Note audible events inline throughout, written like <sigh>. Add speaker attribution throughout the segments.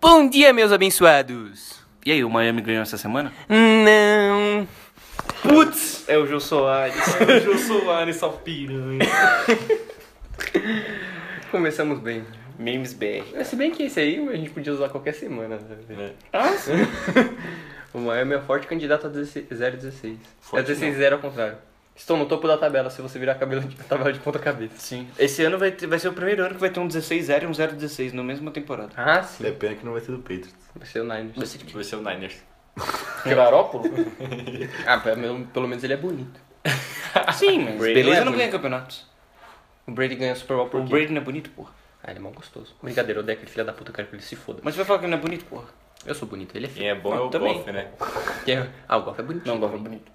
Speaker 1: Bom dia, meus abençoados!
Speaker 2: E aí, o Miami ganhou essa semana?
Speaker 1: Não.
Speaker 3: Putz!
Speaker 4: É o Jô Soares.
Speaker 3: O Jô Soares, só piranha.
Speaker 4: Começamos bem.
Speaker 2: Memes BR.
Speaker 4: É, Se bem que esse aí a gente podia usar qualquer semana. né?
Speaker 3: É.
Speaker 4: <laughs> O Miami é forte candidato a 16 0-16. É
Speaker 2: Forte
Speaker 4: 16-0 ao contrário. Estou no topo da tabela se você virar a cabela de- <laughs> tabela de ponta cabeça.
Speaker 2: Sim. Esse ano vai, ter- vai ser o primeiro ano que vai ter um 16-0 e um 0-16 na mesma temporada. tipo-
Speaker 4: Ah, sim.
Speaker 5: É pena que não vai ser do Patriots.
Speaker 4: Vai ser o Niners.
Speaker 3: Vai ser o Niners.
Speaker 4: Que Garópolo? ah, pelo, pelo menos ele é bonito.
Speaker 2: Sim, mas
Speaker 4: Brady não
Speaker 2: beleza
Speaker 4: é
Speaker 2: não ganha
Speaker 4: bonito.
Speaker 2: campeonatos.
Speaker 4: O Brady ganha Super Bowl por
Speaker 2: O
Speaker 4: quê?
Speaker 2: Brady não é bonito, porra.
Speaker 4: Ah, ele é mal gostoso. Brincadeira, eu odeio aquele filho da puta, eu quero que ele se foda.
Speaker 2: Mas você vai falar que ele não é bonito, porra.
Speaker 4: Eu sou bonito, ele é feio.
Speaker 3: Quem é bom é o
Speaker 2: Também.
Speaker 3: Goff, né?
Speaker 4: Quem é- Ah, o Goff é bonito.
Speaker 2: Não, Goff é bonito.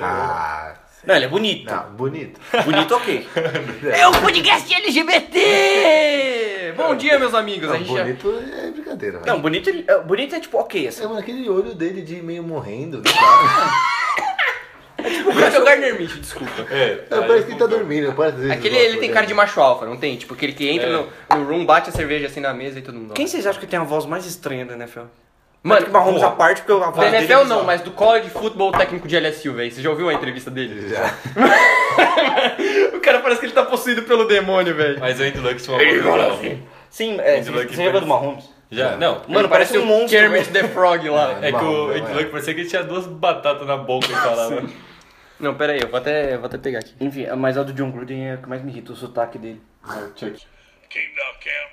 Speaker 5: Ah, sei
Speaker 2: Não, ele é bonito.
Speaker 5: lá. bonito.
Speaker 2: Bonito
Speaker 5: <laughs>
Speaker 2: ok.
Speaker 1: É o
Speaker 2: <laughs>
Speaker 1: podcast LGBT!
Speaker 4: Bom dia, meus amigos. a
Speaker 5: Não,
Speaker 4: gente já-
Speaker 5: bonito é brincadeira, vai.
Speaker 2: Não, bonito, ele- é, bonito é tipo ok,
Speaker 5: É,
Speaker 2: assim.
Speaker 5: mano, aquele olho dele de meio morrendo, não dá.
Speaker 4: O Gardner Gardner Mitchell, desculpa.
Speaker 3: É.
Speaker 5: Não, parece que ele tá dormindo, parece que ele-
Speaker 4: Aquele ele tem cara de macho alfa, não tem? Tipo, aquele que entra no, no room, bate a cerveja assim na mesa e todo mundo.
Speaker 2: Quem vocês acham que tem a voz mais estranha da NFL?
Speaker 4: Mano,
Speaker 2: É que Mahomes à parte, porque a
Speaker 4: Da
Speaker 2: voz dele é
Speaker 4: NFL não,
Speaker 2: bizarra.
Speaker 4: mas do college football técnico de LSU, velho. Você já ouviu a entrevista dele?
Speaker 5: Já.
Speaker 4: O cara parece que ele tá possuído pelo demônio, velho.
Speaker 3: Mas o Andy Luck tinha uma voz legal.
Speaker 4: assim.
Speaker 2: Sim, é,
Speaker 3: Angelo aqui
Speaker 2: você lembra
Speaker 3: parece-
Speaker 2: do Mahomes?
Speaker 3: Já? Não.
Speaker 2: Mano, parece um monstro,
Speaker 4: Kermit the Frog lá.
Speaker 3: É que o
Speaker 5: Mahomes,
Speaker 3: Andy
Speaker 5: é.
Speaker 3: Luck parecia que ele tinha duas batatas na boca e falava.
Speaker 4: Não, pera aí, eu vou até, vou até pegar aqui.
Speaker 2: Enfim, mas a do John Gruden é o que mais me irrita, o sotaque dele.
Speaker 6: Came down camp.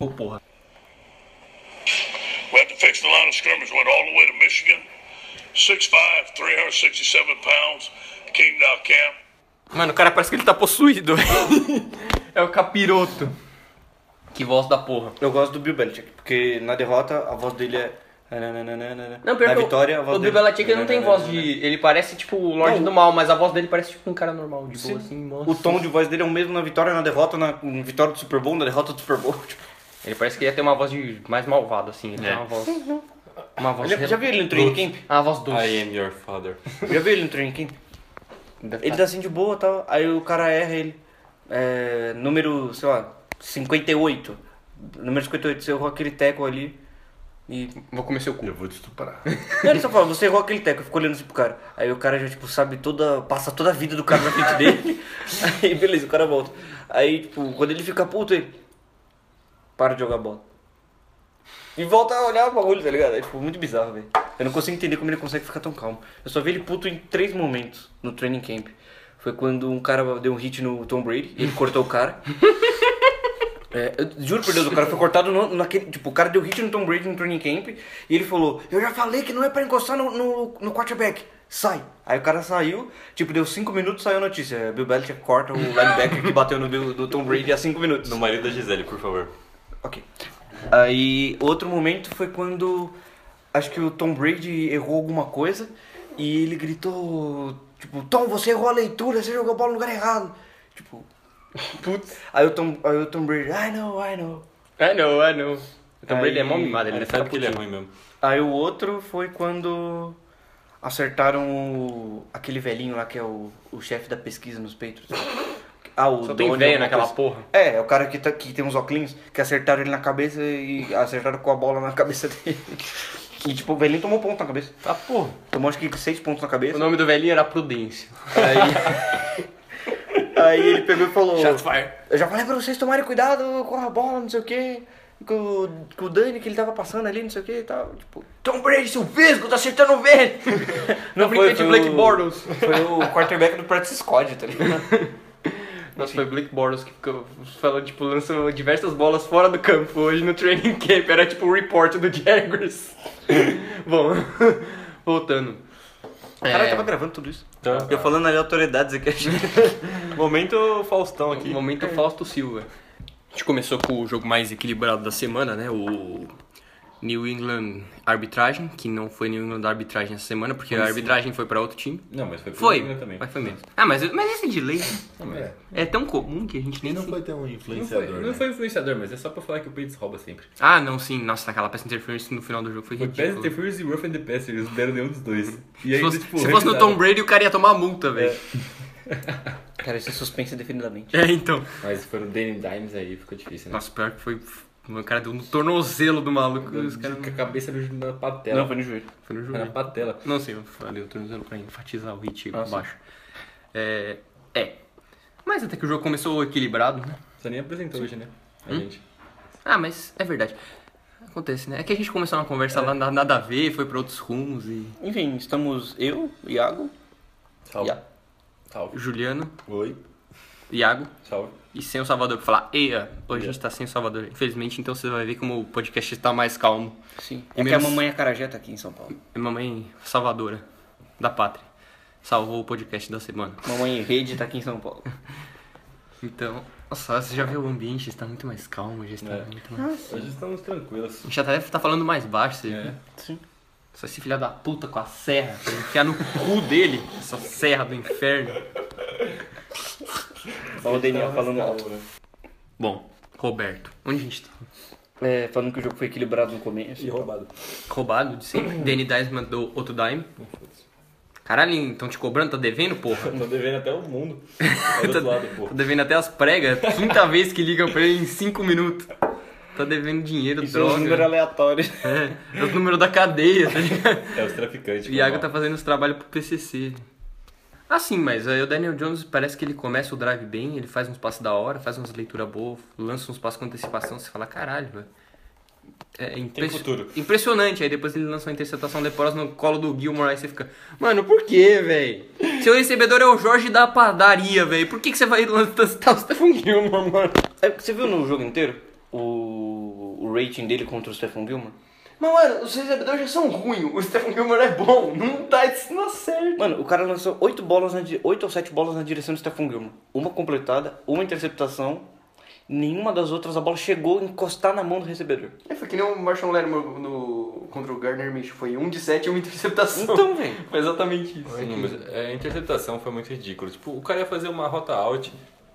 Speaker 4: Ô, porra.
Speaker 6: We had to fix the line of scrimmage. Went all the way to Michigan. 6'5", 367 pounds. Came down camp.
Speaker 4: Mano, o cara parece que ele tá possuído, <laughs> velho. É o capiroto. Que voz da porra.
Speaker 2: Eu gosto do Bill Belichick, porque na derrota a voz dele é... nananana.
Speaker 4: Não, pior
Speaker 2: na
Speaker 4: que o-
Speaker 2: vitória a voz
Speaker 4: o Bill Belichick ele não tem voz de... Ele parece tipo o Lorde
Speaker 2: Não.
Speaker 4: do Mal, mas a voz dele parece tipo um cara normal, de boa,
Speaker 2: Sim.
Speaker 4: assim, mano.
Speaker 2: O tom de voz dele é o mesmo na vitória, na derrota, na, na vitória do Super Bowl, na derrota do Super Bowl. <laughs> Tipo,
Speaker 4: Ele parece que ia ter uma voz de mais malvado, assim. Ele
Speaker 3: É.
Speaker 4: tem uma voz... Uma voz...
Speaker 2: já, já viu ele no training camp?
Speaker 4: Ah, a voz doce.
Speaker 3: I am your father.
Speaker 2: Já viu ele no training camp?
Speaker 4: Deve
Speaker 2: Ele
Speaker 4: tá-
Speaker 2: tá assim de boa e tal, aí o cara erra ele. É, número, sei lá, 58. Número 58, você errou aquele teco ali. E
Speaker 4: Vou comer seu cu.
Speaker 5: Eu vou te estuprar.
Speaker 2: Não, ele só fala, você errou aquele teco, eu fico olhando assim pro cara. Aí o cara já, tipo, sabe toda. passa toda a vida do cara na frente dele. <laughs> Aí, beleza, o cara volta. Aí, tipo, quando ele fica puto, ele. Para de jogar bola. E volta a olhar o bagulho, tá ligado? É, tipo, muito bizarro, velho. Eu não consigo entender como ele consegue ficar tão calmo. Eu só vi ele puto em três momentos no training camp. Foi quando um cara deu um hit no Tom Brady, ele cortou o cara. É, eu juro por Deus, o cara foi cortado no- naquele. Tipo, o cara deu hit no Tom Brady no training camp e ele falou: Eu já falei que não é pra encostar no, no, no quarterback, sai. Aí o cara saiu, tipo, deu 5 minutos saiu a notícia. é, Bill Belichick corta o linebacker que bateu no Bill- do Tom Brady há 5 minutos.
Speaker 3: No marido da Gisele, por favor.
Speaker 2: Ok. Aí, outro momento foi quando acho que o Tom Brady errou alguma coisa e ele gritou, tipo, Tom, você errou a leitura, você jogou a bola no lugar errado. Tipo, putz. Aí o Tom, aí o Tom Brady, I know, I know.
Speaker 4: I know, I know. O Tom
Speaker 2: Aí-
Speaker 4: Brady é mó mimado, é ele
Speaker 3: Ele
Speaker 4: não sabe
Speaker 3: sabe que ele é
Speaker 4: putinho.
Speaker 3: ruim mesmo.
Speaker 2: Aí o outro foi quando acertaram o, aquele velhinho lá que é o, o chefe da pesquisa nos peitos. Ah, o
Speaker 4: Só tem
Speaker 2: Donnie,
Speaker 4: velho
Speaker 2: alguma
Speaker 4: naquela
Speaker 2: coisa.
Speaker 4: porra.
Speaker 2: É, é o cara que, tá, que tem uns óculos que acertaram ele na cabeça e acertaram com a bola na <laughs> cabeça dele. E tipo, o velhinho tomou ponto na cabeça.
Speaker 4: Ah,
Speaker 3: Tá porra.
Speaker 2: Tomou acho que seis pontos na
Speaker 4: O
Speaker 2: cabeça.
Speaker 4: nome do velhinho era Prudêncio.
Speaker 2: Aí ele pegou e falou.
Speaker 3: fire.
Speaker 2: Eu já falei pra vocês tomarem cuidado com a bola, não sei o quê. Com, o- com o Dani que ele tava passando ali, não sei o que e tal. Tipo, Tom Brady, seu vesgo, tá acertando o velho! <laughs>
Speaker 4: Não brinquei é de Blake Bortles.
Speaker 2: Foi o quarterback do Practice Squad, tá ligado?
Speaker 4: Nossa, foi Blake Bortles que ficou falando, tipo, lançou diversas bolas fora do campo hoje no training camp. Era tipo o report do Jaguars. <laughs> Bom, <laughs> voltando.
Speaker 2: Cara,
Speaker 4: É,
Speaker 2: eu tava gravando tudo isso.
Speaker 4: Então,
Speaker 3: Tá.
Speaker 2: Eu falando aleatoriedades aqui, achei.
Speaker 3: Momento Faustão aqui.
Speaker 4: Momento Fausto Silva. A gente começou com o jogo mais equilibrado da semana, né? O New England Arbitragem, que não foi New England Arbitragem essa semana, porque a arbitragem foi pra outro time.
Speaker 3: Não, mas foi pro
Speaker 4: Foi,
Speaker 3: Lula também.
Speaker 4: mas foi mesmo. Ah, mas, mas esse delay
Speaker 5: É.
Speaker 4: é tão comum que a gente nem
Speaker 5: E não
Speaker 4: se-
Speaker 5: foi ter um
Speaker 3: Não foi,
Speaker 5: influenciador,
Speaker 3: não
Speaker 5: né?
Speaker 3: foi influenciador, mas é só pra falar que o Patriots rouba sempre.
Speaker 4: Ah, não, sim. Nossa, aquela peça interference no final do jogo foi
Speaker 3: Foi Pass
Speaker 4: ridícula.
Speaker 3: Interference e Rough and the Passer, eles não deram nenhum dos dois. E
Speaker 4: tipo- Se
Speaker 3: aí,
Speaker 4: fosse,
Speaker 3: tipo,
Speaker 4: se fosse no Tom
Speaker 3: revisaram.
Speaker 4: Brady, o cara ia tomar multa, velho.
Speaker 2: Cara, isso é suspense indefinidamente.
Speaker 4: <laughs> É. então.
Speaker 3: Mas foram Danny Dimes aí, ficou difícil, né?
Speaker 4: Nossa, pior que foi Mano, O cara deu no tornozelo do maluco. Os caras
Speaker 3: Com a cabeça no- na patela.
Speaker 4: Não, foi no joelho. Foi no
Speaker 3: Foi na
Speaker 4: joelho.
Speaker 3: patela.
Speaker 4: Não sei, eu falei o tornozelo pra enfatizar o hit
Speaker 3: Ah, sim.
Speaker 4: baixo. É, é. Mas até que o jogo começou equilibrado, né?
Speaker 3: Você nem apresentou hoje, né? A
Speaker 4: Hum?
Speaker 3: gente.
Speaker 4: Ah, mas é verdade. Acontece, né? É que a gente começou uma conversa lá, na- nada a ver, foi pra outros rumos e.
Speaker 2: Enfim, estamos eu, Iago.
Speaker 3: Salve.
Speaker 2: Ya.
Speaker 3: Salve.
Speaker 4: Juliano,
Speaker 3: Oi.
Speaker 4: Iago
Speaker 3: Salve.
Speaker 4: e sem o Salvador pra falar. Eia, hoje a gente tá sem o Salvador, infelizmente, então você vai ver como o podcast tá mais calmo.
Speaker 2: Sim.
Speaker 4: E
Speaker 2: É que a
Speaker 4: menos-
Speaker 2: mamãe Acarajé tá aqui em São Paulo.
Speaker 4: É Mamãe salvadora da pátria. Salvou o podcast da semana.
Speaker 2: Mamãe Rede tá aqui em São Paulo.
Speaker 4: Então, nossa, você já viu o ambiente, está muito mais calmo, já está
Speaker 3: É.
Speaker 4: muito mais...
Speaker 3: Hoje estamos tranquilos.
Speaker 4: A gente até tá falando mais baixo, você viu?
Speaker 2: É. Sim.
Speaker 4: Só esse filho da puta com a serra, pra enfiar no cu dele, essa serra do inferno.
Speaker 2: Olha o Daniel falando alto.
Speaker 4: Bom, Roberto, onde a gente tá?
Speaker 2: É, falando que o jogo foi equilibrado no começo.
Speaker 3: E roubado.
Speaker 4: Roubado de sempre. Danny Dimes mandou outro dime. Caralho, então te cobrando, tá devendo, porra?
Speaker 3: Tô devendo até o
Speaker 4: <laughs>
Speaker 3: mundo. Olha do outro lado,
Speaker 4: Tá
Speaker 3: pô.
Speaker 4: devendo até as pregas, é quinta <laughs> vez que ligam pra ele em cinco minutos. Tá devendo dinheiro,
Speaker 2: Isso é um número
Speaker 4: droga.
Speaker 2: aleatório.
Speaker 4: É, é o número da cadeia, tá ligado?
Speaker 3: É os traficantes.
Speaker 4: O Iago tá
Speaker 3: normal.
Speaker 4: fazendo os trabalhos pro PCC. Ah, sim, mas aí o Daniel Jones parece que ele começa o drive bem, ele faz uns passes da hora, faz umas leituras boas, lança uns passes com antecipação, você fala, caralho, velho. É impress-
Speaker 3: futuro.
Speaker 4: impressionante. Aí depois ele lança uma interceptação leprosa no colo do Gilmore, aí você fica, mano, por que, velho? Seu recebedor é o Jorge da padaria, velho. Por que, que você vai lançar o Stephen Gilmore, mano?
Speaker 2: É, você viu no jogo inteiro o, o rating dele contra o Stephen Gilman?
Speaker 4: Mas, mano, os recebedores já são ruins, o Stephen Gilmore é bom, não tá isso não certo.
Speaker 2: Mano, o cara lançou 8 bolas na di- oito ou 7 bolas na direção do Stephen Gilman. Uma completada, uma interceptação. Nenhuma das outras a bola chegou a encostar na mão do recebedor.
Speaker 4: É, foi que nem o Marshall Lattimore no, contra o Gardner Minshew. Foi um de sete e uma interceptação.
Speaker 2: Então, velho.
Speaker 4: <laughs> Foi exatamente isso.
Speaker 3: Sim, mas é, a interceptação foi muito ridícula. Tipo, o cara ia fazer uma rota out,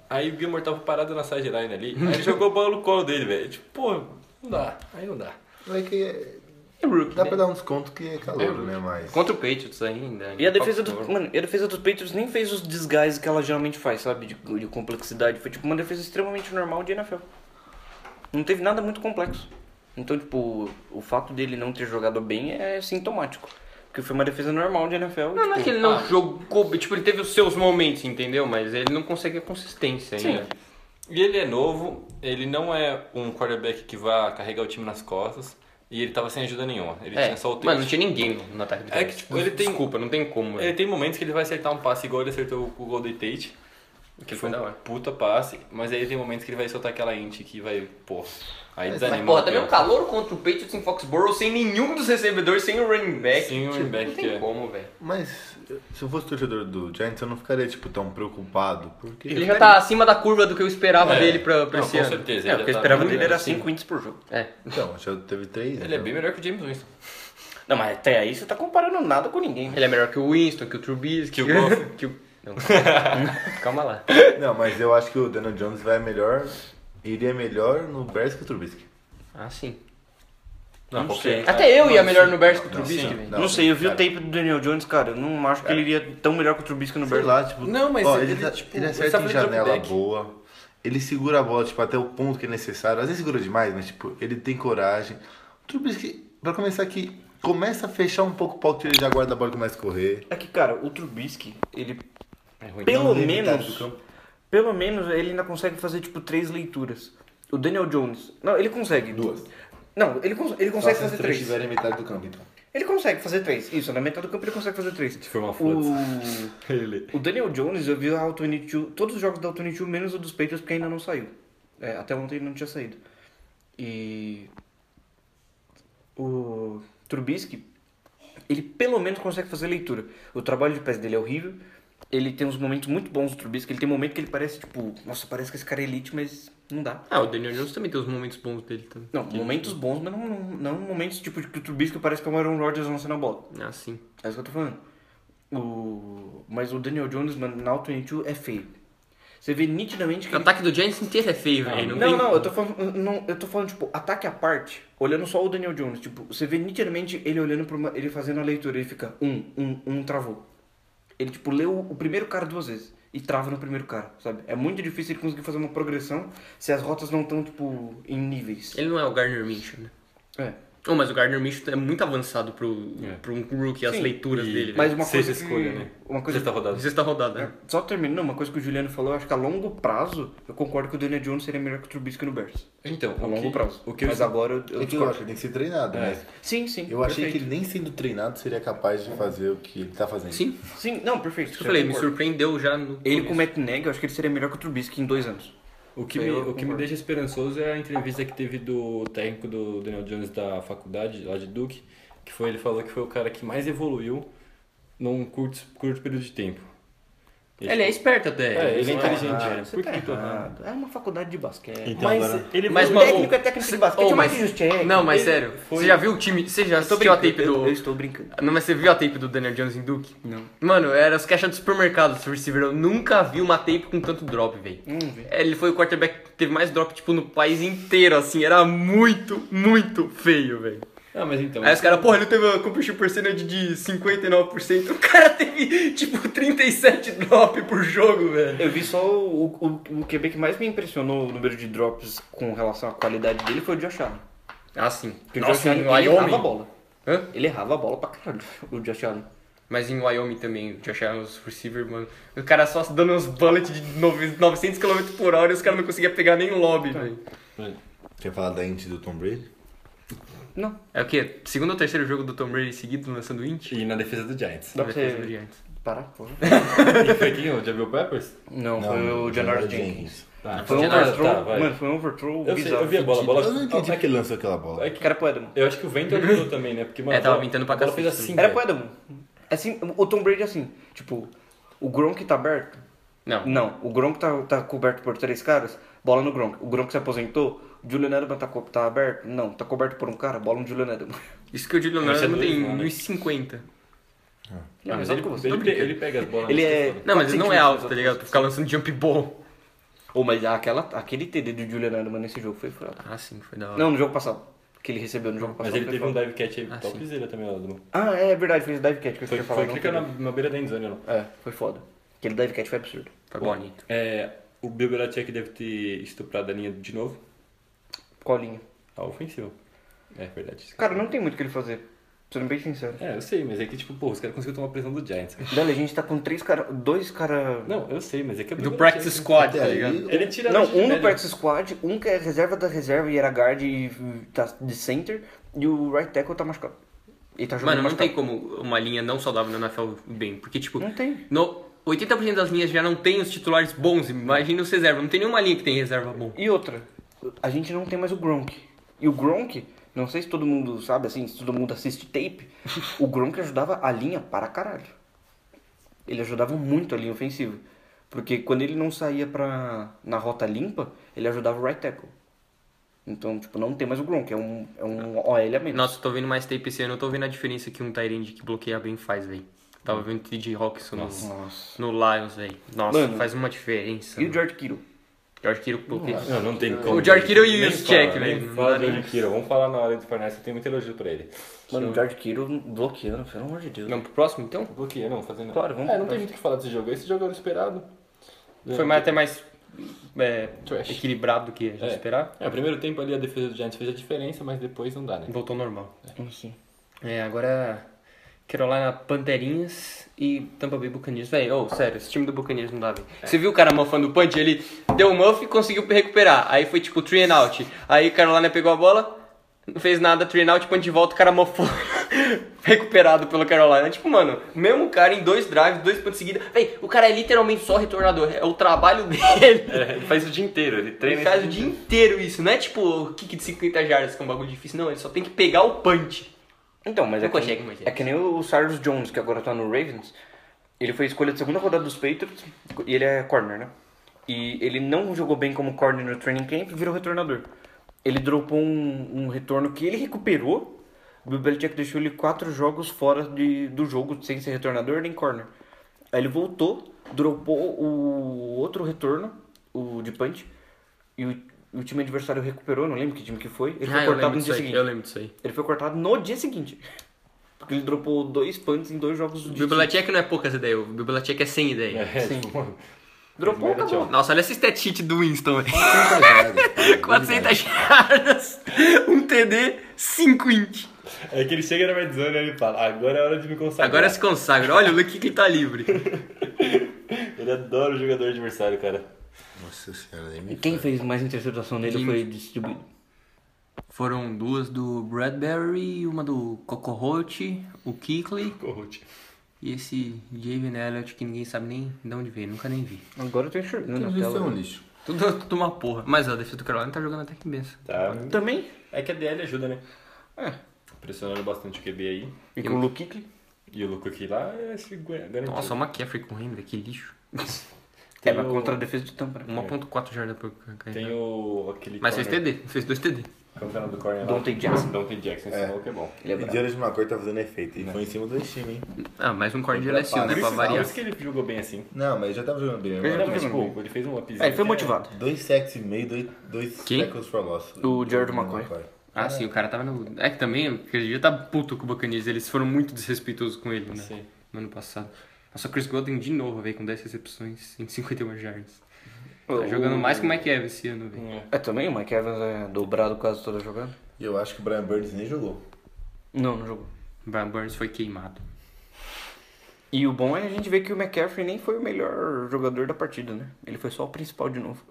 Speaker 3: aí o Gilmore tava parado na sideline ali, aí
Speaker 4: <laughs>
Speaker 3: ele jogou a bola no colo dele, velho. Tipo, pô, não dá, aí não dá.
Speaker 5: É que é-
Speaker 4: É rookie,
Speaker 5: dá pra dar um desconto que é calor, né? Mas.
Speaker 4: Contra o Patriots ainda.
Speaker 2: E a defesa do, mano, e a defesa dos Patriots nem fez os desgais que ela geralmente faz, sabe? De, de complexidade. Foi tipo uma defesa extremamente normal de NFL. Não teve nada muito complexo. Então, tipo, o fato dele não ter jogado bem é sintomático. Porque foi uma defesa normal de NFL.
Speaker 4: Não, não é
Speaker 2: tipo,
Speaker 4: que ele não jogou... Tipo, ele teve os seus momentos, entendeu? Mas ele não consegue a consistência ainda.
Speaker 3: E ele é novo, ele não é um quarterback que vá carregar o time nas costas, e ele tava sem ajuda nenhuma. Ele
Speaker 4: É,
Speaker 3: tinha só o texto.
Speaker 4: mano, não tinha ninguém no, no ataque do
Speaker 3: É
Speaker 4: Patriots.
Speaker 3: que, tipo, ele tem-
Speaker 4: Desculpa, não tem como.
Speaker 3: Ele
Speaker 4: velho.
Speaker 3: tem momentos que ele vai acertar um passe igual ele acertou com o Golden Tate. Que
Speaker 4: foi
Speaker 3: foi
Speaker 4: da
Speaker 3: um
Speaker 4: hora.
Speaker 3: puta passe, mas aí tem momentos que ele vai soltar aquela int que vai, pô, aí
Speaker 4: Mas,
Speaker 3: desanima.
Speaker 4: porra,
Speaker 3: o
Speaker 4: também tá é um o
Speaker 3: campo.
Speaker 4: calor contra o Patriots em Foxborough sem nenhum dos recebedores, sem o running back.
Speaker 3: Sem o running
Speaker 4: Tipo,
Speaker 3: back,
Speaker 4: Não tem
Speaker 3: é.
Speaker 4: como, velho.
Speaker 5: Mas se eu fosse torcedor do Giants, eu não ficaria, tipo, tão preocupado. Porque.
Speaker 4: Ele já tá acima da curva do que eu esperava
Speaker 3: É.
Speaker 4: dele pra, pra
Speaker 3: Não,
Speaker 4: esse
Speaker 3: com
Speaker 4: ano.
Speaker 3: certeza,
Speaker 4: É,
Speaker 3: ele
Speaker 4: o que eu
Speaker 3: já tá
Speaker 4: esperava
Speaker 2: Ele
Speaker 4: dele
Speaker 2: era 5 wins por jogo.
Speaker 4: É.
Speaker 5: Então, já teve três.
Speaker 3: Ele é
Speaker 5: então.
Speaker 3: bem melhor que o James Winston.
Speaker 2: Não, mas até aí você tá comparando nada com ninguém.
Speaker 4: Ele é melhor que o Winston, que o Trubisky,
Speaker 3: Que o Goff.
Speaker 4: <laughs> que o- Não, calma. calma lá.
Speaker 5: Não, mas eu acho que o Daniel Jones vai melhor. Iria melhor no Bears que o Trubisky.
Speaker 4: Ah, sim.
Speaker 3: Não,
Speaker 2: sei.
Speaker 4: Até eu ia melhor no Bears que o
Speaker 5: Não,
Speaker 4: Trubisky,
Speaker 5: sim,
Speaker 4: velho.
Speaker 2: Não, sei, eu vi
Speaker 5: cara.
Speaker 2: o tape do Daniel Jones, cara. Eu não acho que ele iria tão melhor que o Trubisky no
Speaker 5: Sei
Speaker 2: Bears.
Speaker 5: lá, tipo.
Speaker 3: Não, mas
Speaker 5: ó,
Speaker 3: ele,
Speaker 5: ele, tá-
Speaker 3: tipo,
Speaker 5: ele
Speaker 3: ele
Speaker 5: acerta
Speaker 3: tá
Speaker 5: em
Speaker 3: fazendo
Speaker 5: janela
Speaker 3: dropback.
Speaker 5: boa. Ele segura a bola, tipo, até o ponto que é necessário. Às vezes segura demais, mas, tipo, ele tem coragem. O Trubisky, pra começar aqui, começa a fechar um pouco o palco, ele já guarda a bola e começa a correr.
Speaker 2: É que, cara, o Trubisky, ele É
Speaker 4: ruim.
Speaker 2: pelo
Speaker 5: Não,
Speaker 2: menos,
Speaker 5: do campo.
Speaker 2: pelo menos ele ainda consegue fazer tipo três leituras. O Daniel Jones, não, ele consegue
Speaker 5: Duas.
Speaker 2: Não, ele, cons- ele
Speaker 5: Só
Speaker 2: consegue
Speaker 5: se os
Speaker 2: fazer
Speaker 5: três
Speaker 2: três.
Speaker 5: estiverem metade do campo, então.
Speaker 2: Ele consegue fazer três. Isso, na metade do campo ele consegue fazer três.
Speaker 3: De forma foda-se.
Speaker 2: o...
Speaker 3: Ele.
Speaker 2: o Daniel Jones, eu vi a Alternate 2, todos os jogos da Alternate 2, menos o dos Patriots, porque ainda não saiu. É, até ontem ele não tinha saído. E o Trubisky, ele pelo menos consegue fazer leitura. O trabalho de pés dele é horrível. Ele tem uns momentos muito bons do Trubisky. Ele tem momento que ele parece, tipo, nossa, parece que esse cara é elite, mas não dá.
Speaker 4: Ah, o Daniel Jones também tem os momentos bons dele também.
Speaker 2: Não, momentos bons, mas não, não, não momentos tipo que o Trubisky parece que é o Aaron Rodgers lançando a bola.
Speaker 4: Ah, sim.
Speaker 2: É isso que eu tô falando. O... Mas o Daniel Jones, mano, na Auto 22 é feio. Você vê nitidamente que.
Speaker 4: O
Speaker 2: ele-
Speaker 4: ataque do Giants inteiro é feio, velho.
Speaker 2: Não,
Speaker 4: tem-
Speaker 2: não, eu tô falando. Não, eu tô falando, tipo, ataque à parte, olhando só o Daniel Jones. Tipo, você vê nitidamente ele olhando pra uma. ele fazendo a leitura, ele fica um, um, um, travou. Ele, tipo, leu o primeiro cara duas vezes. e trava no primeiro cara, sabe? É muito difícil ele conseguir fazer uma progressão se as rotas não estão, tipo, em níveis.
Speaker 4: Ele não é o Gardner Minshew, né?
Speaker 2: É.
Speaker 4: Oh, mas o Gardner Minshew é muito avançado pro, pro um rookie, as
Speaker 2: Sim.
Speaker 4: leituras
Speaker 3: E-
Speaker 4: dele.
Speaker 2: Mas uma
Speaker 3: Seja
Speaker 2: coisa que...
Speaker 3: escolha, né?
Speaker 2: Uma coisa
Speaker 3: Você tá rodado.
Speaker 4: Sexta rodada, né?
Speaker 2: Só terminando, uma coisa que o Juliano falou, eu acho que a longo prazo, eu concordo que o Daniel Jones seria melhor que o Trubisky no Bears.
Speaker 3: Então,
Speaker 2: A
Speaker 3: o
Speaker 2: longo
Speaker 3: que,
Speaker 2: prazo.
Speaker 3: O que eu
Speaker 2: Mas agora eu, eu
Speaker 5: É que eu É.
Speaker 2: discordo.
Speaker 5: acho que tem que ser treinado, mas
Speaker 2: Sim, sim.
Speaker 5: eu achei
Speaker 2: perfeito.
Speaker 5: que ele nem sendo treinado seria capaz de fazer o que ele tá fazendo.
Speaker 4: Sim,
Speaker 2: Sim, não, perfeito.
Speaker 4: eu falei, me
Speaker 2: concordo.
Speaker 4: surpreendeu já no.
Speaker 2: Ele com o
Speaker 4: começo.
Speaker 2: Matt Nagy, eu acho que ele seria melhor que o Trubisky em dois anos.
Speaker 3: O que,
Speaker 2: Eu
Speaker 3: me, o
Speaker 2: concordo.
Speaker 3: que me deixa esperançoso é a entrevista que teve do técnico do Daniel Jones da faculdade, lá de Duke, que foi, ele falou que foi o cara que mais evoluiu num curto, curto período de tempo. E,
Speaker 4: Ele é
Speaker 3: tipo,
Speaker 4: esperto até.
Speaker 3: é, ele é
Speaker 4: não
Speaker 3: inteligente.
Speaker 5: errado.
Speaker 3: né? Por que que tu-
Speaker 2: Ah, É uma faculdade de basquete.
Speaker 5: Então
Speaker 3: Mas
Speaker 5: agora...
Speaker 3: ele
Speaker 4: Mas,
Speaker 3: evoluiu.
Speaker 4: mano,
Speaker 2: técnico é técnico de basquete,
Speaker 4: Oh,
Speaker 2: é mais
Speaker 4: mas-
Speaker 2: justo, é.
Speaker 4: Não, mas
Speaker 3: Ele
Speaker 4: sério,
Speaker 3: foi-
Speaker 4: você já viu o time. Você já assistiu a tape
Speaker 2: eu,
Speaker 4: do.
Speaker 2: eu estou brincando.
Speaker 4: Não, mas você viu a tape do Daniel Jones em Duke?
Speaker 2: Não.
Speaker 4: Mano, era os caixas do supermercado, esse receiver. Eu nunca vi uma tape com tanto drop, velho.
Speaker 2: Hum, velho.
Speaker 4: Ele foi o quarterback que teve mais drop, tipo, no país inteiro, assim. Era muito, muito feio, velho.
Speaker 3: Ah, mas então.
Speaker 4: Aí os caras, porra, ele teve uma completion percentage de 59%. O cara teve, tipo, 37 drop por jogo, velho.
Speaker 2: Eu vi só o, o, o QB que mais me impressionou o número de drops com relação à qualidade dele foi o Josh Allen.
Speaker 4: Ah, sim.
Speaker 2: Porque o Josh
Speaker 4: Nossa,
Speaker 2: Allen
Speaker 4: em
Speaker 2: ele errava a
Speaker 4: Wyoming.
Speaker 2: bola.
Speaker 4: Hã?
Speaker 2: Ele errava a bola pra caralho, o Josh Allen.
Speaker 4: Mas em Wyoming também, o Josh Allen, os receiver, mano. O cara só dando uns bullets de nove- 900 km por hora e os caras não conseguiam pegar nem lobby,
Speaker 2: Tá.
Speaker 4: velho.
Speaker 5: Quer falar da int do Tom Brady?
Speaker 2: Não,
Speaker 4: É o quê? Segundo ou terceiro jogo do Tom Brady seguido lançando int?
Speaker 3: E na defesa do Giants.
Speaker 2: dá pra
Speaker 4: Defesa do
Speaker 2: você
Speaker 4: Giants.
Speaker 2: parar, porra.
Speaker 3: E foi quem? O Jabril Peppers?
Speaker 2: Não, foi o Janora Jenkins.
Speaker 3: Tá.
Speaker 2: Foi um
Speaker 4: Janoris,
Speaker 2: overthrow,
Speaker 3: tá, vai.
Speaker 2: mano, foi um overthrow
Speaker 3: Eu, sei,
Speaker 2: bizarro.
Speaker 3: eu vi a bola, a bola.
Speaker 5: Eu não entendi
Speaker 3: Ah,
Speaker 5: por que ele lançou aquela bola.
Speaker 3: é
Speaker 2: O
Speaker 3: que-
Speaker 2: cara é pro Edelman.
Speaker 3: Eu acho que o vento ajudou também, né? Porque, mano,
Speaker 4: É, tava
Speaker 3: a bola-
Speaker 4: ventando pra
Speaker 3: a bola
Speaker 4: cacete
Speaker 3: fez assim,
Speaker 2: Era
Speaker 3: velho.
Speaker 2: pro Edelman. Assim, o Tom Brady é assim, tipo, o Gronk tá aberto?
Speaker 4: Não.
Speaker 2: Não, o Gronk tá, tá coberto por três caras, bola no Gronk. O Gronk se aposentou, o Julian Edelman tá, co- tá aberto? Não, tá coberto por um cara, bola no Julian Edelman.
Speaker 3: <laughs>
Speaker 4: Isso que o Julian
Speaker 3: Mas é
Speaker 4: Leonard
Speaker 3: doido,
Speaker 4: tem
Speaker 2: né?
Speaker 3: mano.
Speaker 4: 1,50.
Speaker 2: Ele é
Speaker 3: Mas
Speaker 2: mais
Speaker 3: ele,
Speaker 2: alto que você.
Speaker 3: ele, ele pega as bolas.
Speaker 2: Ele
Speaker 3: mas
Speaker 2: é-
Speaker 3: tá
Speaker 4: Não, mas
Speaker 2: Quatro
Speaker 4: ele não é
Speaker 2: centímetros,
Speaker 4: alto, tá ligado? Pra ficar lançando jump ball.
Speaker 2: Ô, mas aquela, aquele TD do Julian Edelman nesse jogo foi furado.
Speaker 4: Ah, sim, foi da hora.
Speaker 2: Não, no jogo passado. Que ele recebeu no jogo
Speaker 3: Mas
Speaker 2: passado.
Speaker 3: ele
Speaker 2: foi
Speaker 3: teve um
Speaker 2: furado.
Speaker 3: dive catch aí
Speaker 4: Ah, sim.
Speaker 3: topzera também, ó, Edelman.
Speaker 2: Ah, é verdade, fez o dive catch que eu
Speaker 3: Foi,
Speaker 2: tinha
Speaker 3: foi
Speaker 2: falado. não
Speaker 3: clicar na,
Speaker 2: teve.
Speaker 3: na beira da endzone, não.
Speaker 2: É, foi foda. Aquele dive catch foi absurdo.
Speaker 4: Foi bonito.
Speaker 3: É, o Bill Belichick deve ter estuprado a linha de novo.
Speaker 2: Colinha.
Speaker 3: A ofensiva. É verdade.
Speaker 2: Cara, não tem muito o que ele fazer. Sendo bem sincero.
Speaker 3: É, eu sei, mas é que, tipo, pô, os caras conseguiram tomar a pressão do Giants. cara.
Speaker 2: Dali, a gente tá com três caras. Dois caras. Não,
Speaker 3: Não, eu sei, mas é que é
Speaker 4: Do
Speaker 3: Bill
Speaker 4: practice
Speaker 3: Belichick.
Speaker 4: squad, tá
Speaker 5: Até
Speaker 4: ligado?
Speaker 5: <laughs> aí,
Speaker 3: Ele tira a
Speaker 2: um
Speaker 3: gente
Speaker 2: no
Speaker 3: de
Speaker 2: practice squad, um que é reserva da reserva e era guard e tá de center, e o right tackle tá machucado. E tá jogando
Speaker 4: Mano, não tem
Speaker 2: machucado.
Speaker 4: como uma linha não saudável na NFL bem. Porque, tipo,
Speaker 2: Não tem.
Speaker 4: no, 80% das linhas já não tem os titulares bons. Imagina os reserva. Não tem nenhuma linha que tem reserva bom.
Speaker 2: E outra, a gente não tem mais o Gronk. E o Gronk, não sei se todo mundo sabe, assim, se todo mundo assiste <laughs> tape, o Gronk ajudava a linha para caralho. Ele ajudava muito a linha ofensiva. Porque quando ele não saía pra, na rota limpa, ele ajudava o right tackle. Então, tipo, não tem mais o Gronk, é um, é um OL a menos.
Speaker 4: Nossa, eu tô vendo mais tape esse ano. Eu tô vendo a diferença que um Tyrande que bloqueia bem faz, velho. Tava vendo o TJ Hawkinson no,
Speaker 2: Nossa.
Speaker 4: no Lions, velho. Nossa,
Speaker 2: Mano.
Speaker 4: faz uma diferença.
Speaker 2: E o
Speaker 4: mano.
Speaker 2: George Kittle?
Speaker 4: George Kittle bloqueia.
Speaker 3: Não, não tem como.
Speaker 4: O George Kittle e
Speaker 3: Nem
Speaker 4: o Check, né?
Speaker 3: fala,
Speaker 4: velho.
Speaker 3: nem
Speaker 4: Não
Speaker 3: Fala
Speaker 4: dá
Speaker 3: do
Speaker 4: nem.
Speaker 3: George Kittle. Vamos falar na hora do Fornés, eu tenho muito elogio pra ele.
Speaker 2: Mano, o George Kittle bloqueando, pelo amor de Deus.
Speaker 4: Vamos pro próximo, então?
Speaker 3: Bloqueia, Um não, fazendo.
Speaker 2: Claro, vamos
Speaker 3: É,
Speaker 2: pro
Speaker 3: não
Speaker 2: próximo.
Speaker 3: tem muito o que falar desse jogo. Esse jogo era esperado.
Speaker 4: Foi mais, até mais é,
Speaker 3: Trash.
Speaker 4: equilibrado do que a gente
Speaker 3: É.
Speaker 4: esperava.
Speaker 3: É, o primeiro tempo ali a defesa do Giants fez a diferença, mas depois não dá, né?
Speaker 4: Voltou ao normal.
Speaker 2: Sim.
Speaker 4: É, agora Carolina Panterinhas e Tampa Bay Buccaneers. Véi, ô, sério, esse time do Buccaneers não dá, velho.
Speaker 3: É.
Speaker 4: Você viu o cara mofando o punch? Ele deu um muff e conseguiu recuperar. Aí foi tipo three and out. Aí Carolina pegou a bola, não fez nada, three and out, punch de volta, o cara mofou. <laughs> Recuperado pelo Carolina. Tipo, mano, mesmo cara em dois drives, dois pontos seguidos. Véi, o cara é literalmente só retornador. É o trabalho dele.
Speaker 3: <laughs> É, ele faz o dia inteiro, ele
Speaker 4: Ele faz o dia inteiro isso. Não é tipo kick de 50 jardas, que é um bagulho difícil. Não, ele só tem que pegar o punch.
Speaker 2: Então, mas
Speaker 4: Não
Speaker 2: é que,
Speaker 4: consegue, mas é.
Speaker 2: é que nem o Cyrus Jones, que agora tá no Ravens. Ele foi escolha de segunda rodada dos Patriots e ele é corner, né? E ele não jogou bem como corner no training camp e virou retornador. Ele dropou um, um retorno que ele recuperou. O Bill Belichick deixou ele quatro jogos fora de, do jogo, sem ser retornador nem corner. Aí ele voltou, dropou o outro retorno, o de punch, e o, o time adversário recuperou, não lembro que time que foi. Ele foi cortado no dia seguinte.
Speaker 4: Ah, lembro disso aí.
Speaker 2: Ele foi cortado no dia seguinte. Porque ele dropou dois punts em dois jogos
Speaker 4: O
Speaker 2: do dia.
Speaker 4: Bibliotec não é poucas ideias, o Bibliotec é sem ideia.
Speaker 3: É, <laughs> tipo, mano,
Speaker 2: Dropou,
Speaker 3: Merda,
Speaker 2: acabou.
Speaker 3: tchau.
Speaker 4: Nossa, olha esse stat sheet do Winston, velho.
Speaker 5: Caralho.
Speaker 4: 400 jardas, um TD, 5 inch.
Speaker 3: É que ele chega na mediana e ele fala, agora é hora de me consagrar.
Speaker 4: Agora se consagra. Olha, o Luke que tá livre. é-
Speaker 3: Ele adora o jogador adversário, cara.
Speaker 5: Nossa senhora, é nem
Speaker 2: E
Speaker 5: me
Speaker 2: quem fez mais interceptação nele foi distribuído.
Speaker 4: Foram duas do Bradbury, uma do Cocorote, o Kikli
Speaker 3: Corrute.
Speaker 4: e esse Javen Elliott que ninguém sabe nem de onde veio, nunca nem vi.
Speaker 2: Agora eu tô enxergando
Speaker 5: Tudo
Speaker 2: na
Speaker 5: isso é um
Speaker 2: tela.
Speaker 5: lixo.
Speaker 4: Tudo, tudo uma porra. Mas ó, a defesa do Carolina tá jogando até que benção.
Speaker 3: Tá.
Speaker 2: Também?
Speaker 3: É que a DL ajuda, né?
Speaker 2: É.
Speaker 3: Pressionando bastante o QB aí.
Speaker 2: E com o Luke Kuechly?
Speaker 3: E o Luco aqui lá é segura. garantido.
Speaker 4: Nossa, uma McCaffrey correndo, que <laughs> lixo.
Speaker 2: É,
Speaker 3: Tem
Speaker 2: mas
Speaker 3: o-
Speaker 2: contra a defesa de Tampa. né?
Speaker 4: 1.4 jardas por carregar.
Speaker 3: Tem o... aquele
Speaker 4: Mas fez
Speaker 3: corner-
Speaker 4: TD, fez dois TD.
Speaker 3: Como que é o nome do corner lá?
Speaker 2: Dante Jackson.
Speaker 3: Dante Jackson, esse
Speaker 5: É.
Speaker 3: maluco é bom.
Speaker 2: Ele é
Speaker 5: E
Speaker 2: bravo.
Speaker 5: Jared McCoy tá fazendo efeito. E foi em cima do time, hein?
Speaker 4: Ah, mais um corte de
Speaker 5: Pra
Speaker 4: LSU, né,
Speaker 5: parar.
Speaker 4: pra
Speaker 5: Por
Speaker 4: variar.
Speaker 3: Por isso que ele jogou bem assim.
Speaker 5: Não, mas já tava jogando bem.
Speaker 3: Não,
Speaker 5: Agora.
Speaker 3: mas, pô, ele fez um upzinho.
Speaker 2: É, ele foi
Speaker 3: que
Speaker 2: motivado.
Speaker 5: Dois sacks e meio, dois, dois
Speaker 4: Quem?
Speaker 5: tackles for loss.
Speaker 2: O Jared McCoy.
Speaker 4: Ah, sim, o cara tava no. É que também, porque ele já tá puto com o Buccaneers, eles foram muito desrespeitosos com ele, né?
Speaker 3: Sim.
Speaker 4: No ano passado. Nossa, o Chris Godwin de novo, velho, com 10 recepções em 51 jardas. Tá
Speaker 2: O-
Speaker 4: jogando mais que o Mike Evans esse ano, velho.
Speaker 3: É.
Speaker 2: É também o Mike Evans é dobrado quase toda jogando?
Speaker 5: E eu acho que o Brian Burns nem jogou.
Speaker 2: Não, não jogou.
Speaker 4: Brian Burns foi queimado.
Speaker 2: E o bom é a gente ver que o McCaffrey nem foi o melhor jogador da partida, né? Ele foi só o principal de novo.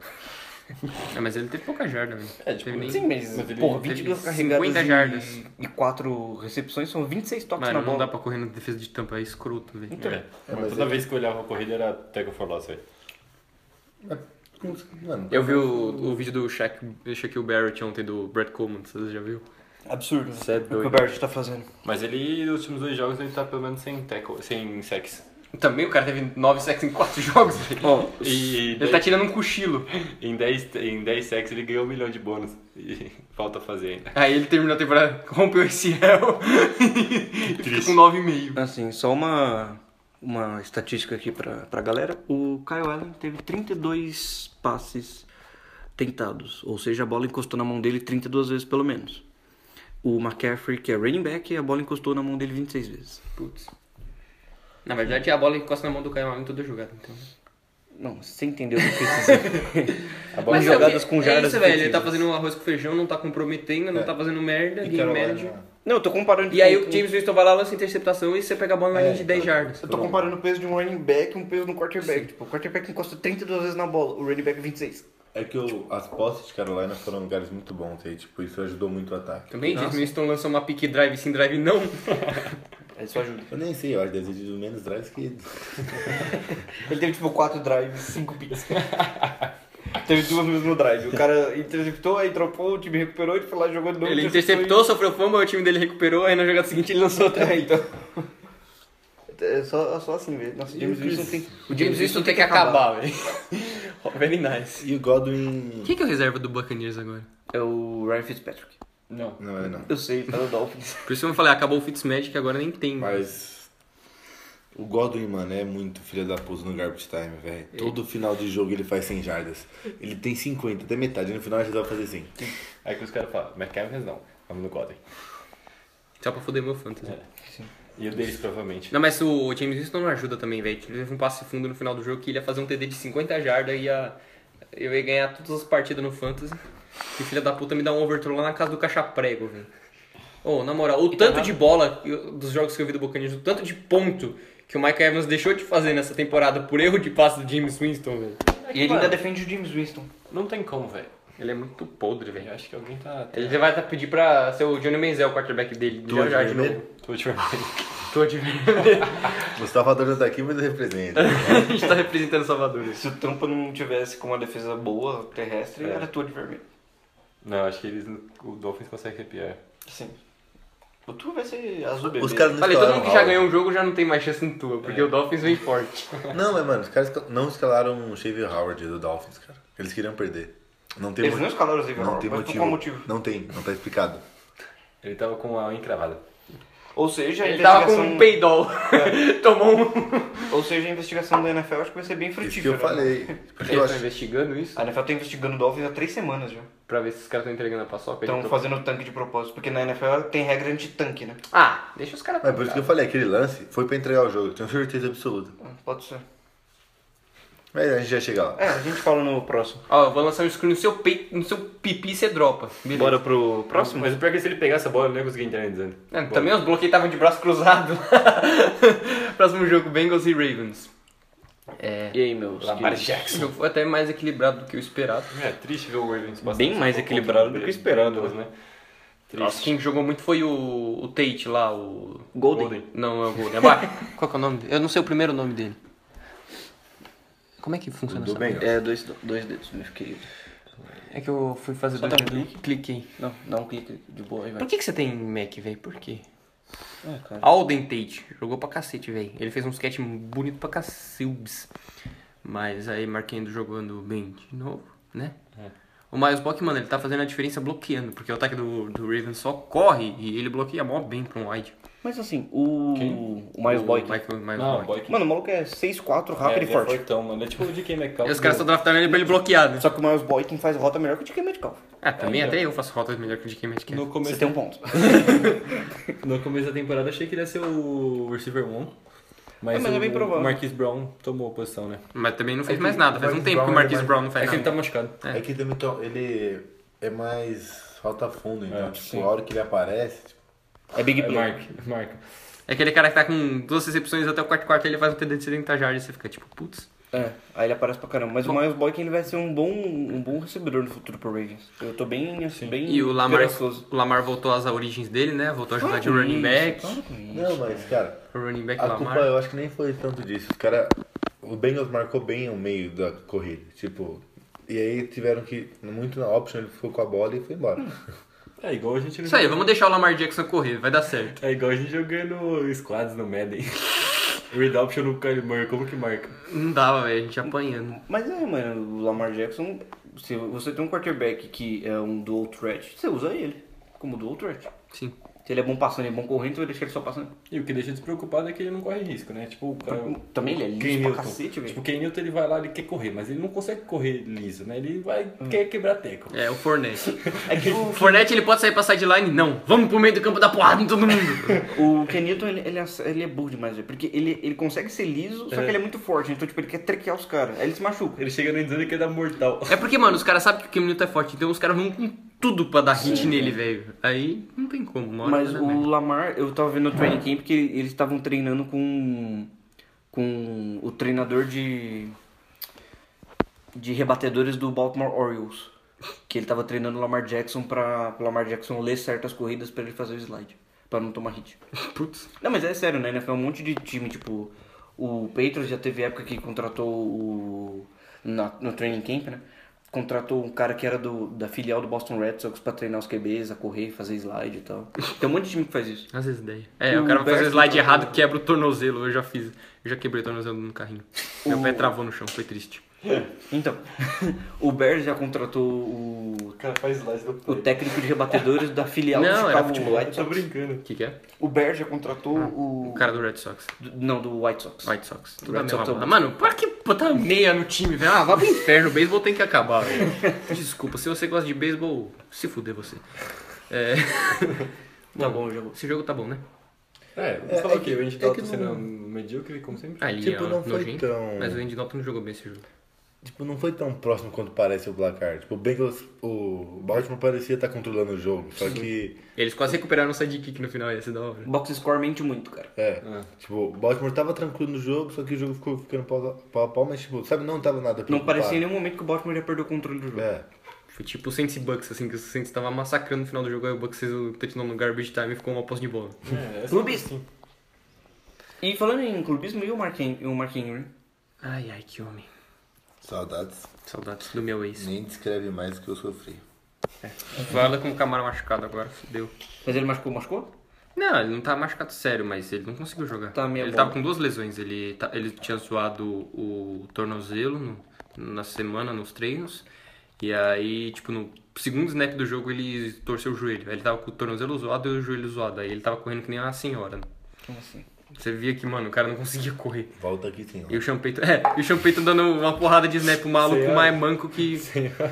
Speaker 4: É, mas ele teve pouca jarda, velho.
Speaker 3: É, tipo,
Speaker 4: Teve nem-
Speaker 3: sim, mas- ele-
Speaker 2: Porra,
Speaker 4: teve
Speaker 2: 22 carregadas
Speaker 4: 50 jardas.
Speaker 2: e, e 4 recepções são 26 toques
Speaker 4: Mano,
Speaker 2: na
Speaker 4: não
Speaker 2: bola.
Speaker 4: dá pra correr na defesa de tampa, é escroto, velho.
Speaker 3: É, mas
Speaker 5: mas
Speaker 3: toda
Speaker 5: ele-
Speaker 3: vez que eu olhava a corrida era tackle for loss, velho.
Speaker 5: Mano,
Speaker 4: Eu vi o, o vídeo do Shaq, Shaquille Barrett ontem do Brad Coleman, vocês já viu?
Speaker 2: Absurdo.
Speaker 4: Cê é
Speaker 2: né? O que
Speaker 4: doido.
Speaker 2: o Barrett tá fazendo.
Speaker 3: Mas ele, nos últimos dois jogos, ele tá pelo menos sem tackle, sem sacks.
Speaker 4: Também o cara teve 9 sacks em 4 <laughs> jogos, velho.
Speaker 3: E,
Speaker 4: Ele tá tirando um cochilo.
Speaker 3: em 10 em 10 sacks ele ganhou um milhão de bônus. E <laughs> falta fazer ainda.
Speaker 4: Aí ele terminou a temporada, rompeu esse
Speaker 2: <laughs>
Speaker 4: réu e fica com 9,5.
Speaker 2: Assim, só uma, uma estatística aqui pra, pra galera. O Kyle Allen teve 32 passes tentados. Ou seja, a bola encostou na mão dele 32 vezes pelo menos. O McCaffrey, que é running back, a bola encostou na mão dele 26 vezes.
Speaker 4: Putz. Na verdade, a bola encosta na mão do Caio Allen toda jogada, então.
Speaker 2: Não, você entendeu o que eu quis dizer. <laughs> a bola
Speaker 4: é o
Speaker 2: jogadas
Speaker 4: que-
Speaker 2: com jardas
Speaker 4: É isso, velho. Ele tá
Speaker 2: efetivas.
Speaker 4: fazendo um arroz com feijão, não tá comprometendo, não tá fazendo merda,
Speaker 5: e
Speaker 4: game
Speaker 5: Carolina- né?
Speaker 4: médio.
Speaker 2: Não, eu tô comparando...
Speaker 4: E aí
Speaker 2: com-
Speaker 4: o James Winston vai lá, lança interceptação e você pega a bola na linha de 10 jardas.
Speaker 2: Eu tô comparando o peso de um running back e um peso de um quarterback. Tipo, o quarterback encosta 32 vezes na bola, o running back 26.
Speaker 5: É que o- as posses de Carolina foram lugares muito bons aí, tipo, isso ajudou muito o ataque.
Speaker 4: Também James Winston lançou uma pick drive sem drive não.
Speaker 2: É isso ajuda.
Speaker 5: Eu nem sei, eu acho desejo do menos drives que.
Speaker 2: Ele teve tipo 4 drives, 5 picks. <laughs> teve duas no mesmo drive. O cara interceptou, aí dropou, o time recuperou, ele foi lá jogando
Speaker 4: Ele interceptou, sofreu fumble, o time dele recuperou, aí na jogada seguinte ele lançou outra.
Speaker 2: É, então. É só, é só assim mesmo. Nossa, o James Wilson tem.
Speaker 4: O James Winston tem que acabar, velho. Very nice.
Speaker 5: E o Godwin.
Speaker 4: Quem que é o reserva do Buccaneers agora?
Speaker 2: É o Ryan Fitzpatrick.
Speaker 3: Não.
Speaker 5: Não, é não.
Speaker 2: Eu sei, tá no Dolphins.
Speaker 4: Por isso que eu falei, acabou o Fitzmagic, agora nem tem.
Speaker 5: Mas. O Godwin, mano, é muito filha da puta no garbage time, velho. Todo final de jogo ele faz 100 jardas. Ele tem 50, até metade. No final ele resolve fazer 100.
Speaker 3: Aí que os caras falam, McCaffrey não, vamos no Godwin.
Speaker 4: Só pra foder meu fantasy.
Speaker 3: E o deles provavelmente.
Speaker 4: Não, mas o James Winston não ajuda também, velho. Ele teve um passe fundo no final do jogo que ele ia fazer um TD de 50 jardas e ia... eu ia ganhar todas as partidas no Fantasy. E o filho da puta me dá um overthrow lá na casa do Cachaprego, velho. Ô, na moral, o tanto de bola que eu- dos jogos que eu vi do Buccaneers, o tanto de ponto que o Mike Evans deixou de fazer nessa temporada por erro de passe do James Winston, velho.
Speaker 2: E ele ainda defende o James Winston.
Speaker 3: Não tem como, velho.
Speaker 4: Ele é muito podre,
Speaker 3: Eu
Speaker 4: velho.
Speaker 3: acho que alguém tá.
Speaker 4: Ele já vai tá- pedir pra ser o Johnny Manziel, o quarterback dele, já já de
Speaker 5: vermelho?
Speaker 4: novo.
Speaker 3: Tô te vermelho.
Speaker 4: Tô de
Speaker 5: O Salvador não tá aqui, mas ele
Speaker 4: <laughs>
Speaker 5: representa.
Speaker 4: A gente tá representando Salvador.
Speaker 2: Se o Tampa não tivesse com uma defesa boa terrestre, era tua de vermelho.
Speaker 3: Não, acho que eles. O Dolphins consegue arrepiar.
Speaker 2: Sim. O tu vai ser azul bebê.
Speaker 5: Os caras não
Speaker 4: Falei, todo mundo que já
Speaker 5: escalaram
Speaker 4: ganhou um jogo já não tem mais chance no tua, porque o Dolphins vem forte.
Speaker 5: Howard. Não, mas, mano, os caras escal- não escalaram o Shave Howard do Dolphins, cara. Eles queriam perder. Não tem
Speaker 2: Eles
Speaker 5: mo-
Speaker 2: não escalaram o Xavier
Speaker 5: Não tem
Speaker 2: Howard, mas por
Speaker 5: motivo.
Speaker 2: qual motivo?
Speaker 5: Não tem, não tá explicado.
Speaker 3: Ele tava com a encravada.
Speaker 2: Ou seja, a
Speaker 4: Ele tava com
Speaker 2: investigação-
Speaker 4: um peidol. <laughs> Tomou um.
Speaker 2: Ou seja, a investigação da NFL acho que vai ser bem
Speaker 5: Isso que
Speaker 2: frutífera.
Speaker 5: eu
Speaker 2: né? <laughs>
Speaker 5: falei. Porque
Speaker 4: Eles
Speaker 5: eu
Speaker 4: estão
Speaker 5: acho.
Speaker 4: investigando isso
Speaker 2: A NFL tá investigando o Dolphins há três semanas já.
Speaker 4: pra ver se os caras estão entregando a paçoca.
Speaker 2: Estão
Speaker 4: Então,
Speaker 2: fazendo tanque de propósito, porque na NFL tem regra anti-tanque, né?
Speaker 4: Ah, deixa os caras.
Speaker 5: Mas
Speaker 2: Ah,
Speaker 5: por isso que eu falei, aquele lance foi pra entregar o jogo, eu tenho certeza absoluta.
Speaker 2: Pode ser.
Speaker 5: Mas a gente já chega lá.
Speaker 2: É, a gente fala no próximo.
Speaker 4: Ó, eu vou lançar um screen no seu peito, no seu pipi e você dropa. Beleza.
Speaker 2: Bora pro próximo?
Speaker 3: Mas o pior é que se ele pegar essa bola, ele não ia conseguir entrar em design.
Speaker 4: É, também os bloqueios estavam de braço cruzado. <laughs> Próximo jogo, Bengals e Ravens. É.
Speaker 2: E aí, meus
Speaker 3: Lamar
Speaker 2: queridos?
Speaker 4: Esse
Speaker 3: Jackson.
Speaker 4: jogo foi até mais equilibrado do que o esperado.
Speaker 3: É triste ver o Ravens bastante
Speaker 2: Bem mais
Speaker 3: por conta
Speaker 2: equilibrado do que
Speaker 3: dele.
Speaker 2: esperado, né?
Speaker 3: Triste.
Speaker 4: Nossa, quem jogou muito foi o, o Tate lá, o.
Speaker 2: Golden.
Speaker 4: Não, é o Golden. É <laughs> Bar. Qual que é o nome dele? Eu não sei o primeiro nome dele. Como é que funciona
Speaker 5: Do
Speaker 4: essa
Speaker 5: bem?
Speaker 4: merda?
Speaker 2: É, dois, dois dedos, meu querido.
Speaker 4: É que eu fui fazer
Speaker 2: Só
Speaker 4: dois
Speaker 2: dá um
Speaker 4: cliques. Cliquei.
Speaker 2: Não, dá um clique de boa aí, vai.
Speaker 4: Por que, que você tem Mac, velho? Por quê?
Speaker 2: Ah, cara.
Speaker 4: Alden Tate. Jogou pra cacete, velho. Ele fez um sketch bonito pra cacilbs. Mas aí Marquendo jogando bem de novo, né? O Miles Bock, mano, ele tá fazendo a diferença bloqueando, porque o ataque do, do Raven só corre e ele bloqueia mó bem pra um wide.
Speaker 2: Mas assim, o. O Miles
Speaker 4: O
Speaker 2: Boy.
Speaker 4: Michael- Miles
Speaker 3: Não,
Speaker 4: Boykin.
Speaker 3: boy,
Speaker 2: Mano, o maluco é 6'4, rápido e forte.
Speaker 3: Então, mano. É tipo o DK McCall.
Speaker 4: E os caras estão draftando ele pra ele bloquear, né?
Speaker 2: Só que o Miles Boykin faz rota melhor que o DK Metcalf.
Speaker 4: Ah, também até eu faço rotas melhor que o de é. quem quer.
Speaker 3: No
Speaker 2: Você
Speaker 3: começo,
Speaker 2: tem um ponto.
Speaker 3: no começo da temporada, achei que ele ia ser o receiver 1.
Speaker 2: É, mas é
Speaker 3: o-
Speaker 2: bem provável.
Speaker 3: O Marquis Brown tomou a posição, né?
Speaker 4: Mas também não fez mais nada. Faz um tempo
Speaker 5: Marquise
Speaker 4: que o
Speaker 5: Brown é
Speaker 4: Marquis
Speaker 5: mais-
Speaker 4: Brown não
Speaker 3: É
Speaker 4: faz
Speaker 3: que ele tá
Speaker 4: nada.
Speaker 3: machucado.
Speaker 5: É, que também então, ele é mais falta fundo, então,
Speaker 3: É,
Speaker 5: tipo,
Speaker 3: sim.
Speaker 5: a hora que ele aparece, tipo,
Speaker 2: É Big
Speaker 3: É
Speaker 2: Play.
Speaker 3: Mark. Mark.
Speaker 4: É aquele cara que tá com duas recepções até o quarto quarto ele faz um TD de 70 jardas e você fica tipo, putz.
Speaker 2: É, aí ele aparece pra caramba. Mas o Miles Boykin ele vai ser um bom, um bom recebedor no futuro pro Ravens. Eu tô bem, assim, bem
Speaker 4: E o Lamar,
Speaker 2: esperançoso.
Speaker 4: o Lamar voltou às origens dele, né? Voltou a jogar de
Speaker 2: com
Speaker 4: running
Speaker 2: isso,
Speaker 4: back.
Speaker 2: fala com isso.
Speaker 5: não, mas cara,
Speaker 4: O running back
Speaker 5: a culpa
Speaker 2: é
Speaker 4: Lamar.
Speaker 5: eu acho que nem foi tanto disso. Os caras, o Bengals marcou bem o meio da corrida, tipo, e aí tiveram que muito na option ele ficou com a bola e foi embora.
Speaker 3: É igual a gente.
Speaker 4: Isso aí, vamos deixar o Lamar Jackson correr, vai dar certo.
Speaker 3: É igual a gente jogando squads
Speaker 2: <laughs>
Speaker 3: no Madden. Redoption no Kyle Murray, como que marca?
Speaker 4: Não dava, velho, a gente apanhando.
Speaker 2: Mas é, mano, o Lamar Jackson, se você tem um quarterback que é um dual threat, você usa ele como dual threat.
Speaker 4: Sim.
Speaker 2: Se ele é bom passando e é bom correndo, você vai deixar ele só passando.
Speaker 3: E o que deixa despreocupado é que ele não corre risco, né? Tipo, o cara.
Speaker 2: Também ele é liso
Speaker 3: Ken
Speaker 2: pra
Speaker 3: Newton.
Speaker 2: cacete, velho.
Speaker 3: Tipo, o Ken Newton ele vai lá, ele quer correr, mas ele não consegue correr liso, né? Ele vai
Speaker 2: Hum.
Speaker 3: quer quebrar teco.
Speaker 4: É, o Fornette.
Speaker 2: É que o,
Speaker 4: O Fornette ele pode sair pra sideline? Não. Vamos pro meio do campo da porrada em todo mundo. <laughs>
Speaker 2: o Ken Newton, ele, ele, é, ele é burro demais, velho. Porque ele, ele consegue ser liso, só que ele é muito forte. Então, tipo, ele quer trequear os caras. Aí ele se machuca.
Speaker 3: Ele chega no endzone e quer dar mortal.
Speaker 4: É porque, mano, os caras sabem que o Cam Newton é forte, então os caras vão com tudo pra dar hit nele, velho. Aí não tem como, uma hora
Speaker 2: Mas
Speaker 4: vai dar
Speaker 2: o
Speaker 4: merda.
Speaker 2: Lamar, eu tava vendo o training camp que eles estavam treinando com com o treinador de de rebatedores do Baltimore Orioles, que ele tava treinando o Lamar Jackson para o Lamar Jackson ler certas corridas pra ele fazer o slide, pra não tomar hit.
Speaker 4: Putz.
Speaker 2: Não, mas é sério, né? NFL é um monte de time, tipo, o Patriots já teve época que contratou o. na- no training camp, né? Contratou um cara que era do, da filial do Boston Red Sox pra treinar os QBs, a correr, fazer slide e tal. Tem um monte de time que faz isso.
Speaker 4: Às vezes ideia. É,
Speaker 2: O tá-
Speaker 4: o cara vai fazer
Speaker 2: Bears
Speaker 4: o slide
Speaker 2: não-
Speaker 4: errado, quebra o tornozelo. Eu já fiz. Eu já quebrei o tornozelo num carrinho. Meu
Speaker 2: O-
Speaker 4: pé travou no chão, foi triste.
Speaker 2: Então, <laughs> o Bears já contratou o,
Speaker 3: O cara faz slide do
Speaker 2: o técnico de rebatedores da filial
Speaker 4: Não,
Speaker 2: do
Speaker 4: era
Speaker 2: Chicago
Speaker 4: futebol.
Speaker 2: White
Speaker 3: Tô
Speaker 2: Sox.
Speaker 3: brincando.
Speaker 4: O que, que é?
Speaker 2: O Bears já contratou o.
Speaker 4: O cara do Red Sox.
Speaker 2: do- não, do White Sox.
Speaker 4: White Sox. Tudo
Speaker 2: Red
Speaker 4: a mesma
Speaker 2: Sox é
Speaker 4: bola.
Speaker 2: bom.
Speaker 4: Mano, pra que botar meia no time, velho? Ah, vá pro inferno, o beisebol tem que acabar, <laughs> velho. Desculpa, se você gosta de beisebol, se fuder você. É...
Speaker 2: Tá bom, já vou.
Speaker 4: Esse jogo tá bom, né?
Speaker 3: É,
Speaker 5: É,
Speaker 3: é,
Speaker 5: é
Speaker 3: falar que É.
Speaker 5: que-
Speaker 3: o Andy
Speaker 5: é
Speaker 3: Dalton
Speaker 5: que não-
Speaker 3: sendo medíocre, como sempre.
Speaker 4: Ali,
Speaker 5: Tipo,
Speaker 4: ó,
Speaker 5: não foi
Speaker 4: nojento.
Speaker 5: tão-
Speaker 4: Mas o Andy Dalton não jogou bem esse jogo.
Speaker 5: Tipo, não foi tão próximo quanto parece o placar. Tipo, o Bengals, o Baltimore parecia estar controlando o jogo, só que
Speaker 4: Eles quase recuperaram o sidekick no final, ia ser da hora.
Speaker 2: Box score mente muito, cara.
Speaker 5: É. Tipo, o Baltimore tava tranquilo no jogo, só que o jogo ficou ficando pau a- pau a pau, mas tipo, sabe, não tava nada
Speaker 2: Não
Speaker 5: preocupado.
Speaker 2: parecia em nenhum momento que o Baltimore ia perder o controle do jogo.
Speaker 5: É.
Speaker 4: Foi tipo o Saints e Bucks, assim, que o Saints tava massacrando no final do jogo, aí o Bucks fez o touchdown no garbage time e ficou uma posse de bola.
Speaker 3: É, é só
Speaker 2: Clubes.
Speaker 3: assim.
Speaker 2: E falando em clubismo, e o Marquinhos, né? o Mark Henry?
Speaker 4: Ai, ai, que homem.
Speaker 5: Saudades.
Speaker 4: Saudades do meu ex.
Speaker 5: Nem descreve mais o que eu sofri.
Speaker 4: Fala com o Camaro machucado agora, fudeu.
Speaker 2: Mas ele machucou, machucou?
Speaker 4: Não, ele não tá machucado sério, mas ele não conseguiu jogar.
Speaker 2: Tá, minha
Speaker 4: ele
Speaker 2: bola.
Speaker 4: tava com duas lesões. Ele, tá- ele tinha zoado o tornozelo no- na semana, nos treinos. E aí, tipo, no segundo snap do jogo ele torceu o joelho. Aí ele tava com o tornozelo zoado e o joelho zoado. Aí ele tava correndo que nem uma senhora.
Speaker 2: Como assim?
Speaker 4: Você via que, mano, o cara não conseguia correr.
Speaker 5: Volta aqui, senhor.
Speaker 4: E o Champeito, é, e o Champeito dando uma porrada de snap, o maluco
Speaker 3: Senhora.
Speaker 4: mais manco que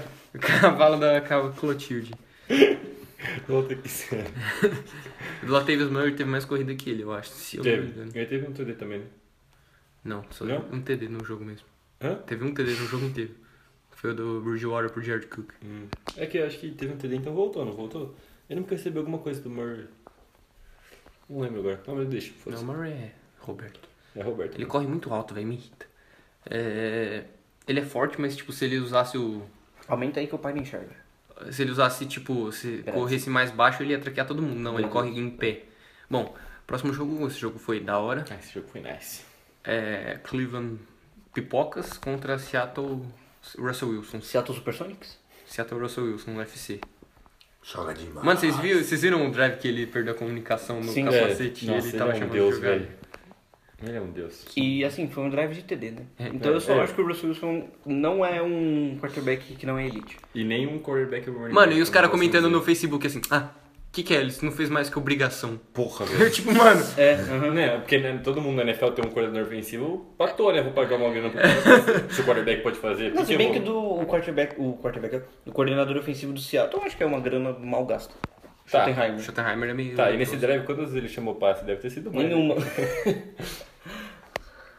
Speaker 4: <laughs> o cavalo da Cal- Clotilde.
Speaker 3: <laughs> Volta aqui, sério.
Speaker 4: O Latavius Murray teve mais corrida que ele, eu acho, se eu não me engano.
Speaker 3: Teve. Ele teve um TD também, né?
Speaker 4: Não, só
Speaker 3: Não?
Speaker 4: um TD no jogo mesmo.
Speaker 3: Hã?
Speaker 4: Teve um TD no jogo inteiro. Foi o do Bridgewater pro Jared Cook.
Speaker 3: Hum. É que eu acho que teve um TD, então voltou, não voltou? Eu não percebi alguma coisa do Murray. Não lembro agora. Não, mas deixa.
Speaker 4: Não,
Speaker 3: foda-se.
Speaker 4: o Murray é Roberto.
Speaker 3: É Roberto.
Speaker 4: Ele corre muito alto, velho, me irrita. É, Ele é forte, mas tipo, se ele usasse o.
Speaker 2: Aumenta aí que o pai não enxerga.
Speaker 4: Se ele usasse, tipo, se
Speaker 2: Graças.
Speaker 4: corresse mais baixo, ele ia traquear todo mundo. Não, ele corre em pé. Bom, próximo jogo, esse jogo foi da hora.
Speaker 3: Ah, esse jogo foi nice.
Speaker 4: É Cleveland Pipocas contra Seattle Russell Wilson.
Speaker 2: Seattle Supersonics?
Speaker 4: Seattle Russell Wilson, no UFC.
Speaker 5: Joga demais.
Speaker 4: Mano, vocês viram, vocês viram o drive que ele perdeu a comunicação no
Speaker 2: Sim,
Speaker 4: capacete?
Speaker 3: Nossa,
Speaker 4: ele tava
Speaker 3: é um
Speaker 4: chamando de
Speaker 3: deus,
Speaker 4: jogada.
Speaker 3: velho. Ele é um deus.
Speaker 2: E assim, foi um drive de TD, né?
Speaker 4: É,
Speaker 2: Então eu só
Speaker 3: é.
Speaker 2: acho que o Russell Wilson não é um quarterback que não é elite.
Speaker 3: E nenhum quarterback running
Speaker 4: Mano,
Speaker 3: back,
Speaker 4: e os caras
Speaker 3: como eu
Speaker 4: comentando no
Speaker 3: posso
Speaker 4: Facebook assim, ah, que que é? Eles não fez mais que obrigação.
Speaker 3: dizer. Porra, velho.
Speaker 5: Tipo, mano,
Speaker 2: É,
Speaker 3: <laughs> Né, porque né, todo mundo na NFL tem um coordenador ofensivo. Pactou, né? Vou pagar uma
Speaker 4: <laughs>
Speaker 3: grana pro se o quarterback pode fazer.
Speaker 2: Não,
Speaker 3: Por
Speaker 2: se
Speaker 3: que
Speaker 2: bem
Speaker 3: eu
Speaker 2: que
Speaker 3: vou-
Speaker 2: do o quarterback, o quarterback, o coordenador ofensivo do Seattle, eu acho que é uma grana mal gasta.
Speaker 3: Tá.
Speaker 4: O
Speaker 2: Schottenheimer.
Speaker 4: Schottenheimer é meio...
Speaker 3: Tá, e nesse drive, quantas vezes ele chamou passe? Deve ter sido mais. né?
Speaker 2: Nenhuma. <laughs>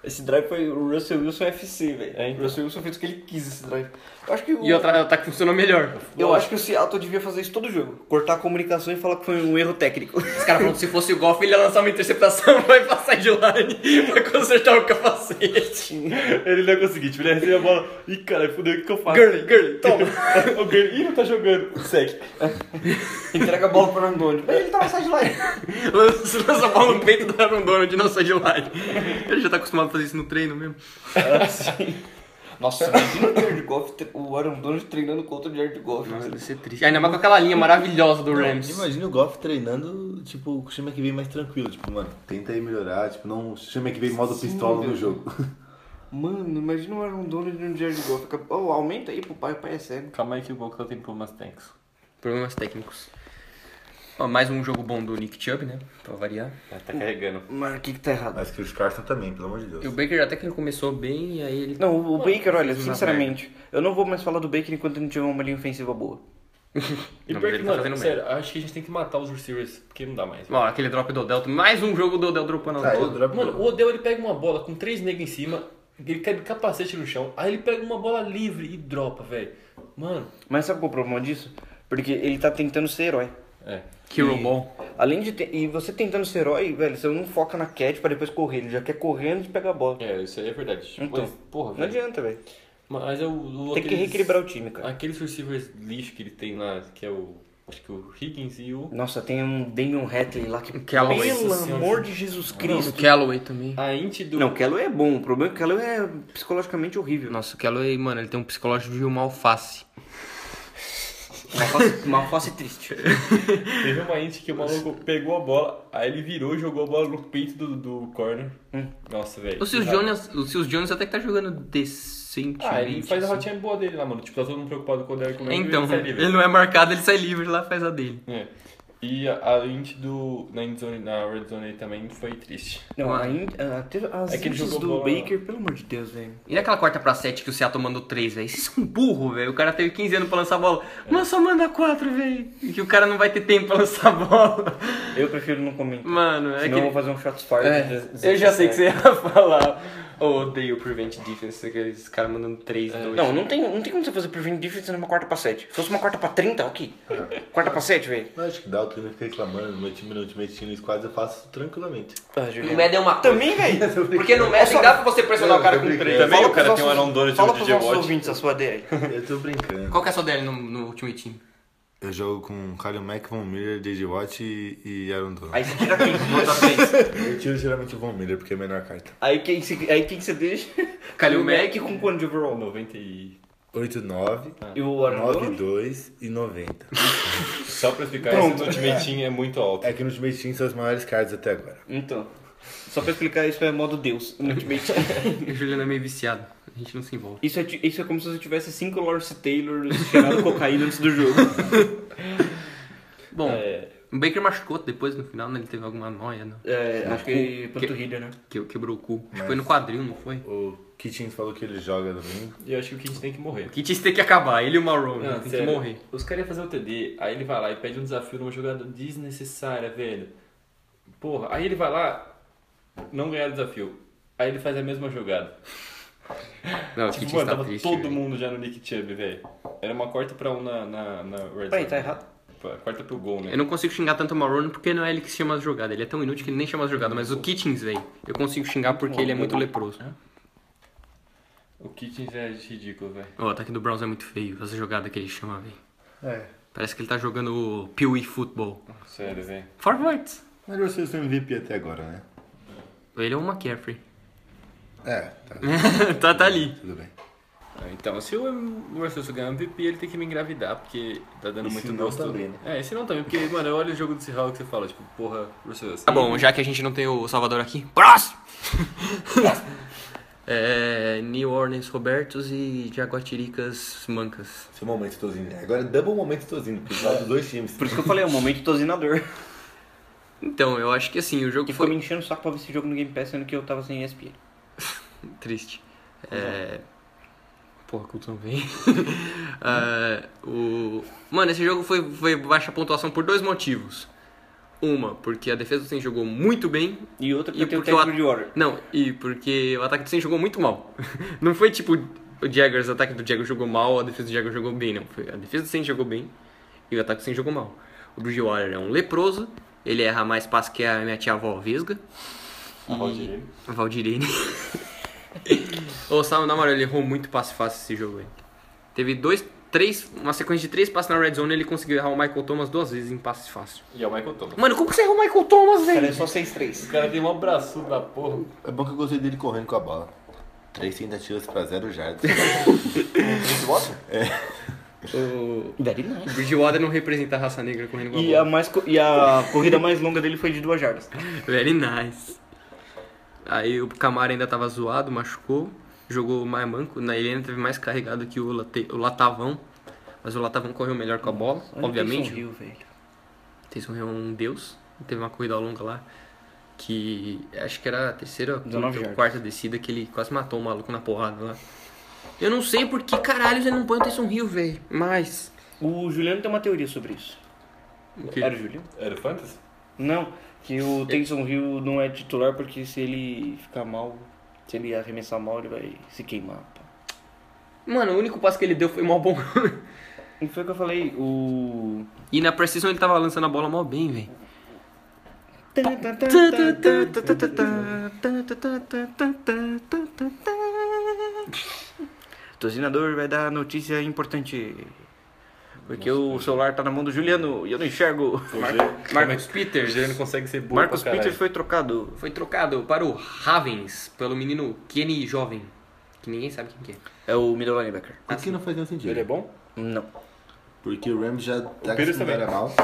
Speaker 2: Esse drive foi o Russell Wilson FC, velho.
Speaker 3: É, então.
Speaker 2: O Russell Wilson fez o que ele quis esse drive. Eu acho que o,
Speaker 4: E o ata- o ataque funcionou melhor.
Speaker 2: eu acho que o Seattle devia fazer isso todo jogo. Cortar a comunicação e falar que foi um erro <laughs> técnico.
Speaker 4: Os caras falando, se fosse o golfe, ele ia lançar uma interceptação, <laughs> vai passar de line, vai consertar o capacete.
Speaker 3: Ele
Speaker 2: é
Speaker 3: não ia conseguir, tipo, ele ia receber a bola. Ih, cara, fudeu, o que, que eu faço?
Speaker 4: Gurley, Gurley, toma.
Speaker 2: <laughs>
Speaker 3: o Gurley, ih, não tá jogando. Segue.
Speaker 2: Entrega a bola pro Randone. Mas ele tá na sideline.
Speaker 4: lança, lança a bola no peito do Aaron Donald e não sai de line. Ele já tá acostumado a fazer isso no treino mesmo.
Speaker 2: Nossa, imagina o Jared Goff, tre- o Aaron Donald treinando contra o Jared Goff.
Speaker 4: Nossa, deve ser triste. Ainda mais com aquela linha maravilhosa do Rams.
Speaker 5: Imagina o Goff treinando, tipo, com o time que vem mais tranquilo. Tipo, mano, tenta aí melhorar. Tipo, não chama que vem modo pistola no jogo.
Speaker 2: Mano, imagina o Aaron Donald e o Jared Goff. Oh, aumenta aí pro pai, o pai é cego.
Speaker 3: Calma aí que o Boca tem problemas técnicos.
Speaker 4: Problemas técnicos. Ó, mais um jogo bom do Nick Chubb, né? Pra variar.
Speaker 3: Tá, tá carregando.
Speaker 2: Mano, o que que tá errado?
Speaker 5: Mas que os Carson também, pelo amor de Deus.
Speaker 4: E o Baker até que ele começou bem, e aí ele...
Speaker 2: Não, o Baker, olha,
Speaker 4: fez uma
Speaker 2: sinceramente, eu não vou mais falar do Baker enquanto não tiver uma linha ofensiva boa.
Speaker 3: E
Speaker 4: Não, mas
Speaker 3: pior
Speaker 4: ele
Speaker 3: que,
Speaker 4: tá
Speaker 3: mano,
Speaker 4: fazendo
Speaker 3: sério, acho que a gente tem que matar os receivers, porque não dá mais.
Speaker 4: Ó, aquele drop do Odell. Mais um jogo do Odell dropando a
Speaker 5: Tá, eu
Speaker 4: bola.
Speaker 5: dropo.
Speaker 3: Mano, o Odell ele pega uma bola com três negros em cima, ele cai de capacete no chão, aí ele pega uma bola livre e dropa, velho. Mano,
Speaker 2: Mas sabe qual é o problema disso? Porque ele tá tentando ser herói.
Speaker 3: é.
Speaker 4: Hero Ball.
Speaker 2: Além de ter... E você tentando ser herói, velho, você não foca na catch pra depois correr. Ele já quer correr antes de pegar a bola.
Speaker 3: É, isso aí é verdade. Tipo,
Speaker 2: Então,
Speaker 3: mas, porra,
Speaker 2: Não
Speaker 3: velho.
Speaker 2: adianta, velho.
Speaker 3: Mas eu. o-
Speaker 2: Tem que
Speaker 3: aqueles-
Speaker 2: reequilibrar o time, cara.
Speaker 3: Aqueles receivers lixo que ele tem lá, que é o. Acho que o Higgins e o.
Speaker 2: Nossa, tem um Damian Hatley lá que...
Speaker 4: Callaway.
Speaker 2: Pelo
Speaker 3: Nossa senhora.
Speaker 2: amor de Jesus
Speaker 4: Cristo.
Speaker 2: Cristo.
Speaker 4: Callaway também.
Speaker 3: A Int do.
Speaker 2: Hum. Não, o Callaway é bom. O problema é que o Callaway é psicologicamente horrível.
Speaker 4: Nossa, o Callaway, mano, ele tem um psicológico de uma alface.
Speaker 2: Uma face, uma face triste.
Speaker 3: Teve uma Int que o maluco pegou a bola, aí ele virou e jogou a bola no peito do, do corner.
Speaker 2: Hum.
Speaker 3: Nossa, velho.
Speaker 4: O Seals
Speaker 3: Errado.
Speaker 4: Jones, é o Seals Jones até que tá jogando decente.
Speaker 3: Ah, ele faz a rotinha boa dele lá, mano. Tipo, tá todo mundo preocupado com o Derek Henry,
Speaker 4: Então,
Speaker 3: ele sai livre.
Speaker 4: ele não é marcado, ele sai livre lá faz a dele.
Speaker 3: É. E a, a int do. Na, end zone, na red zone aí também foi triste.
Speaker 2: Não, é ainda, até as
Speaker 3: É que ele
Speaker 2: inches
Speaker 3: jogou
Speaker 2: do
Speaker 3: bola-
Speaker 2: Baker, pelo amor de Deus, velho.
Speaker 4: E naquela quarta pra sete que o Seattle mandou três, velho? Vocês são burro, velho. O cara teve 15 anos pra lançar a bola. Mas só manda quatro, velho. E que o cara não vai ter tempo pra lançar a bola. <laughs>
Speaker 2: Eu prefiro não comentar.
Speaker 4: Mano, é
Speaker 2: Senão eu vou fazer um shots fired.
Speaker 4: que... É, eu já
Speaker 3: <laughs>
Speaker 4: sei que você ia falar. Eu odeio Prevent Defense, aqueles caras mandando três,
Speaker 3: É.
Speaker 4: dois.
Speaker 2: Não, não tem, não tem como você fazer prevent defense numa quarta pra 7. Se fosse uma quarta pra 30, ok. Quarta pra 7, velho.
Speaker 5: Eu acho que dá, o treino fica reclamando. Meu time no Ultimate Team Squad eu faço tranquilamente.
Speaker 2: Ah,
Speaker 4: O
Speaker 2: Juliano.
Speaker 4: Madden é uma
Speaker 2: Também, velho.
Speaker 3: <laughs>
Speaker 4: Porque no
Speaker 3: É
Speaker 4: Madden dá pra você pressionar o cara com
Speaker 5: Eu tô
Speaker 4: três.
Speaker 5: brincando.
Speaker 3: Também
Speaker 2: Fala
Speaker 3: o cara
Speaker 2: pros
Speaker 3: tem um
Speaker 2: nossos-
Speaker 3: Aaron Donald e
Speaker 2: Fala
Speaker 3: um
Speaker 2: pros
Speaker 3: DJ
Speaker 2: nossos
Speaker 3: Watt.
Speaker 2: ouvintes a sua <laughs> DL.
Speaker 5: Eu tô brincando.
Speaker 4: Qual que é a sua DL no, no Ultimate Team?
Speaker 5: Eu jogo com Kalil Mack, Von Miller, J.J. Watt e, e Aaron Donald.
Speaker 2: Aí você tira quem? Bota três.
Speaker 5: Eu tiro geralmente o Von Miller, porque é a melhor carta.
Speaker 2: Aí quem você, aí quem você <laughs> deixa?
Speaker 4: Kalil
Speaker 2: O
Speaker 4: Mack.
Speaker 2: com quanto de overall?
Speaker 3: 90 e.
Speaker 5: 8, 9,
Speaker 2: E o Aaron
Speaker 5: 9,
Speaker 2: Donald?
Speaker 5: 2 e 90.
Speaker 3: Só pra explicar,
Speaker 2: Pronto.
Speaker 3: esse ultimate team é muito alto.
Speaker 5: É que no Ultimate Team são as maiores cartas até agora.
Speaker 2: Então. Só pra explicar, isso é modo Deus. no Ultimate.
Speaker 4: <laughs> O Juliano é meio viciado. A gente não se envolve.
Speaker 2: Isso é, ti- isso é como se você tivesse cinco Lawrence Taylors <laughs> cheirando cocaína antes do jogo.
Speaker 4: Bom,
Speaker 3: É,
Speaker 4: o Baker machucou depois no final, né? Ele teve alguma noia, né?
Speaker 2: É, acho que
Speaker 4: Que-
Speaker 2: panturrilha, né?
Speaker 4: Que quebrou o cu. Acho que foi no quadril, não foi?
Speaker 5: O Kitchens falou que ele joga domingo.
Speaker 3: e eu acho que o Kings tem que morrer.
Speaker 4: O Kitties tem que acabar, ele e o Marrone.
Speaker 3: Não,
Speaker 4: tem que
Speaker 3: sério,
Speaker 4: morrer.
Speaker 3: Os caras iam fazer o TD, aí ele vai lá e pede um desafio numa jogada desnecessária, velho. Porra, aí ele vai lá, não ganhar o desafio. Aí ele faz a mesma jogada.
Speaker 4: Não, o
Speaker 3: Tipo,
Speaker 4: Kitchen
Speaker 3: mano,
Speaker 4: está
Speaker 3: tava
Speaker 4: triste.
Speaker 3: todo
Speaker 4: velho.
Speaker 3: mundo já no Nick Chubb, velho. Era uma quarta pra um na, na, na Red
Speaker 2: Peraí,
Speaker 3: Zone.
Speaker 2: tá errado.
Speaker 3: Pô, Quarta pro gol, né?
Speaker 4: Eu não consigo xingar tanto o Marrone porque não é ele que chama as jogadas. Ele é tão inútil que ele nem chama as jogadas. Mas o Kitchens, velho, eu consigo xingar porque ele é muito leproso.
Speaker 3: O Kitchens é ridículo, velho.
Speaker 4: O ataque do Browns é muito feio. Essa jogada que ele chama, velho.
Speaker 5: É.
Speaker 4: Parece que ele tá jogando o Pee Wee Football.
Speaker 3: Sério, velho.
Speaker 4: Forwards!
Speaker 5: Melhor seleção MVP até agora, né?
Speaker 4: Ele é o McCaffrey. <laughs>
Speaker 5: É, tá,
Speaker 4: tá, tá ali.
Speaker 5: tudo bem.
Speaker 3: Ah, Então, se o Russell ganhar MVP, ele tem que me engravidar, porque tá dando
Speaker 5: E
Speaker 3: muito
Speaker 5: se não,
Speaker 3: gosto.
Speaker 5: também, né?
Speaker 3: É, esse não também, porque, mano, eu olho o jogo do Seahawks e falo, tipo, porra, Russell
Speaker 4: Tá bom, já que a gente não tem o Salvador aqui. Próximo! <laughs> é, New Orleans Robertos e Jaguatiricas Mancas.
Speaker 5: Seu momento tozinho. Agora é double momento tozinho, pros lados dos dois times.
Speaker 2: Por isso que eu falei, é um momento <laughs> tozinador.
Speaker 4: Então, eu acho que assim, o jogo
Speaker 2: Que ficou me
Speaker 4: foi
Speaker 2: enchendo o saco pra ver esse jogo no Game Pass, sendo que eu tava sem ESPN.
Speaker 4: triste. É... Porra, Culto não vem. <laughs> É, o... Mano, esse jogo foi, foi baixa pontuação por dois motivos. Uma, porque a defesa do Saints jogou muito bem.
Speaker 2: E outra porque
Speaker 4: E
Speaker 2: eu tenho o
Speaker 4: porque o
Speaker 2: técnico
Speaker 4: at-
Speaker 2: de Warrior.
Speaker 4: Não, e porque o ataque do Saints jogou muito mal. <laughs> Não foi tipo o Jaggers, o ataque do Jaguars jogou mal, a defesa do Jaguars jogou bem, não. Foi, a defesa do Saints jogou bem e o ataque do Saints jogou mal. O Bridgewater é um leproso, ele erra mais passe que a minha tia avó Vesga.
Speaker 3: Rodgers.
Speaker 4: A Valdirene. <laughs> Ô, Sam, na moral, ele errou muito passe fácil esse jogo aí. Teve dois, três, uma sequência de três passes na red zone ele conseguiu errar o Michael Thomas duas vezes em passe fácil.
Speaker 3: E é o Michael Thomas.
Speaker 4: Mano, como que você errou o Michael Thomas,
Speaker 2: Cara, é
Speaker 4: velho?
Speaker 2: só 6-3.
Speaker 3: O cara tem um braçudo da porra.
Speaker 5: É bom que eu gostei dele correndo com a bola. Três tentativas pra zero <laughs> jardas. É.
Speaker 4: O
Speaker 2: Very nice.
Speaker 4: Bridgewater não representa a raça negra correndo com a
Speaker 2: E
Speaker 4: bola.
Speaker 2: a, mais, co- e a corrida mais longa dele foi de duas jardas.
Speaker 4: Very nice. Aí o Camara ainda tava zoado, machucou. Jogou mais manco. Na Helena teve mais carregado que o, Late- o Latavão. Mas o Latavão correu melhor com a bola, obviamente.
Speaker 2: Olha o Taysom Hill, velho.
Speaker 4: Taysom Hill é um deus. Teve uma corrida longa lá que acho que era a terceira
Speaker 2: 19
Speaker 4: ou
Speaker 2: jardas.
Speaker 4: quarta descida que ele quase matou o maluco na porrada lá. Eu não sei por que caralho ele não põe o Taysom Hill, velho. Mas...
Speaker 2: O Juliano tem uma teoria sobre isso. Era o Juliano?
Speaker 3: Era o É Fantasy?
Speaker 2: Não, que o Taysom Hill não é titular porque se ele ficar mal, se ele arremessar mal, ele vai se queimar. pá.
Speaker 4: Mano, o único passo que ele deu foi mal bom. <laughs>
Speaker 2: E foi o que eu falei, o...
Speaker 4: e na precisão ele tava lançando a bola mal bem, velho.
Speaker 2: Tozinador vai dar notícia importante. Porque o celular tá na mão do Juliano e eu não enxergo.
Speaker 3: Marcos,
Speaker 4: Marcos
Speaker 3: O
Speaker 4: Peters
Speaker 3: Júlio não consegue ser burro
Speaker 2: Marcos
Speaker 3: pra caralho.
Speaker 2: Peters foi trocado.
Speaker 4: foi trocado para o Ravens, pelo menino Kenny Jovem, que ninguém sabe quem que é.
Speaker 2: É o middle linebacker.
Speaker 5: Por que não faz nenhum sentido?
Speaker 3: Ele é bom?
Speaker 2: Não.
Speaker 5: Porque o Rams já tá com
Speaker 3: Peters
Speaker 5: esse cara mal.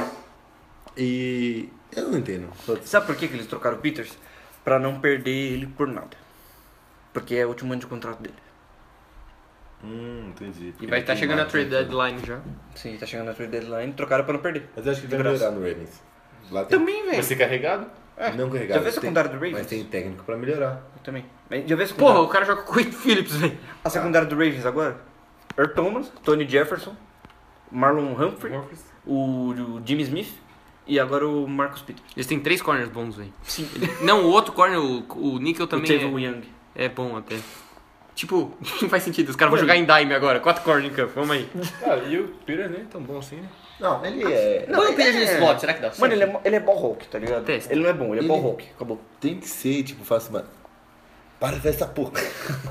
Speaker 5: E eu não entendo. Só-
Speaker 2: Sabe por que, que eles trocaram o Peters? Pra não perder ele por nada. Porque é o último ano de contrato dele.
Speaker 5: Hum, entendi.
Speaker 4: E vai
Speaker 2: É,
Speaker 4: estar chegando a trade deadline já.
Speaker 2: Sim, tá chegando na trade deadline, trocaram pra não perder.
Speaker 5: Mas eu acho que vai melhorar no Ravens. Lá tem...
Speaker 2: Também,
Speaker 3: Vai
Speaker 2: velho.
Speaker 3: ser carregado?
Speaker 5: Não
Speaker 2: Já
Speaker 5: carregado.
Speaker 2: viu a
Speaker 5: mas
Speaker 2: secundária do
Speaker 5: tem...
Speaker 2: Ravens?
Speaker 5: Mas tem técnico pra melhorar.
Speaker 2: Também. Mas Já vê a secundária?
Speaker 4: Porra, o cara joga com o Quinn Phillips, velho.
Speaker 2: A secundária do Ravens agora? Earl Thomas, Tony Jefferson, Marlon Humphrey, o, o Jimmy Smith e agora o Marcus Peters.
Speaker 4: Eles têm três corners bons, velho.
Speaker 2: Sim.
Speaker 4: Não, o outro corner, o, o Nickel
Speaker 2: O
Speaker 4: também
Speaker 2: Tevin Young.
Speaker 4: é, é bom até. Tipo, <laughs> não faz sentido, os caras vão jogar em dime agora, quatro corners em campo, vamos aí.
Speaker 3: Ah, e o Peters nem é tão bom assim, né?
Speaker 5: Não, ele é...
Speaker 2: Não, ele é-
Speaker 4: será que dá
Speaker 2: Mano, ele é, mo- ele é ball hawk, tá ligado?
Speaker 4: Testa.
Speaker 2: Ele não é bom, ele é
Speaker 5: Ele-
Speaker 2: ball hawk. Acabou.
Speaker 5: Tem que ser, tipo, fácil, mano. Para dessa porra.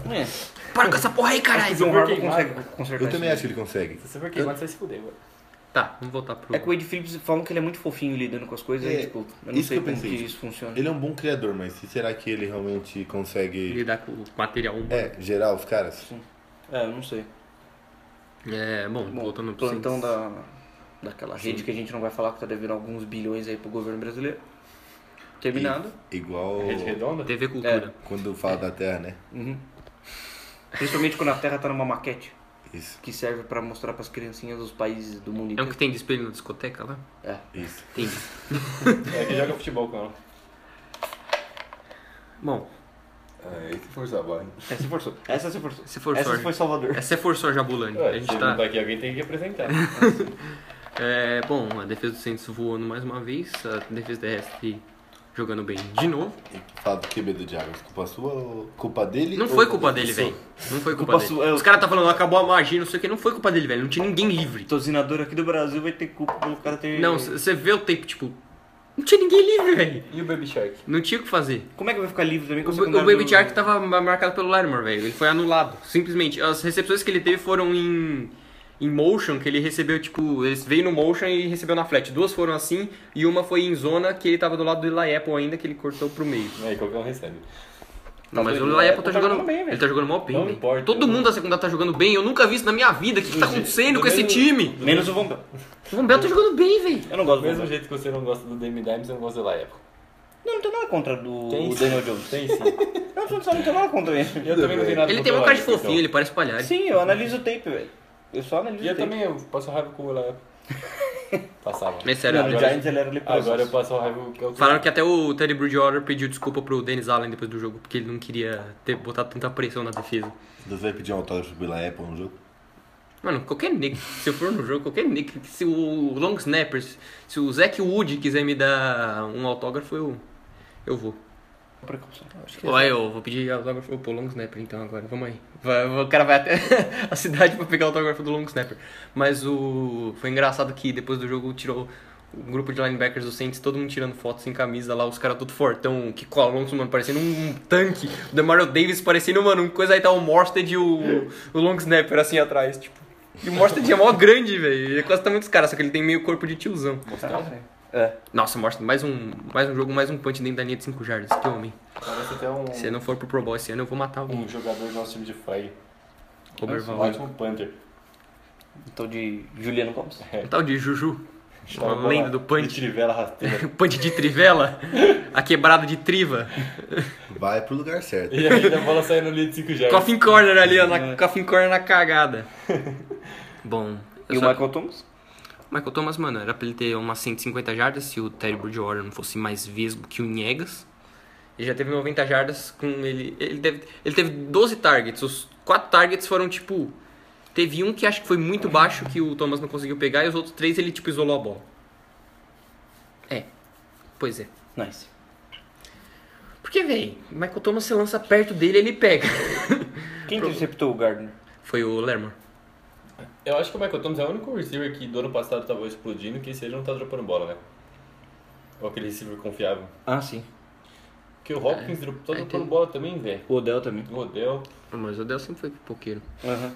Speaker 2: Não é.
Speaker 4: Para com essa porra aí, caralho!
Speaker 2: John Harbaugh
Speaker 3: queimado.
Speaker 2: consegue consertar
Speaker 5: Eu também
Speaker 2: isso.
Speaker 5: acho que ele consegue.
Speaker 3: Se você for queimado, você vai se fuder, mano.
Speaker 4: Tá, vamos voltar pro...
Speaker 2: É que o Wade Phillips falam que ele é muito fofinho lidando com as coisas,
Speaker 5: É,
Speaker 2: e, tipo, eu não
Speaker 5: isso
Speaker 2: sei
Speaker 5: que eu
Speaker 2: como que
Speaker 5: pensei,
Speaker 2: isso funciona.
Speaker 5: Ele é um bom criador, mas será que ele realmente consegue...
Speaker 4: Lidar com o material um. humano.
Speaker 5: É, gerar os caras?
Speaker 2: É, eu não sei.
Speaker 4: É, bom,
Speaker 2: Bom,
Speaker 4: voltando pro...
Speaker 2: plantão
Speaker 4: Saints.
Speaker 2: da, daquela rede que a gente não vai falar que tá devendo alguns bilhões aí pro governo brasileiro. Terminado.
Speaker 5: Igual
Speaker 2: É
Speaker 3: Rede redonda?
Speaker 4: TV Cultura.
Speaker 5: quando fala da Terra, né?
Speaker 2: Uhum. <laughs> Principalmente quando a Terra tá numa maquete
Speaker 5: Isso,
Speaker 2: que serve pra mostrar pras criancinhas dos países do mundo
Speaker 4: É. um
Speaker 2: inteiro.
Speaker 4: que tem de espelho na discoteca lá?
Speaker 2: É.
Speaker 5: isso.
Speaker 4: Tem.
Speaker 3: É que joga futebol com ela.
Speaker 4: Bom,
Speaker 5: Ah, esse força a bola. hein?
Speaker 2: Essa se forçou. Essa se forçou.
Speaker 4: se for
Speaker 2: Essa
Speaker 4: sorte.
Speaker 2: foi Salvador.
Speaker 4: Essa é forçou Jabulani.
Speaker 3: Ué,
Speaker 4: a
Speaker 3: se
Speaker 4: gente
Speaker 3: ele
Speaker 4: tá.
Speaker 3: não tá aqui, alguém tem que <laughs> apresentar.
Speaker 4: É, bom, a defesa do Santos voando mais uma vez. A defesa terrestre jogando bem de novo.
Speaker 5: Fala do QB do Jaguars. Culpa sua ou culpa dele?
Speaker 4: Não
Speaker 5: ou
Speaker 4: foi culpa dele, velho. Não foi culpa,
Speaker 2: Culpa
Speaker 4: dele.
Speaker 3: é,
Speaker 2: sua, eu-
Speaker 4: Os caras tá falando, acabou a magia, não sei o que. Não foi culpa dele, velho. Não tinha ninguém livre.
Speaker 2: Tozinador aqui do Brasil vai ter culpa pelo cara ter.
Speaker 3: Então,
Speaker 4: Não, você vê o tempo, tipo. Não tinha ninguém livre, velho.
Speaker 3: E o Baby Shark?
Speaker 4: Não tinha o que fazer.
Speaker 2: Como é que vai ficar livre também?
Speaker 4: O, o Baby Shark tá- tava ma- marcado pelo Larimer, velho. Ele foi anulado. Simplesmente. As recepções que ele teve foram em. Em motion, que ele recebeu, tipo, ele veio no motion e recebeu na flat. Duas foram assim, e uma foi em zona que ele tava do lado do Eli Apple ainda, que ele cortou pro meio.
Speaker 3: Aí qualquer um recebe.
Speaker 4: Não, mas o
Speaker 3: Ele-
Speaker 4: Eli Apple tá
Speaker 3: ele tá
Speaker 4: jogando.
Speaker 3: jogando bem, velho.
Speaker 4: ele tá jogando mal bem.
Speaker 3: Não
Speaker 4: velho.
Speaker 3: importa.
Speaker 4: Todo mundo da secundária tá jogando bem. Eu nunca vi isso na minha vida. O que, que tá acontecendo com esse time?
Speaker 2: Menos o Vombel.
Speaker 4: O Van Bell tá jogando bem, velho.
Speaker 2: Eu não gosto do
Speaker 3: Do
Speaker 2: Von
Speaker 3: mesmo
Speaker 2: Bell.
Speaker 3: jeito que você não gosta do Dame Dime, você não gosta do Laepo.
Speaker 2: Não, não tem nada contra do
Speaker 3: Tem
Speaker 2: o
Speaker 3: sim.
Speaker 2: Daniel Jones.
Speaker 3: Tem <laughs> sim.
Speaker 2: Não, não, não tem nada contra ele.
Speaker 3: E eu também não tenho nada
Speaker 4: Ele
Speaker 3: contra
Speaker 4: tem
Speaker 3: o
Speaker 4: uma cara de
Speaker 3: Laepo, então.
Speaker 4: fofinho, ele parece palhaço.
Speaker 2: Sim, eu analiso o tape, velho. Eu só analiso
Speaker 3: E
Speaker 2: o
Speaker 3: eu
Speaker 2: tape.
Speaker 3: também, eu passo raiva com o Laepo. Passava.
Speaker 4: É sério.
Speaker 2: Não, no
Speaker 3: Agora-
Speaker 2: Giants ele um era leproso.
Speaker 3: Agora eu passo raiva com o
Speaker 4: Falaram que até o Teddy Bridgewater pediu desculpa pro Dennis Allen depois do jogo, porque ele não queria ter botado tanta pressão na defesa.
Speaker 5: Você vai pedir um autógrafo pela Apple no jogo?
Speaker 4: Mano, qualquer nego, se eu for no jogo, qualquer nego, se o Long Snappers, se o Zack Wood quiser me dar um autógrafo, eu, eu vou.
Speaker 2: Precaução.
Speaker 4: Ué, eu vou pedir autógrafo pro Long Snapper então agora, vamos aí. Vai- o cara vai até <laughs> a cidade pra pegar o autógrafo do Long Snapper. Mas o. Foi engraçado que depois do jogo tirou o grupo de linebackers do Saints, todo mundo tirando foto sem camisa lá, os caras tudo fortão, que Alonso, mano, parecendo um, um tanque. O Demario Davis parecendo, mano, uma coisa aí tá o Morsted e o, o Long Snapper assim atrás, tipo. E o Morsted é mó grande, velho. Ele quase tá muitos caras, só que ele tem meio corpo de tiozão.
Speaker 2: Ah, É.
Speaker 4: Nossa, Morsted, mais um, mais um jogo, mais um punch dentro da linha de 5 jardas, que homem.
Speaker 3: Parece até um,
Speaker 4: Se eu não for pro Pro Bowl esse ano, eu vou matar o
Speaker 3: um jogador do nosso time de flag. Um
Speaker 4: Oberval.
Speaker 3: ótimo punter.
Speaker 2: Então de Juliano Gomes.
Speaker 4: Um tal de Juju. <laughs> Uma
Speaker 3: Tava
Speaker 4: lenda
Speaker 3: lá,
Speaker 4: do punch.
Speaker 3: De trivela
Speaker 4: <laughs>
Speaker 3: rasteira.
Speaker 4: Punch de trivela. A quebrada de triva.
Speaker 5: Vai pro lugar certo.
Speaker 3: e ainda a bola saiu no lead de 5 jardas.
Speaker 4: Coffin corner ali, ó. Na, coffin corner na cagada. Bom. eu
Speaker 2: E o
Speaker 4: só-
Speaker 2: Michael Thomas?
Speaker 4: Michael Thomas, mano, era pra ele ter umas 150 jardas se o Terry Bridgewater não fosse mais vesgo que o Niegas. Ele já teve 90 jardas com ele. Ele, deve, ele teve 12 targets. Os quatro targets foram tipo. Teve um que acho que foi muito baixo que o Thomas não conseguiu pegar e os outros três ele tipo isolou a bola. É. Pois é.
Speaker 2: Nice.
Speaker 4: Porque, véi, Michael Thomas você lança perto dele ele pega.
Speaker 2: Quem interceptou o Gardner?
Speaker 4: Foi o Lerman.
Speaker 3: Eu acho que o Michael Thomas é o único receiver que do ano passado tava explodindo que esse aí não tá dropando bola, né? Ou aquele receiver confiável.
Speaker 2: Ah, sim.
Speaker 3: Porque o Hopkins dro- tá
Speaker 4: aí
Speaker 3: dropando
Speaker 4: É, tem-
Speaker 3: bola também, velho.
Speaker 2: O Odell também.
Speaker 3: O Odell.
Speaker 4: Mas o Del sempre foi pipoqueiro.
Speaker 2: Aham.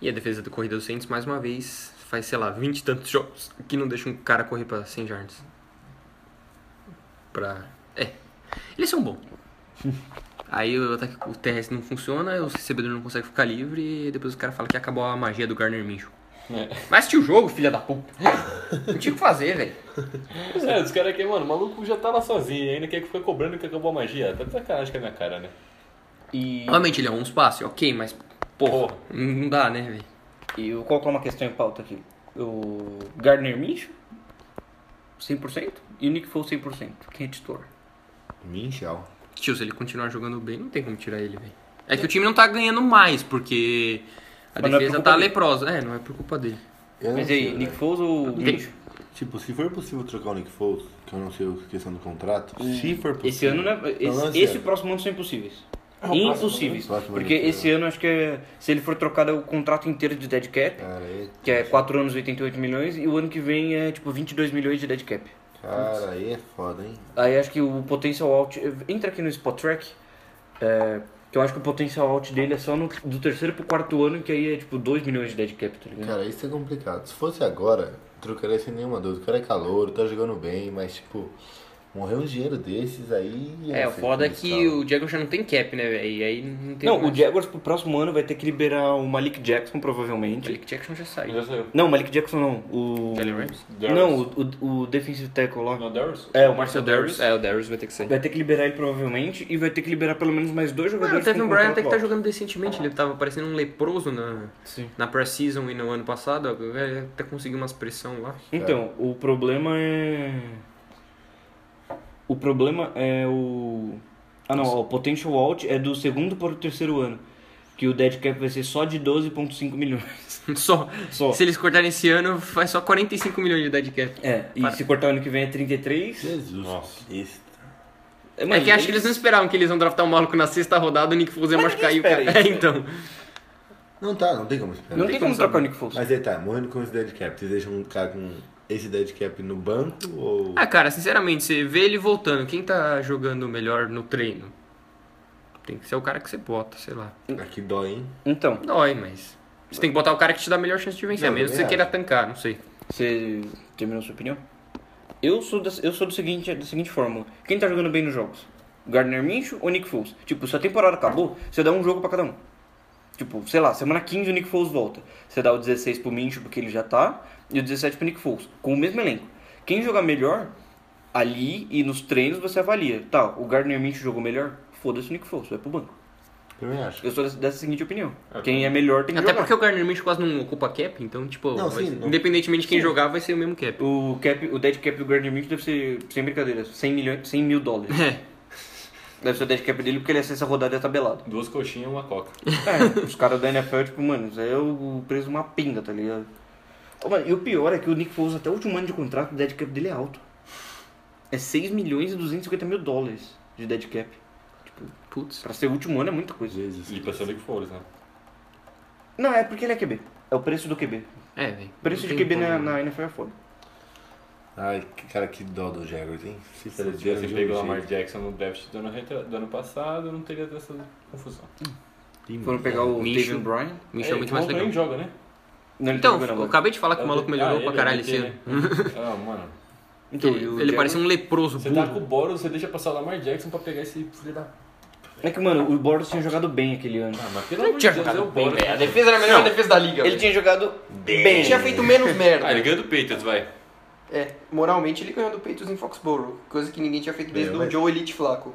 Speaker 4: E a defesa do corrida do Saints, mais uma vez, faz, sei lá, 20 e tantos jogos que não deixa um cara correr pra 100 yards. Pra... É. Eles são bons. Aí o ataque o terrestre não funciona, os recebedores não conseguem ficar livre e depois o cara fala que acabou a magia do Garner Minshew.
Speaker 3: É.
Speaker 4: Mas tinha o jogo, filha da puta. Não tinha o que fazer, velho.
Speaker 3: Pois é, os caras aqui, mano, o maluco já tá lá sozinho e ainda quer que fica cobrando que acabou a magia. Tá de sacanagem com a minha cara, né?
Speaker 2: E,
Speaker 4: Realmente ele é um espaço, ok, mas... Porra, não dá, né, velho?
Speaker 2: e eu colocar é uma questão em pauta aqui. O Gardner Minshew, 100%. E o Nick Foles, 100%. Quem é titular?
Speaker 5: Minchal.
Speaker 4: Tio, se ele continuar jogando bem, não tem como tirar ele, velho. É que o time não tá ganhando mais, porque a
Speaker 2: Mas não é
Speaker 4: defesa
Speaker 2: por culpa
Speaker 4: tá
Speaker 2: dele.
Speaker 4: leprosa. É, não é por culpa dele.
Speaker 5: Eu não
Speaker 2: Mas e
Speaker 5: sei,
Speaker 2: aí,
Speaker 5: velho.
Speaker 2: Nick Foles ou
Speaker 4: Tem-
Speaker 2: Minshew?
Speaker 5: Tipo, se for possível trocar o Nick Foles, que eu não sei a questão do contrato, se for possível...
Speaker 2: Hum, Esse ano, né? Esse,
Speaker 5: não, esse
Speaker 2: esse e
Speaker 5: ano. Ah,
Speaker 2: o próximo ano são impossíveis.
Speaker 3: próximo
Speaker 2: impossíveis.
Speaker 5: ano. Próximo
Speaker 2: porque
Speaker 5: ano,
Speaker 2: esse ano, acho que é, se ele for trocado, é o contrato inteiro de dead cap.
Speaker 5: Cara, é...
Speaker 2: Que é 4 anos, 88 milhões. E o ano que vem é, tipo, 22 milhões de dead cap.
Speaker 5: Cara, aí é foda, hein?
Speaker 2: Aí acho que o potencial out. Entra aqui no Spot Track. é, que eu acho que o potencial out dele é só no, do terceiro pro quarto ano, que aí é tipo 2 milhões de dead cap, tá ligado?
Speaker 5: Cara, isso é complicado. Se fosse agora, trocaria sem nenhuma dúvida. O cara é calor, tá jogando bem, mas tipo, morrer um dinheiro desses aí. ia
Speaker 4: É, o
Speaker 5: ser
Speaker 4: foda é que
Speaker 5: complicado.
Speaker 4: o Diego já não tem cap, né, velho? E aí não tem
Speaker 2: Não,
Speaker 4: mais.
Speaker 2: o Jaguars pro próximo ano vai ter que liberar o Malik Jackson, provavelmente.
Speaker 4: Malik Jackson já
Speaker 3: Ele
Speaker 4: saiu.
Speaker 3: já saiu.
Speaker 2: Não, o Malik Jackson não. O.
Speaker 4: Jalen Ramsey?
Speaker 3: Darius.
Speaker 2: Não, o, o, o defensive tackle lá.
Speaker 3: Não, Darius?
Speaker 2: É, o Marcel Darius.
Speaker 4: Darius? É, o Darius vai ter que sair.
Speaker 2: Vai ter que liberar ele provavelmente e vai ter que liberar pelo menos mais dois
Speaker 4: Mano, o
Speaker 2: jogadores.
Speaker 4: Tevin
Speaker 2: com
Speaker 4: Bryan
Speaker 2: contrato
Speaker 4: até que tá
Speaker 2: alto.
Speaker 4: jogando decentemente. Ele tava parecendo um leproso na,
Speaker 2: Sim.
Speaker 4: na pré-season e no ano passado. Agora Ele até conseguiu umas pressão lá. <laughs>
Speaker 2: Então, o problema é. O problema é o. Ah não, ó, o potential out é do segundo para o terceiro ano. Que o dead cap vai ser só de 12,5 milhões. <laughs>
Speaker 4: Só.
Speaker 2: Só.
Speaker 4: Se eles cortarem esse ano, faz só 45 milhões de dead cap.
Speaker 2: É, e
Speaker 4: Para.
Speaker 2: se cortar o ano que vem é 33.
Speaker 5: Jesus. Cristo.
Speaker 4: É que acho que eles não esperavam que eles iam draftar um maluco na sexta rodada, o Nick Foles ia
Speaker 2: Mas
Speaker 4: machucar e o
Speaker 2: ninguém
Speaker 4: cara.
Speaker 2: espera
Speaker 4: <laughs> É,
Speaker 2: isso,
Speaker 4: então.
Speaker 5: Não tá, não tem como esperar.
Speaker 2: Não tem como trocar o Nick Foles.
Speaker 5: Mas aí tá, morrendo com esse dead cap. Vocês deixam um cara com esse dead cap no banco ou.
Speaker 4: Ah, cara, sinceramente, você vê ele voltando, quem tá jogando melhor no treino? Tem que ser o cara que você bota, sei lá.
Speaker 5: Aqui dói, hein?
Speaker 2: Então,
Speaker 4: Dói, mas. Você tem que botar o cara que te dá a melhor chance de vencer,
Speaker 5: Não,
Speaker 2: é
Speaker 4: mesmo que você
Speaker 5: também
Speaker 4: queira tancar, não sei.
Speaker 2: você terminou sua opinião? Eu sou da, eu sou do seguinte, da seguinte fórmula. Quem tá jogando bem nos jogos? Gardner Minshew ou Nick Foles? Tipo, se a temporada acabou, você dá um jogo pra cada um. Tipo, sei lá, semana 15 o Nick Foles volta. Você dá o 16 pro Minshew porque ele já tá e o 17 pro Nick Foles, com o mesmo elenco. Quem jogar melhor ali e nos treinos você avalia. Tá, o Gardner Minshew jogou melhor? Foda-se o Nick Foles, vai pro banco.
Speaker 5: Também acho.
Speaker 2: Eu sou dessa, dessa seguinte opinião. Quem é melhor tem que
Speaker 4: Até
Speaker 2: jogar.
Speaker 4: porque o Gardner Minshew quase não ocupa cap, então, tipo,
Speaker 5: Não,
Speaker 4: vai-
Speaker 5: sim, não.
Speaker 4: independentemente de quem jogar, vai ser o mesmo cap.
Speaker 2: O, cap, o dead cap do Gardner Minshew deve ser, sem brincadeira, 100, milhões, 100 mil dólares.
Speaker 4: É.
Speaker 2: Deve ser o dead cap dele porque ele é essa rodada é
Speaker 4: <laughs>
Speaker 2: tabelado.
Speaker 3: Duas coxinhas e uma coca.
Speaker 2: É, os caras da NFL, tipo, mano, isso aí é o preço de uma pinga, tá ligado? Ô, mano, e o pior é que o Nick Foles, até o último ano de contrato, o dead cap dele é alto. É 6 milhões e 250 mil dólares de dead cap.
Speaker 4: Putz.
Speaker 2: Pra ser o último ano é muita coisa.
Speaker 5: Jesus.
Speaker 3: E pra ser o Nick Foles, né?
Speaker 2: Não, é porque ele é QB. É o preço do QB.
Speaker 4: É, velho.
Speaker 2: Preço
Speaker 4: Não
Speaker 2: de
Speaker 4: tem
Speaker 2: QB na,
Speaker 4: como-
Speaker 2: na NFL é foda.
Speaker 5: Ai, que- cara, que dó do Jaguars, hein? Se assim,
Speaker 3: Se eu tivesse pego o Lamar Jackson no draft do ano, retra- do ano passado, eu não teria dessa confusão.
Speaker 2: Foram pegar o
Speaker 4: Minshew.
Speaker 2: Tavion Bryan.
Speaker 4: Minshew é muito
Speaker 3: que
Speaker 4: mais
Speaker 3: voltou
Speaker 4: legal.
Speaker 3: e joga, né? Ah, é
Speaker 2: Não, ele
Speaker 4: Então,
Speaker 2: tá jogando
Speaker 4: eu
Speaker 2: agora.
Speaker 4: acabei de falar que o maluco melhorou pra caralho esse ano. <laughs>
Speaker 3: ano. Ah, mano.
Speaker 2: Então,
Speaker 4: Ele,
Speaker 2: e o
Speaker 4: ele
Speaker 2: Jaguars-
Speaker 4: parecia um leproso
Speaker 3: Você tá com
Speaker 4: burro.
Speaker 3: o Boros, você deixa passar o Lamar Jackson pra pegar esse filho da...
Speaker 2: É que, mano, o Bortles tinha jogado bem aquele ano.
Speaker 3: Ah, mas pelo amor de
Speaker 4: tinha
Speaker 3: Deus, é
Speaker 4: jogado
Speaker 3: o
Speaker 4: bem,
Speaker 3: Boros.
Speaker 4: velho. A defesa era a melhor defesa da liga.
Speaker 2: Ele
Speaker 4: velho.
Speaker 2: tinha jogado bem.
Speaker 4: Ele tinha feito menos merda.
Speaker 3: Ah, ele ganhou do Patriots, vai.
Speaker 1: É, moralmente ele ganhou do Peitos em Foxborough, coisa que ninguém tinha feito desde
Speaker 5: Ganhou,
Speaker 1: o
Speaker 5: mas-
Speaker 1: Joe Elite Flaco.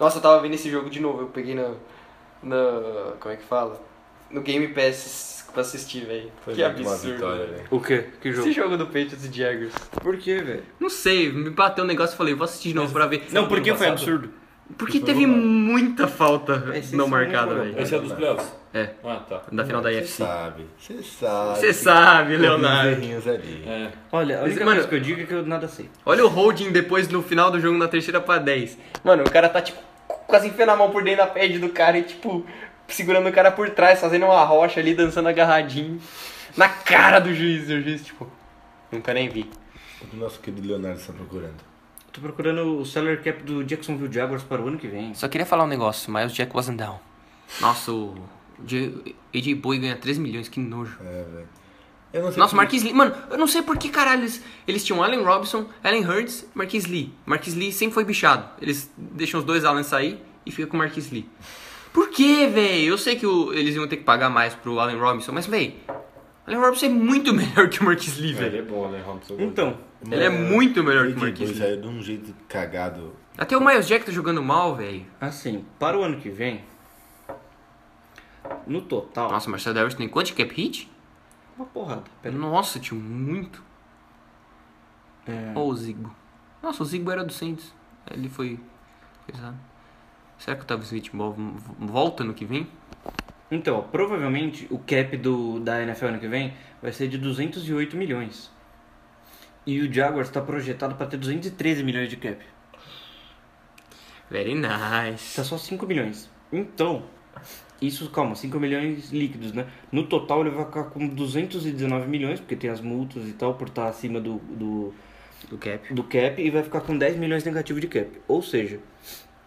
Speaker 1: Nossa, eu tava vendo esse jogo de novo, eu peguei na. na. como é que fala? No Game Pass pra assistir, velho.
Speaker 5: Foi
Speaker 1: Que
Speaker 5: muito uma
Speaker 1: absurdo.
Speaker 5: vitória, né?
Speaker 1: velho.
Speaker 5: velho.
Speaker 4: O quê? Que
Speaker 1: Esse jogo do Patriots e Jaguars.
Speaker 2: Por quê, velho?
Speaker 4: Não sei, me bateu um negócio e falei, vou assistir de novo pra ver.
Speaker 2: Não, porque foi
Speaker 3: passado?
Speaker 2: absurdo.
Speaker 4: Porque teve
Speaker 1: né?
Speaker 4: muita falta
Speaker 2: Esse
Speaker 4: não
Speaker 2: é
Speaker 4: marcada,
Speaker 2: muito
Speaker 4: velho.
Speaker 3: Esse é dos playoffs?
Speaker 4: É.
Speaker 3: Ah, tá.
Speaker 4: Da final da
Speaker 5: Você
Speaker 4: IFC.
Speaker 5: sabe. Você sabe.
Speaker 4: é Você sabe,
Speaker 5: Tem
Speaker 4: Leonardo.
Speaker 5: uns errinhos ali.
Speaker 3: É.
Speaker 2: Olha, a
Speaker 4: Mas,
Speaker 2: única
Speaker 4: mano,
Speaker 2: coisa que eu digo é que eu nada sei.
Speaker 4: Olha o holding depois no final do jogo, na terceira pra 10. Mano, o cara tá tipo quase enfiando a mão por dentro da pad do cara e tipo segurando o cara por trás, fazendo uma rocha ali, dançando agarradinho. Na cara do juiz, o juiz, tipo. Nunca nem vi.
Speaker 5: O que o nosso querido Leonardo está procurando.
Speaker 2: Tô procurando o salary cap do Jacksonville Jaguars para o ano que vem.
Speaker 4: Só queria falar um negócio, mas o Jack wasn't down. Nossa, o J- AJ Boy ganha 3 milhões, que nojo.
Speaker 5: É, velho. Eu não sei.
Speaker 4: Nossa,
Speaker 5: como-
Speaker 4: Marquis Lee. Mano, eu não sei por que caralho eles, eles tinham Allen Robinson, Allen Hurts, Marquis Lee. Marquis Lee sempre foi bichado. Eles deixam os dois Allen sair e fica com o Marquis Lee. Por que, velho? Eu sei que o- eles iam ter que pagar mais pro Allen Robinson, mas, velho, Allen Robinson é muito <laughs> melhor que o Marquis Lee, velho.
Speaker 3: Ele é bom, né, Robson?
Speaker 2: Então,
Speaker 4: Ele é muito melhor que o
Speaker 5: Ele
Speaker 4: Marquis Lee.
Speaker 5: saiu de um jeito cagado.
Speaker 4: Até o Miles Jack tá jogando mal, velho.
Speaker 2: assim, para o ano que vem, no total,
Speaker 4: Nossa, Marcelo Davis tem quanto de cap hit?
Speaker 2: uma porrada. Pera.
Speaker 4: Nossa, tio, muito.
Speaker 2: É.
Speaker 4: Ou o Zigbo. Nossa, o Zigbo era do Saints. Ele foi. coisado. Será que o Tavis Smith vol- volta no que vem?
Speaker 2: Então, ó, provavelmente o cap do, da NFL ano que vem vai ser de 208 milhões. E o Jaguars está projetado para ter 213 milhões de cap.
Speaker 4: Very nice.
Speaker 2: Tá só 5 milhões. Então, isso, calma, 5 milhões líquidos, né? No total ele vai ficar com 219 milhões, porque tem as multas e tal, por estar acima do, do,
Speaker 4: Do cap.
Speaker 2: do cap, e vai ficar com 10 milhões negativo de cap. Ou seja,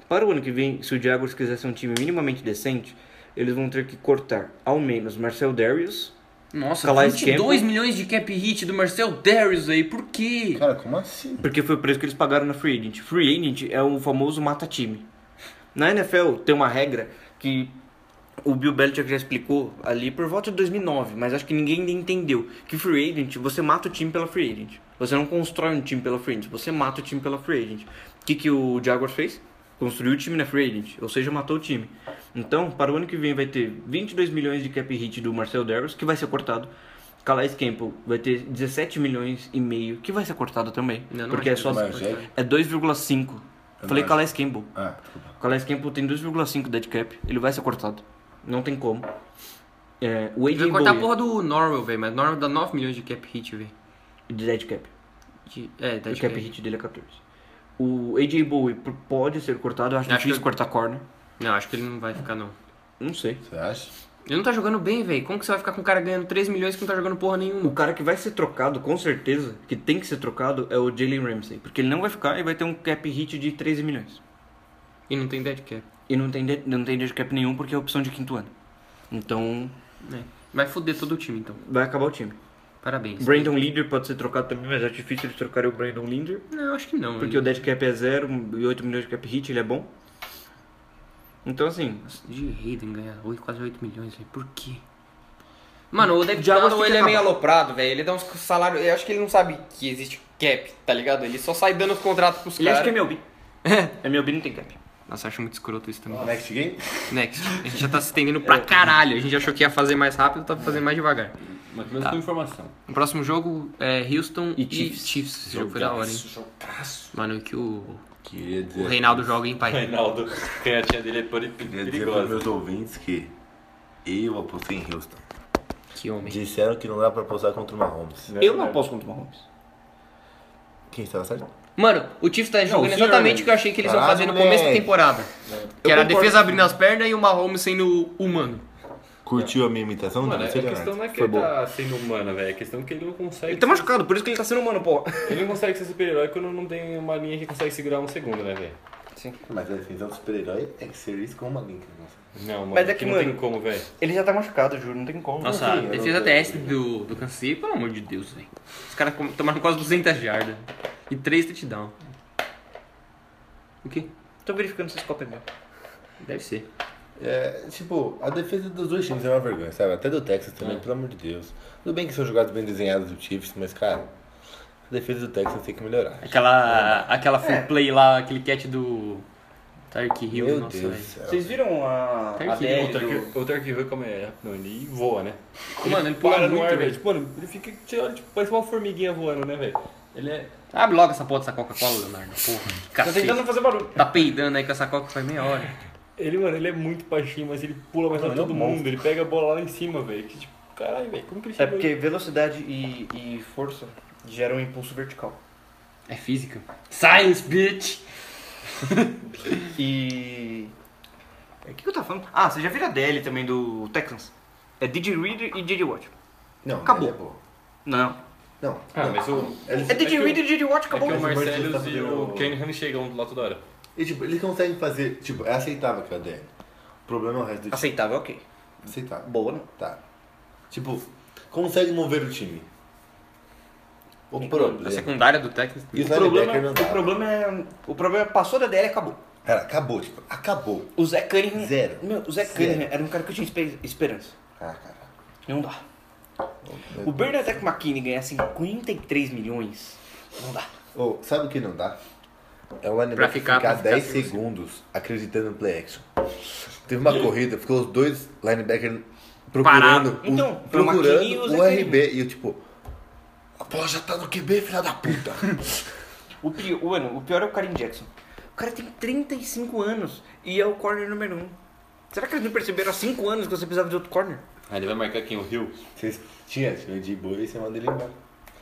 Speaker 2: para o ano que vem, se o Jaguars quiser ser um time minimamente decente, eles vão ter que cortar ao menos Marcel Darius.
Speaker 4: Nossa,
Speaker 2: Calais
Speaker 4: 22
Speaker 2: Campbell.
Speaker 4: milhões de cap hit do Marcel Darius aí. Por quê?
Speaker 5: Cara, como assim?
Speaker 2: Porque foi o preço que eles pagaram na Free Agent. Free Agent é o famoso mata-time. Na NFL tem uma regra que o Bill Belichick já explicou ali por volta de 2009, mas acho que ninguém ainda entendeu. Que Free Agent, você mata o time pela Free Agent. Você não constrói um time pela Free Agent, você mata o time pela Free Agent. O que, que o Jaguars fez? Construiu o time na Free Agent, ou seja, matou o time. Então, para o ano que vem vai ter 22 milhões de cap hit do Marcel Darius, que vai ser cortado. Calais Campbell vai ter 17 milhões e meio, que vai ser cortado também.
Speaker 4: Não, não
Speaker 2: porque é
Speaker 4: acho
Speaker 2: só...
Speaker 5: Mas, é-
Speaker 2: É 2,5. Falei
Speaker 5: acho.
Speaker 2: Calais Campbell.
Speaker 5: Ah, desculpa.
Speaker 2: O Calais Campbell tem 2,5 dead cap, ele vai ser cortado. Não tem como. É, o AJ
Speaker 4: Ele vai cortar a
Speaker 2: Bowie
Speaker 4: porra do Norwell, velho. Mas Norwell dá 9 milhões de cap hit, velho.
Speaker 2: de dead cap.
Speaker 4: De- É, tá
Speaker 2: o
Speaker 4: de
Speaker 2: cap
Speaker 4: cap hit.
Speaker 2: hit dele é 14. O AJ Bowie p- pode ser cortado, eu acho,
Speaker 4: Acho
Speaker 2: difícil
Speaker 4: que-
Speaker 2: cortar corner.
Speaker 4: Não, acho que ele não vai ficar, não.
Speaker 2: Não sei.
Speaker 5: Você acha?
Speaker 4: Ele não tá jogando bem, velho. Como que você vai ficar com um cara ganhando 3 milhões que não tá jogando porra
Speaker 2: O
Speaker 4: nenhuma?
Speaker 2: cara que vai ser trocado, com certeza, que tem que ser trocado, é o Jalen Ramsey. Porque ele não vai ficar e vai ter um cap hit de 13 milhões.
Speaker 4: E não tem dead cap.
Speaker 2: E não tem, de- não tem dead cap nenhum porque é opção de quinto ano. Então,
Speaker 4: É. Vai foder todo o time, então.
Speaker 2: vai acabar o time.
Speaker 4: Parabéns.
Speaker 2: Brandon Linder pode ser trocado também, mas é difícil eles trocarem o Brandon Linder.
Speaker 4: Não, acho que não.
Speaker 2: Porque o dead cap é 0 e 8 milhões de cap hit, ele é bom. Então, assim,
Speaker 4: De Hayden ganhar oito- quase 8 milhões, velho. Por quê? Mano, o David
Speaker 1: Jaguars
Speaker 4: Clowney,
Speaker 1: tem que
Speaker 4: ele é meio
Speaker 1: acabar.
Speaker 4: aloprado, velho. Ele dá uns salários... Eu acho que ele não sabe que existe cap, tá ligado? Ele só sai dando os contratos pros
Speaker 2: ele acha
Speaker 4: caras.
Speaker 2: que é MLB. MLB não tem cap.
Speaker 4: Nossa, eu acho muito escroto isso <laughs> também.
Speaker 5: Next game?
Speaker 4: Next. A gente já tá se estendendo pra caralho. A gente achou que ia fazer mais rápido, tá fazendo mais devagar.
Speaker 3: Mas pelo menos
Speaker 4: Tá.
Speaker 3: com informação.
Speaker 4: O próximo jogo é Houston
Speaker 2: E
Speaker 4: e,
Speaker 2: Chiefs.
Speaker 4: Chiefs. Esse jogo foi da hora, hein? Mano, que o,
Speaker 5: Queria
Speaker 4: o
Speaker 5: dizer.
Speaker 4: Reinaldo joga, hein, pai?
Speaker 3: Reinaldo, a canhotinha dele é peri-
Speaker 5: Queria dizer para
Speaker 3: perigosa.
Speaker 5: meus ouvintes que eu apostei em Houston.
Speaker 4: Que homem.
Speaker 5: Disseram que não dá pra apostar contra o Mahomes.
Speaker 2: Eu não aposto contra o Mahomes.
Speaker 5: Quem estava certo?
Speaker 4: Mano, o é. Chiefs tá jogando
Speaker 2: senhor-
Speaker 4: exatamente o que eu achei que eles iam
Speaker 5: Caralho,
Speaker 4: fazer no começo da
Speaker 5: moleque.
Speaker 4: temporada. Que era a
Speaker 2: concordo.
Speaker 4: defesa abrindo as pernas e o Mahomes sendo humano.
Speaker 5: Curtiu a minha imitação?
Speaker 3: Mano, a
Speaker 5: Você,
Speaker 3: questão
Speaker 5: Leonardo?
Speaker 3: não é que
Speaker 5: Foi
Speaker 3: ele
Speaker 5: bom.
Speaker 3: tá sendo humano, velho. A questão é que ele não consegue.
Speaker 2: Ele tá machucado, por isso que ele tá sendo humano, porra.
Speaker 3: Ele não consegue ser super-herói quando não tem uma linha que consegue segurar um segundo, né, velho?
Speaker 5: Mas a definição do super-herói é que ser isso com uma linha. Nossa.
Speaker 3: Não, mano.
Speaker 2: Mas é que,
Speaker 3: aqui não
Speaker 2: mano,
Speaker 3: tem como, velho.
Speaker 2: Ele já tá machucado, juro, não tem como.
Speaker 4: Nossa, a
Speaker 5: eu-
Speaker 4: defesa terrestre do, do Kansas City, pelo amor de Deus, velho. Os caras com- tomaram quase 200 jardas. E 3 touchdowns. O quê?
Speaker 2: Tô verificando se esse copo é meu.
Speaker 4: Deve ser.
Speaker 5: É, tipo, a defesa dos dois times é uma vergonha, sabe? Até do Texas também, pelo amor de Deus. Tudo bem que são jogadas bem desenhadas do Chiefs, mas, cara, a defesa do Texas tem que melhorar.
Speaker 4: É Aquela, aquela
Speaker 2: É.
Speaker 4: full play lá, aquele catch do Tyreek Hill.
Speaker 5: Meu
Speaker 4: nossa,
Speaker 5: Deus do
Speaker 4: velho.
Speaker 5: céu.
Speaker 2: Vocês viram a,
Speaker 4: Tem
Speaker 2: a
Speaker 4: que-
Speaker 2: DL
Speaker 3: Outro
Speaker 2: do...
Speaker 3: arquivo, outro arquivo como é. Não, ele voa, né?
Speaker 4: Mano, ele pula
Speaker 3: Para no
Speaker 4: muito,
Speaker 3: ar, velho.
Speaker 4: velho.
Speaker 3: Tipo, mano, ele fica. Tipo, parece uma formiguinha voando, né, velho? Ele é.
Speaker 4: Abre logo essa porra dessa Coca-Cola, Leonardo. Porra, que
Speaker 2: <laughs> Tá
Speaker 4: cacete.
Speaker 2: tentando fazer barulho.
Speaker 4: Tá peidando aí com essa Coca faz meia hora.
Speaker 3: Ele, mano, ele é muito baixinho, mas ele pula mais pra
Speaker 5: Mano, ele é
Speaker 3: todo
Speaker 5: um
Speaker 3: mundo.
Speaker 5: monstro.
Speaker 3: Ele pega a bola lá em cima, velho. Que tipo, caralho, velho, como que ele
Speaker 2: É
Speaker 3: chegou
Speaker 2: porque velocidade e, e força geram um impulso vertical.
Speaker 4: É física. Science, bitch!
Speaker 2: E... O que, que eu tava falando? Ah, vocês já viram a DL também do Texans? É DJ Reader e DJ Watt.
Speaker 5: Não,
Speaker 2: Acabou.
Speaker 5: ele é bom.
Speaker 2: Não.
Speaker 5: Não.
Speaker 3: Ah, mas o.
Speaker 2: É DJ Reader e DJ Watt,
Speaker 3: É que
Speaker 2: acabou.
Speaker 3: o
Speaker 5: Mas o Marcelo
Speaker 3: Marcelo
Speaker 5: tá
Speaker 3: e
Speaker 5: fazendo-
Speaker 3: o Kenhan chegam lá toda hora.
Speaker 5: E, tipo, eles conseguem fazer. Tipo, é aceitável aquela DL. O problema é o resto do time.
Speaker 2: Aceitável, ok.
Speaker 5: Aceitável.
Speaker 2: Boa, né? não.
Speaker 5: Tá. Tipo, consegue mover o time. O
Speaker 4: A
Speaker 5: problema.
Speaker 4: secundária do Texas.
Speaker 5: E
Speaker 2: O
Speaker 5: os
Speaker 2: problema,
Speaker 5: linebackers não
Speaker 2: o
Speaker 5: dá.
Speaker 2: problema é... O problema é... Passou da DL e acabou.
Speaker 5: Cara, acabou, tipo, acabou.
Speaker 2: O Zé Cunningham...
Speaker 5: Zero.
Speaker 2: Meu, o Zé Cunningham era um cara que eu tinha espe- esperança.
Speaker 5: Ah, cara.
Speaker 2: Não dá.
Speaker 5: Oh,
Speaker 2: O Bernadette McKinney ganhar 53 milhões, não dá.
Speaker 5: Ô, sabe o que não dá? É o
Speaker 4: Pra
Speaker 5: animal
Speaker 4: ficar-
Speaker 5: ficar, ficar
Speaker 4: pra ficar
Speaker 5: 10
Speaker 4: seguro.
Speaker 5: segundos acreditando no play action. Teve uma corrida, ficou os dois linebackers
Speaker 4: Parado.
Speaker 5: procurando, o,
Speaker 2: Então, foi o Maquinha e o
Speaker 5: procurando
Speaker 2: Zé
Speaker 5: o RB. E eu tipo, a bola já tá no QB, filha da puta.
Speaker 2: O pior, mano, o pior é o Karim Jackson. O cara tem 35 anos e é o corner número 1. Será que eles não perceberam há 5 anos que você precisava de outro corner?
Speaker 3: Ah, ele vai marcar quem? O Rio?
Speaker 5: <laughs> Vocês tinham, tinha o Edibo e você manda ele embora.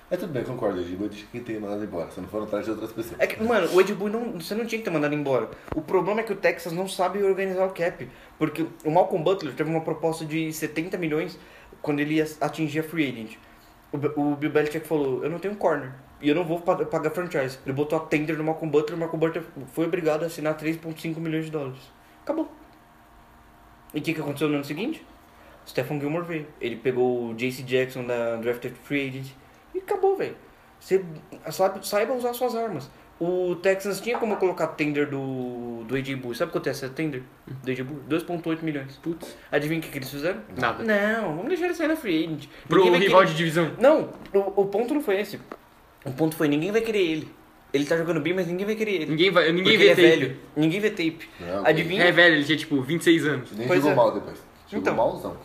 Speaker 5: Mas tudo bem, concordo, o Edibo tinha que ter mandado embora, você não foram atrás de outras pessoas.
Speaker 2: É que, mano, o Ed Boon não, você não tinha que ter mandado embora. O problema é que o Texas não sabe organizar o cap. Porque o Malcolm Butler teve uma proposta de 70 milhões quando ele ia atingir a free agent. O, Be- o Bill Belichick falou, eu não tenho um corner. E eu não vou pa- pagar franchise. Ele botou a tender no Malcolm Butler, o Malcolm Butler foi obrigado a assinar 3.5 milhões de dólares. Acabou. E o que, que aconteceu no ano seguinte? Stephen Gilmore veio. Ele pegou o JC Jackson da Drafted Free Agent. E acabou, velho. Você sabe- saiba usar suas armas. O Texans tinha como colocar tender do, do AJ Bull. Sabe quanto é essa tender do AJ Bull? 2.8 milhões. Putz. Adivinha o que, que eles fizeram?
Speaker 4: Nada.
Speaker 2: Não, vamos deixar ele sair na free agent.
Speaker 4: Pro
Speaker 2: Ninguém vai
Speaker 4: rival
Speaker 2: querer-
Speaker 4: de divisão.
Speaker 2: Não, o, o ponto não foi esse. O ponto foi ninguém vai querer ele. Ele tá jogando bem, mas ninguém vai querer ele.
Speaker 4: Ninguém, vai, ninguém
Speaker 2: Porque
Speaker 4: vê
Speaker 2: ele é
Speaker 4: tape.
Speaker 2: velho. Ninguém vê tape.
Speaker 5: Não,
Speaker 2: Adivinha?
Speaker 4: É velho, ele tinha tipo 26 anos.
Speaker 5: Nem
Speaker 2: Pois
Speaker 5: jogou
Speaker 2: é.
Speaker 5: mal depois. Jogou
Speaker 2: Então.
Speaker 5: malzão.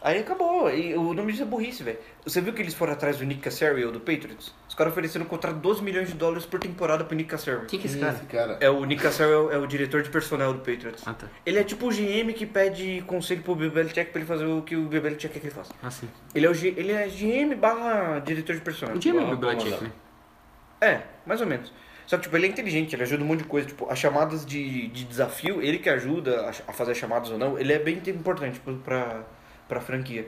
Speaker 2: Aí acabou. E o nome disso é burrice, velho. Você viu que eles foram atrás do Nick Casario do Patriots? Os caras ofereceram contrato de 12 milhões de dólares por temporada pro Nick Casario.
Speaker 4: Quem que é esse
Speaker 5: Esse
Speaker 4: cara?
Speaker 5: cara.
Speaker 2: É o Nick Casario é o diretor de personnel do Patriots.
Speaker 4: Ah, tá.
Speaker 2: Ele é tipo o GM que pede conselho pro Bill Belichick pra ele fazer o que o Bill Belichick quer que ele faça.
Speaker 4: Ah, sim.
Speaker 2: Ele é, o G, ele é GM barra diretor de personnel.
Speaker 4: Não tinha meu
Speaker 3: Vamos lá.
Speaker 4: biblioteca, né?
Speaker 2: É, mais ou menos. Só que, tipo, ele é inteligente, ele ajuda um monte de coisa. Tipo, as chamadas de, de desafio, ele que ajuda a, ch- a fazer as chamadas ou não, ele é bem importante pro- pra, pra franquia.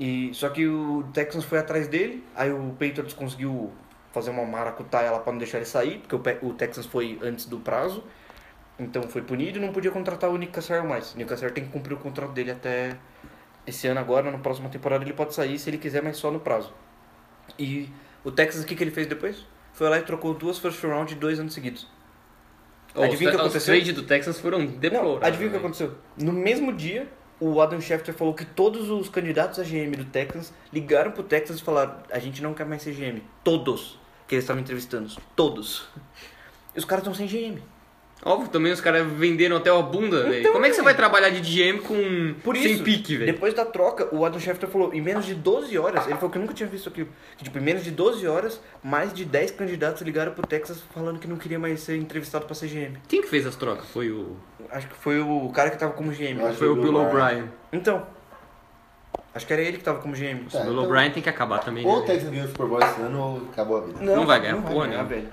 Speaker 2: E, só que o Texans foi atrás dele, aí o Patriots conseguiu fazer uma maracutaia lá pra não deixar ele sair, porque o, Pe- o Texans foi antes do prazo. Então foi punido e não podia contratar o Nick Cassar mais. O Nick Cassar tem que cumprir o contrato dele até esse ano agora, na próxima temporada ele pode sair se ele quiser, mas só no prazo. E o Texas, o que, que ele fez depois? Foi lá e trocou duas first round de dois anos seguidos.
Speaker 4: Ó,
Speaker 2: Adivinha o que
Speaker 4: os,
Speaker 2: aconteceu?
Speaker 4: Os trades do Texas foram
Speaker 2: Não,
Speaker 4: deploráveis.
Speaker 2: adivinha o que
Speaker 4: né?
Speaker 2: aconteceu? No mesmo dia, o Adam Schefter falou que todos os candidatos a GM do Texas ligaram pro Texas e falaram: a gente não quer mais ser GM. Todos que eles estavam entrevistando. Todos. E os caras estão sem GM.
Speaker 4: Óbvio, também os caras venderam até a bunda, velho. Como é que você vai trabalhar de GM com
Speaker 2: Por
Speaker 4: sem
Speaker 2: isso,
Speaker 4: pique, velho?
Speaker 2: Depois da troca, o Adam Schefter falou, em menos de 12 horas, ele falou que nunca tinha visto aquilo. Que, tipo, em menos de 12 horas, mais de 10 candidatos ligaram pro Texas falando que não queria mais ser entrevistado pra ser GM.
Speaker 4: Quem que fez as trocas? Foi o
Speaker 2: Acho que foi o cara que tava como GM.
Speaker 5: Eu acho-
Speaker 4: foi o Bill
Speaker 5: Bill
Speaker 4: O'Brien.
Speaker 2: Então. Acho que era ele que tava como GM.
Speaker 5: Tá,
Speaker 4: O Bill
Speaker 5: então,
Speaker 4: O'Brien tem que acabar também.
Speaker 5: Ou o
Speaker 4: né, velho?
Speaker 5: Texas ganhou o Super Bowl esse ano ou acabou a vida.
Speaker 4: Não vai ganhar porra nenhuma.
Speaker 2: velho.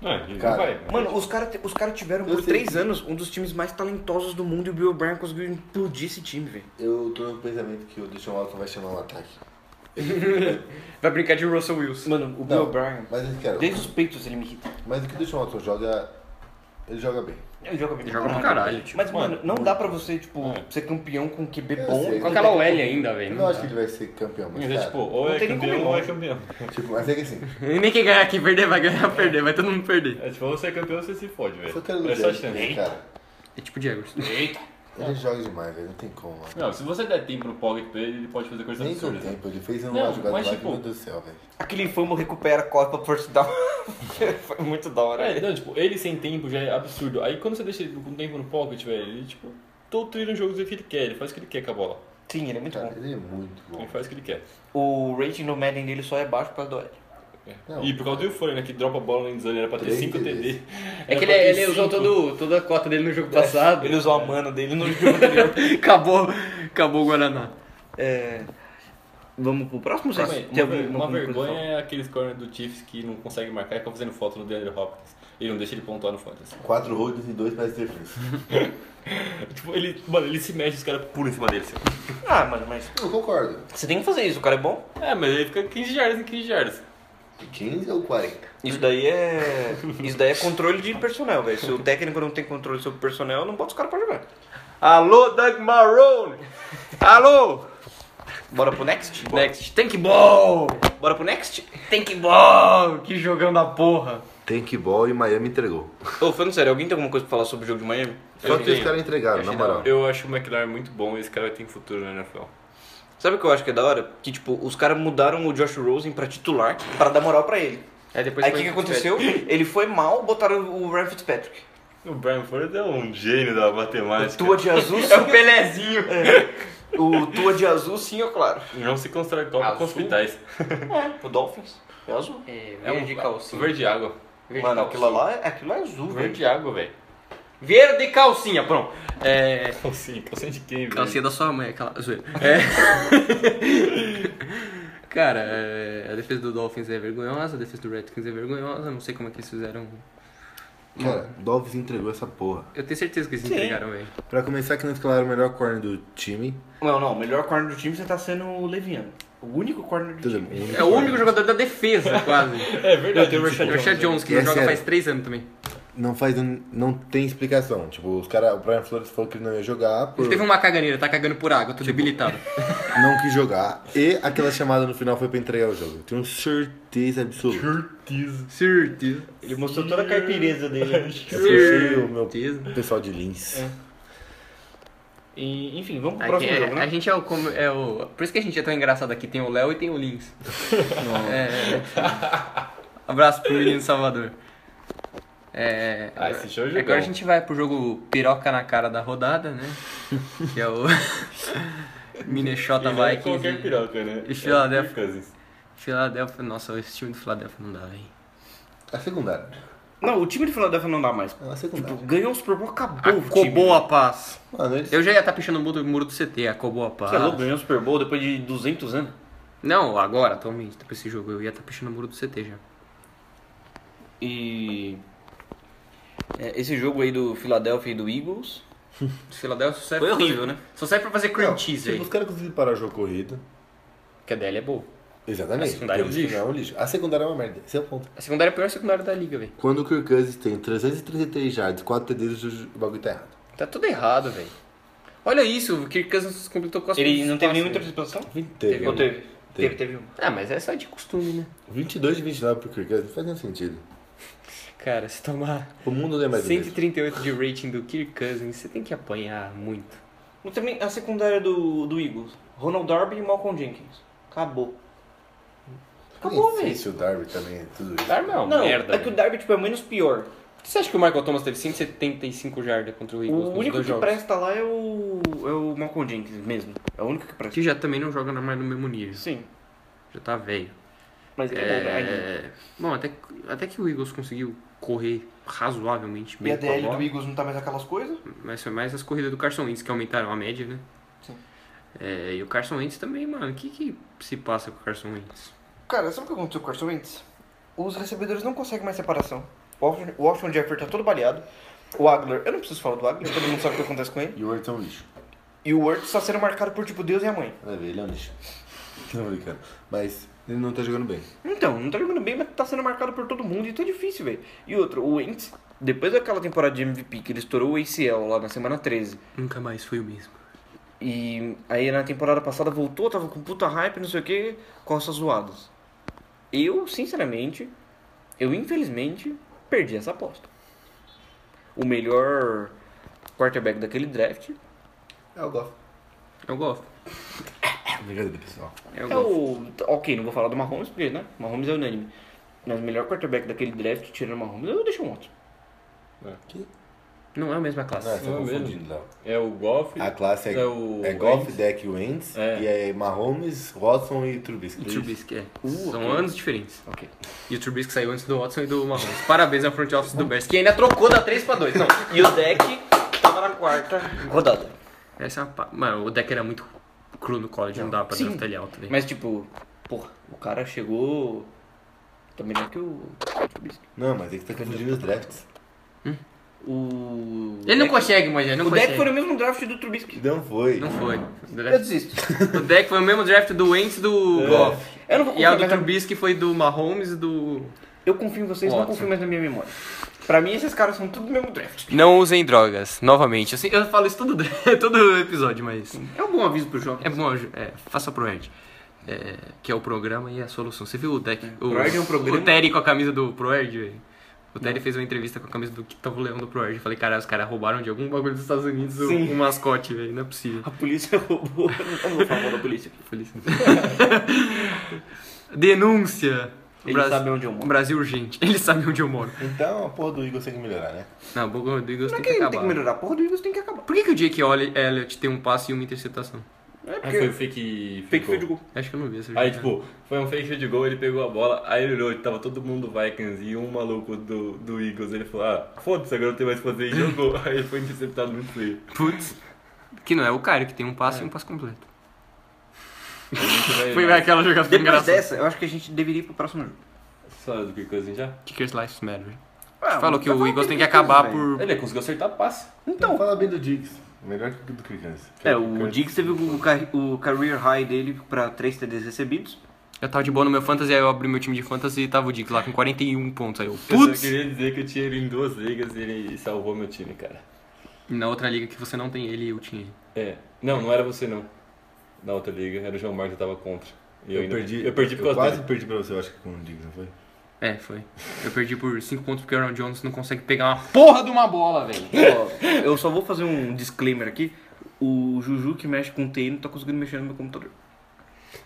Speaker 3: Ah, ele
Speaker 5: Cara,
Speaker 3: não vai. mas-
Speaker 2: Mano, os caras os cara tiveram
Speaker 5: Eu
Speaker 2: por
Speaker 5: sei.
Speaker 2: 3 anos um dos times mais talentosos do mundo e o Bill O'Brien conseguiu implodir esse time, velho.
Speaker 5: Eu tô no pensamento que o Deshaun Watson vai chamar um ataque.
Speaker 4: Vai brincar de Russell Wilson.
Speaker 2: Mano, o Bill
Speaker 5: Não,
Speaker 2: O'Brien,
Speaker 5: Mas eu quero.
Speaker 2: desde os peitos ele me irrita.
Speaker 5: Mas o que o Deshaun Watson joga, ele joga bem.
Speaker 2: Ele joga bem.
Speaker 4: Ele joga pra caralho. É. Tipo.
Speaker 2: Mas, mano, não dá pra você, tipo, ser campeão com QB
Speaker 4: É.
Speaker 5: Eu
Speaker 2: bom.
Speaker 5: sei.
Speaker 4: Com aquela OL ainda,
Speaker 5: Eu
Speaker 4: velho.
Speaker 5: não acho que ele vai ser campeão, mas,
Speaker 3: né? Mas é
Speaker 5: cara,
Speaker 3: tipo, ou
Speaker 2: não
Speaker 3: é
Speaker 2: tem nem como
Speaker 3: campeão
Speaker 2: ir
Speaker 3: ou é
Speaker 2: longe.
Speaker 3: campeão.
Speaker 5: tipo, mas é que assim,
Speaker 4: Nem quem ganhar, quem perder vai ganhar, perder. Vai todo mundo perder.
Speaker 3: É tipo, ou você é campeão ou você se fode, velho.
Speaker 5: foi o cara do
Speaker 3: É só
Speaker 5: Jets,
Speaker 3: chance. É.
Speaker 5: né, cara.
Speaker 4: É tipo Jaguars.
Speaker 5: Ele joga demais, velho, não tem como, mano.
Speaker 3: Não, se você der tempo no pocket pra ele, ele pode fazer coisas
Speaker 5: Nem com
Speaker 3: absurdas.
Speaker 5: tempo, ele fez uma
Speaker 3: Não,
Speaker 5: jogada
Speaker 3: mas,
Speaker 5: lá que,
Speaker 3: tipo,
Speaker 5: meu Deus do céu, velho.
Speaker 2: Aquele infamo recupera a Copa first down. Foi muito da hora.
Speaker 3: É, não, tipo, ele sem tempo já é absurdo. Aí quando você deixa ele com tempo no pocket, velho, ele, tipo, doutrina o jogo do jeito que ele quer, ele faz o que ele quer com a bola.
Speaker 2: Sim, ele é muito
Speaker 5: Cara,
Speaker 2: bom.
Speaker 5: ele é muito bom.
Speaker 3: Ele faz o que ele quer.
Speaker 2: O rating no Madden dele só é baixo pra do
Speaker 5: Não.
Speaker 3: E por causa do Euphone, né, que dropa a bola na endzone, era pra ter
Speaker 5: Três
Speaker 3: 5
Speaker 5: TDs.
Speaker 3: TD.
Speaker 4: É que ele,
Speaker 3: pra ter
Speaker 4: ele usou
Speaker 3: cinco.
Speaker 4: todo, toda a cota dele no jogo passado.
Speaker 2: É. Ele usou a mana dele no jogo anterior.
Speaker 4: <laughs> acabou, acabou o Guaraná.
Speaker 2: É, Vamos pro próximo,
Speaker 3: Calma
Speaker 2: vocês?
Speaker 3: aí,
Speaker 2: Tem
Speaker 3: Uma, ver-
Speaker 2: alguma
Speaker 3: uma
Speaker 2: coisa pra
Speaker 3: vergonha é aqueles corner do Chiefs que não consegue marcar e ficam fazendo foto no DeAndre Hopkins. Ele não deixa ele pontuar no fantasy.
Speaker 5: Quatro holds e dois pass interference.
Speaker 3: Tipo, ele, mano, ele se mexe, os caras pulam em cima dele. assim.
Speaker 2: falar? Ah, mano, mas...
Speaker 5: Eu concordo.
Speaker 2: Você tem que fazer isso, o cara é bom.
Speaker 3: É, mas ele fica 15 jardas em 15 jardas.
Speaker 5: 15 ou 40?
Speaker 2: Isso daí
Speaker 3: <laughs>
Speaker 2: é... Isso daí é controle de personnel, velho. Se o técnico não tem controle sobre o personnel, não bota os caras pra jogar.
Speaker 4: Alô, Doug Marrone! Alô!
Speaker 2: Bora pro next?
Speaker 4: Next, Tank Ball!
Speaker 2: Bora pro next?
Speaker 4: Tank Ball! Que jogão da porra!
Speaker 5: Tank Ball e Miami entregou.
Speaker 2: Ô, falando sério, alguém tem alguma coisa pra falar sobre o jogo de Miami?
Speaker 5: Só que os
Speaker 3: tenho.
Speaker 5: caras entregaram, na moral.
Speaker 3: Eu acho o McLaren muito bom e esse cara tem futuro na NFL.
Speaker 2: Sabe o que eu acho que é da hora? Que, tipo, os caras mudaram o Josh Rosen pra titular pra dar moral pra ele.
Speaker 4: Aí depois
Speaker 2: Aí o
Speaker 4: foi
Speaker 2: que, que
Speaker 4: pro
Speaker 2: aconteceu?
Speaker 4: <laughs>
Speaker 2: Ele foi mal, botaram o Ryan Fitzpatrick.
Speaker 3: O Brian Ford é um gênio da matemática.
Speaker 2: Tua de azul,
Speaker 4: <laughs> É o
Speaker 2: sim. É.
Speaker 4: Pelezinho!
Speaker 2: o Tua de azul, sim, é claro.
Speaker 3: Não se constrói copa com
Speaker 4: Azul?
Speaker 3: hospitais.
Speaker 2: É, o Dolphins é azul.
Speaker 4: É um de calcinha.
Speaker 3: Verde água.
Speaker 4: Verde
Speaker 2: Mano,
Speaker 4: calcinha.
Speaker 2: aquilo lá é, aquilo é azul, velho.
Speaker 3: Verde água, velho.
Speaker 4: Verde calcinha, pronto. É.
Speaker 3: Calcinha. Calcinha então de quem, velho?
Speaker 4: Calcinha da sua mãe, aquela. Zoeira. É. <laughs> Cara, é, a defesa do Dolphins é vergonhosa, a defesa do Redskins é vergonhosa, não sei como é que eles fizeram.
Speaker 5: Cara, Dolphins entregou essa porra.
Speaker 4: Eu tenho certeza que eles
Speaker 2: Sim.
Speaker 4: entregaram, velho.
Speaker 5: Pra começar, que não escalaram o melhor corner do time.
Speaker 2: Não, não, o melhor corner do time você tá sendo o Leviano. O único corner do
Speaker 5: Tudo
Speaker 2: time.
Speaker 5: bem.
Speaker 4: É o único jogador da defesa, quase.
Speaker 3: <laughs> É verdade.
Speaker 2: Eu tenho o
Speaker 3: tipo,
Speaker 4: O Rashad Jones, que
Speaker 5: É
Speaker 4: não joga
Speaker 5: sério.
Speaker 4: faz três anos também.
Speaker 5: Não faz. um- Não tem explicação. Tipo, os caras. O Brian Flores falou que ele não ia jogar. Por...
Speaker 4: Ele teve um- uma caganeira, tá cagando por água, tô debilitado.
Speaker 5: Não quis jogar. E aquela chamada no final foi pra entregar o jogo. Eu tenho certeza absoluta.
Speaker 4: <laughs> Certeza.
Speaker 2: Ele mostrou toda a carpireza dele.
Speaker 5: Eu puxei o meu
Speaker 4: Certeza. É.
Speaker 5: pessoal de Lins.
Speaker 2: E, enfim, vamos pro
Speaker 4: Aqui
Speaker 2: próximo
Speaker 4: é-
Speaker 2: jogo,
Speaker 4: a
Speaker 2: né?
Speaker 4: gente é o, como- é o- Por isso que a gente é tão engraçado aqui. Tem o Léo e tem o
Speaker 3: <laughs>
Speaker 4: Lins. É, abraço pro menino Salvador. É,
Speaker 3: Ah, esse show é jogão.
Speaker 4: agora a gente vai pro jogo piroca na cara da rodada, né? Que é
Speaker 3: <laughs>
Speaker 4: o
Speaker 3: E não
Speaker 4: Minnesota
Speaker 3: é qualquer
Speaker 4: Vikings.
Speaker 3: piroca, né?
Speaker 4: E Philadelphia.
Speaker 3: É o Kirk Cousins.
Speaker 4: e Philadelphia. Nossa, esse time do Philadelphia não dá, velho.
Speaker 5: A secundária.
Speaker 2: Não, o time do Philadelphia não dá mais.
Speaker 5: É a secundária.
Speaker 2: Tipo, ganhou o Super Bowl, acabou o time. né?
Speaker 4: Acobou a paz.
Speaker 5: Mano, eles.
Speaker 4: Eu já ia tá estar pichando o muro, o muro do CT. Acobou a paz.
Speaker 2: Você é louco, ganhou o Super Bowl depois de né? 200 anos?
Speaker 4: Não, tá agora, atualmente, depois desse jogo. Eu ia estar pichando o muro do CT já.
Speaker 2: E É, Esse jogo aí do Philadelphia e do Eagles.
Speaker 4: <laughs> Philadelphia só serve
Speaker 2: Foi
Speaker 4: pra
Speaker 2: horrível,
Speaker 4: fazer-
Speaker 2: né?
Speaker 4: Só serve pra fazer cream
Speaker 5: Não,
Speaker 4: cheese
Speaker 5: tipo,
Speaker 4: aí.
Speaker 5: Os caras conseguiram parar o jogo corrido.
Speaker 4: Que a DL é boa.
Speaker 5: Exatamente.
Speaker 4: A secundária é um
Speaker 5: Por isso que
Speaker 4: lixo.
Speaker 5: não é um lixo. A secundária é uma merda. Esse é o ponto.
Speaker 4: A secundária é a pior secundária da liga, velho.
Speaker 5: Quando o Kirk Cousins tem 333 yards, 4 TDs, o bagulho tá errado.
Speaker 4: Tá tudo errado, velho. Olha isso, o Kirk Cousins completou com as
Speaker 2: Ele não teve
Speaker 4: passes,
Speaker 2: nenhuma
Speaker 4: velho.
Speaker 2: interceptação?
Speaker 5: Teve.
Speaker 2: Ou teve?
Speaker 5: Teve.
Speaker 2: Teve, teve um. uma.
Speaker 4: Ah, mas é só de costume, né?
Speaker 5: 22 de 29 pro Kirk Cousins, não faz nenhum sentido.
Speaker 4: Cara, se tomar
Speaker 5: O mundo não é mais o mesmo.
Speaker 4: 138 de rating do Kirk Cousins, você tem que apanhar muito.
Speaker 2: Não teve nem a secundária do, do Eagles. Ronald Darby e Malcolm Jenkins. Acabou. Acabou,
Speaker 5: Nem sei
Speaker 2: velho.
Speaker 5: se o Darby também é tudo isso.
Speaker 4: Darby é uma
Speaker 2: Não,
Speaker 4: merda.
Speaker 2: é que o
Speaker 4: velho.
Speaker 2: Darby tipo, é menos pior.
Speaker 4: Você acha que o Michael Thomas teve 175 jardas contra o
Speaker 2: O
Speaker 4: Eagles? nos
Speaker 2: único
Speaker 4: dois
Speaker 2: que
Speaker 4: jogos?
Speaker 2: presta lá é o. é o Malcolm Jenkins mesmo. É o único que presta.
Speaker 4: Que já também não joga mais no mesmo nível.
Speaker 2: Sim.
Speaker 4: Já tá velho.
Speaker 2: Mas ele é, bom, né?
Speaker 4: É... Bom, até, até que o Eagles conseguiu correr razoavelmente
Speaker 2: E
Speaker 4: bem
Speaker 2: a
Speaker 4: com a
Speaker 2: DL
Speaker 4: bola,
Speaker 2: do Eagles não tá mais aquelas coisas?
Speaker 4: mas foi mais as corridas do Carson Wentz que aumentaram a média, né?
Speaker 2: Sim.
Speaker 4: É, e o Carson Wentz também, mano, o que que se passa com o Carson Wentz?
Speaker 2: Cara, sabe o que aconteceu com o Carson Wentz? Os recebedores não conseguem mais separação. O Austin- O Austin Jeffrey tá todo baleado. O Agler, eu não preciso falar do Agler, todo mundo sabe o que acontece com ele.
Speaker 5: E o Orton é um lixo.
Speaker 2: E o Wurtz tá sendo marcado por tipo Deus e a mãe.
Speaker 5: Vai ver, ele é um lixo. <laughs> Não, brincando. Mas ele não tá jogando bem.
Speaker 2: Então, não tá jogando bem, mas tá sendo marcado por todo mundo e tá difícil, velho. E outro, o Wentz, depois daquela temporada de MVP que ele estourou o ACL lá na semana 13,
Speaker 4: Nunca mais foi o mesmo.
Speaker 2: e aí na temporada passada voltou, tava com puta hype, não sei o que, costas zoadas. Eu, sinceramente, eu infelizmente perdi essa aposta. O melhor quarterback daquele draft
Speaker 5: É o Goff.
Speaker 4: Eu gosto.
Speaker 5: É Brincadeira, pessoal.
Speaker 4: Eu
Speaker 2: É
Speaker 4: gosto.
Speaker 2: o. Ok, não vou falar do Mahomes, porque, né? Mahomes é unânime. Mas o melhor quarterback daquele draft, tirando o Mahomes, eu deixo um outro.
Speaker 5: Que?
Speaker 4: Não é a mesma classe.
Speaker 5: Não, você tá
Speaker 3: Não é
Speaker 5: confundindo, Léo.
Speaker 3: É o Goff.
Speaker 5: A classe é,
Speaker 3: É o
Speaker 5: é Goff,
Speaker 3: Wentz.
Speaker 5: Deck e Wentz.
Speaker 3: É.
Speaker 5: E é Mahomes, Watson e Trubisky.
Speaker 4: E o Trubisky, é. São
Speaker 2: Uh, ok.
Speaker 4: anos diferentes.
Speaker 2: Ok.
Speaker 4: E o Trubisky saiu antes do Watson e do Mahomes. Parabéns ao front office do Bears, que ainda trocou da 3 pra 2. Não,
Speaker 2: E o deck tava na quarta rodada.
Speaker 4: essa é uma... pa- Mano, o deck era muito cru no college, não, dava pra
Speaker 2: Sim.
Speaker 4: draftar ele alto, velho.
Speaker 2: Mas tipo, porra, o cara chegou. Também não é que o.
Speaker 5: Não, mas é que tá confundindo os drafts.
Speaker 2: O.
Speaker 4: Ele não
Speaker 2: Dak-
Speaker 4: consegue, Moisés, não
Speaker 2: O deck
Speaker 4: consegue.
Speaker 2: foi no mesmo draft do Trubisky.
Speaker 5: Não foi.
Speaker 4: Não foi.
Speaker 2: Eu desisto. É.
Speaker 4: O deck foi o mesmo draft do Wentz e do Goff.
Speaker 2: Eu não vou
Speaker 4: E a
Speaker 2: confiar
Speaker 4: do
Speaker 2: mais na...
Speaker 4: Trubisky foi do Mahomes e do...
Speaker 2: Eu confio em vocês, não
Speaker 4: Watson.
Speaker 2: confio mais na minha memória. Pra mim, esses caras são tudo do mesmo draft.
Speaker 4: Não usem drogas, novamente. Assim, Eu, sei- eu falo isso todo, <laughs> todo episódio, mas...
Speaker 2: É um bom aviso pro jovem.
Speaker 4: É bom, é, faça pro Ed. É, que é o programa e a solução. Você viu o deck? o,
Speaker 2: Proerd é um programa.
Speaker 4: o Terry com a camisa do Proerd, velho. O Terry fez uma entrevista com a camisa do que tava o leão do Proerd. Eu falei, cara, os caras roubaram de algum bagulho dos Estados Unidos o-
Speaker 2: Sim.
Speaker 4: um mascote, velho. Não é possível.
Speaker 2: A polícia roubou. Eu não vou falar mal da
Speaker 4: <laughs>
Speaker 2: polícia.
Speaker 4: Feliz. Denúncia.
Speaker 2: Ele sabe onde eu moro.
Speaker 4: Brasil urgente. <laughs> Ele sabe onde eu moro.
Speaker 5: Então a porra do Eagles tem que melhorar, né?
Speaker 4: Não, o Bogo do Eagles
Speaker 2: Pra
Speaker 4: tem que
Speaker 2: quem
Speaker 4: acabar.
Speaker 2: tem que melhorar? Porra do Eagles tem que acabar.
Speaker 4: Por que, que o Jake Olli- Elliott tem um passe e uma interceptação?
Speaker 2: É
Speaker 3: Ah,
Speaker 2: porque.
Speaker 3: foi o fake.
Speaker 2: Fake field
Speaker 3: goal.
Speaker 2: goal.
Speaker 4: Acho que eu não vi essa
Speaker 3: Aí,
Speaker 4: jogada.
Speaker 3: tipo, foi um fake field goal, ele pegou a bola, aí ele olhou, tava todo mundo Vikings e um maluco do, do Eagles. Ele falou, ah, foda-se, agora não tem mais o que fazer. E jogou. <laughs> aí ele foi interceptado muito feio.
Speaker 4: Putz. Que não tipo, é o Caio, que tem um passe e um passe completo.
Speaker 3: Aí,
Speaker 4: Foi aquela jogada
Speaker 2: Depois
Speaker 4: engraçada.
Speaker 2: dessa, eu acho que a gente deveria ir pro próximo jogo.
Speaker 3: Só do que coisa já.
Speaker 4: Kickers Lives Matter.
Speaker 2: Ah,
Speaker 4: Falou
Speaker 2: mas
Speaker 4: que
Speaker 2: tá
Speaker 4: o
Speaker 2: falando
Speaker 4: Eagles tem que
Speaker 2: Kirk Cousins,
Speaker 4: acabar
Speaker 2: velho.
Speaker 4: por.
Speaker 3: Ele conseguiu acertar passe.
Speaker 5: Então. Fala bem do Diggs. Melhor que do Kirk Cousins.
Speaker 2: É, o Diggs teve o, ca- o career high dele pra 3 TDs recebidos.
Speaker 4: Eu tava de boa no meu fantasy, aí eu abri meu time de fantasy e tava o Dick lá com 41 pontos. Aí eu,
Speaker 3: Eu
Speaker 4: putz!
Speaker 3: só queria dizer que eu tinha ele em duas ligas e ele salvou meu time, cara.
Speaker 4: Na outra liga que você não tem ele, eu tinha ele.
Speaker 3: É. Não, não era você não. Na outra liga, era o João Marcos que tava contra. E
Speaker 5: Eu
Speaker 3: ainda-
Speaker 5: perdi.
Speaker 3: Eu perdi por causa
Speaker 5: quase
Speaker 3: dele.
Speaker 5: perdi pra você, eu acho que com o Diggs, não foi?
Speaker 4: É, foi. Eu perdi por 5 pontos porque o Aaron Jones não consegue pegar uma porra de uma bola, velho.
Speaker 2: Ó, eu só vou fazer um disclaimer aqui. O Juju que mexe com TI não tá conseguindo mexer no meu computador.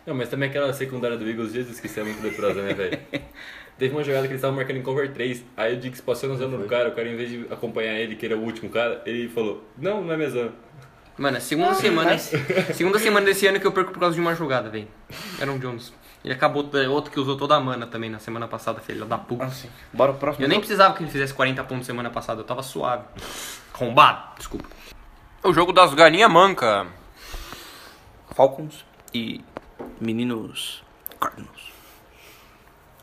Speaker 3: Não, mas também aquela secundária do Eagles, Jesus, que isso é muito leprosa, né, <laughs> velho? Teve uma jogada que eles estavam marcando em cover 3, aí o Dix passou na zona do cara, o cara, em vez de acompanhar ele, que era o último cara, ele falou, não, não é minha zona.
Speaker 4: Mano, é segunda semana. Segunda semana desse ano que eu perco por causa de uma jogada, velho. Aaron Jones. Ele acabou é, outro que usou toda a mana também na semana passada, filha da puta.
Speaker 2: Assim, bora pro próximo
Speaker 4: Ah, Eu nem
Speaker 2: jogo?
Speaker 4: precisava que ele fizesse 40 pontos semana passada, eu tava suave. Arrombado, desculpa. O jogo das galinhas manca.
Speaker 2: Falcons e meninos Cardinals.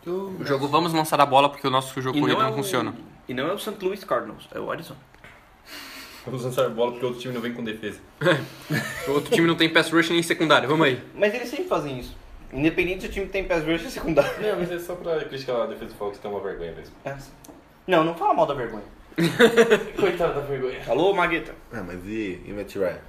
Speaker 4: O jogo vamos lançar a bola porque o nosso jogo corrido não, funciona.
Speaker 2: é E não é o St. Louis Cardinals, é o Arizona.
Speaker 3: <laughs> Vamos lançar a bola porque outro time não vem com defesa.
Speaker 4: O <laughs> outro time não tem pass rush nem secundário, vamos aí.
Speaker 2: Mas eles sempre fazem isso. Independente se o time tem pass rush ou secundário.
Speaker 3: Não, mas é só pra criticar a defesa do Falcons, que é uma vergonha mesmo.
Speaker 2: assim. Não, não fala mal da vergonha.
Speaker 3: Coitada da vergonha.
Speaker 2: Alô, Magueta.
Speaker 5: Ah, mas e, e Matt Ryan?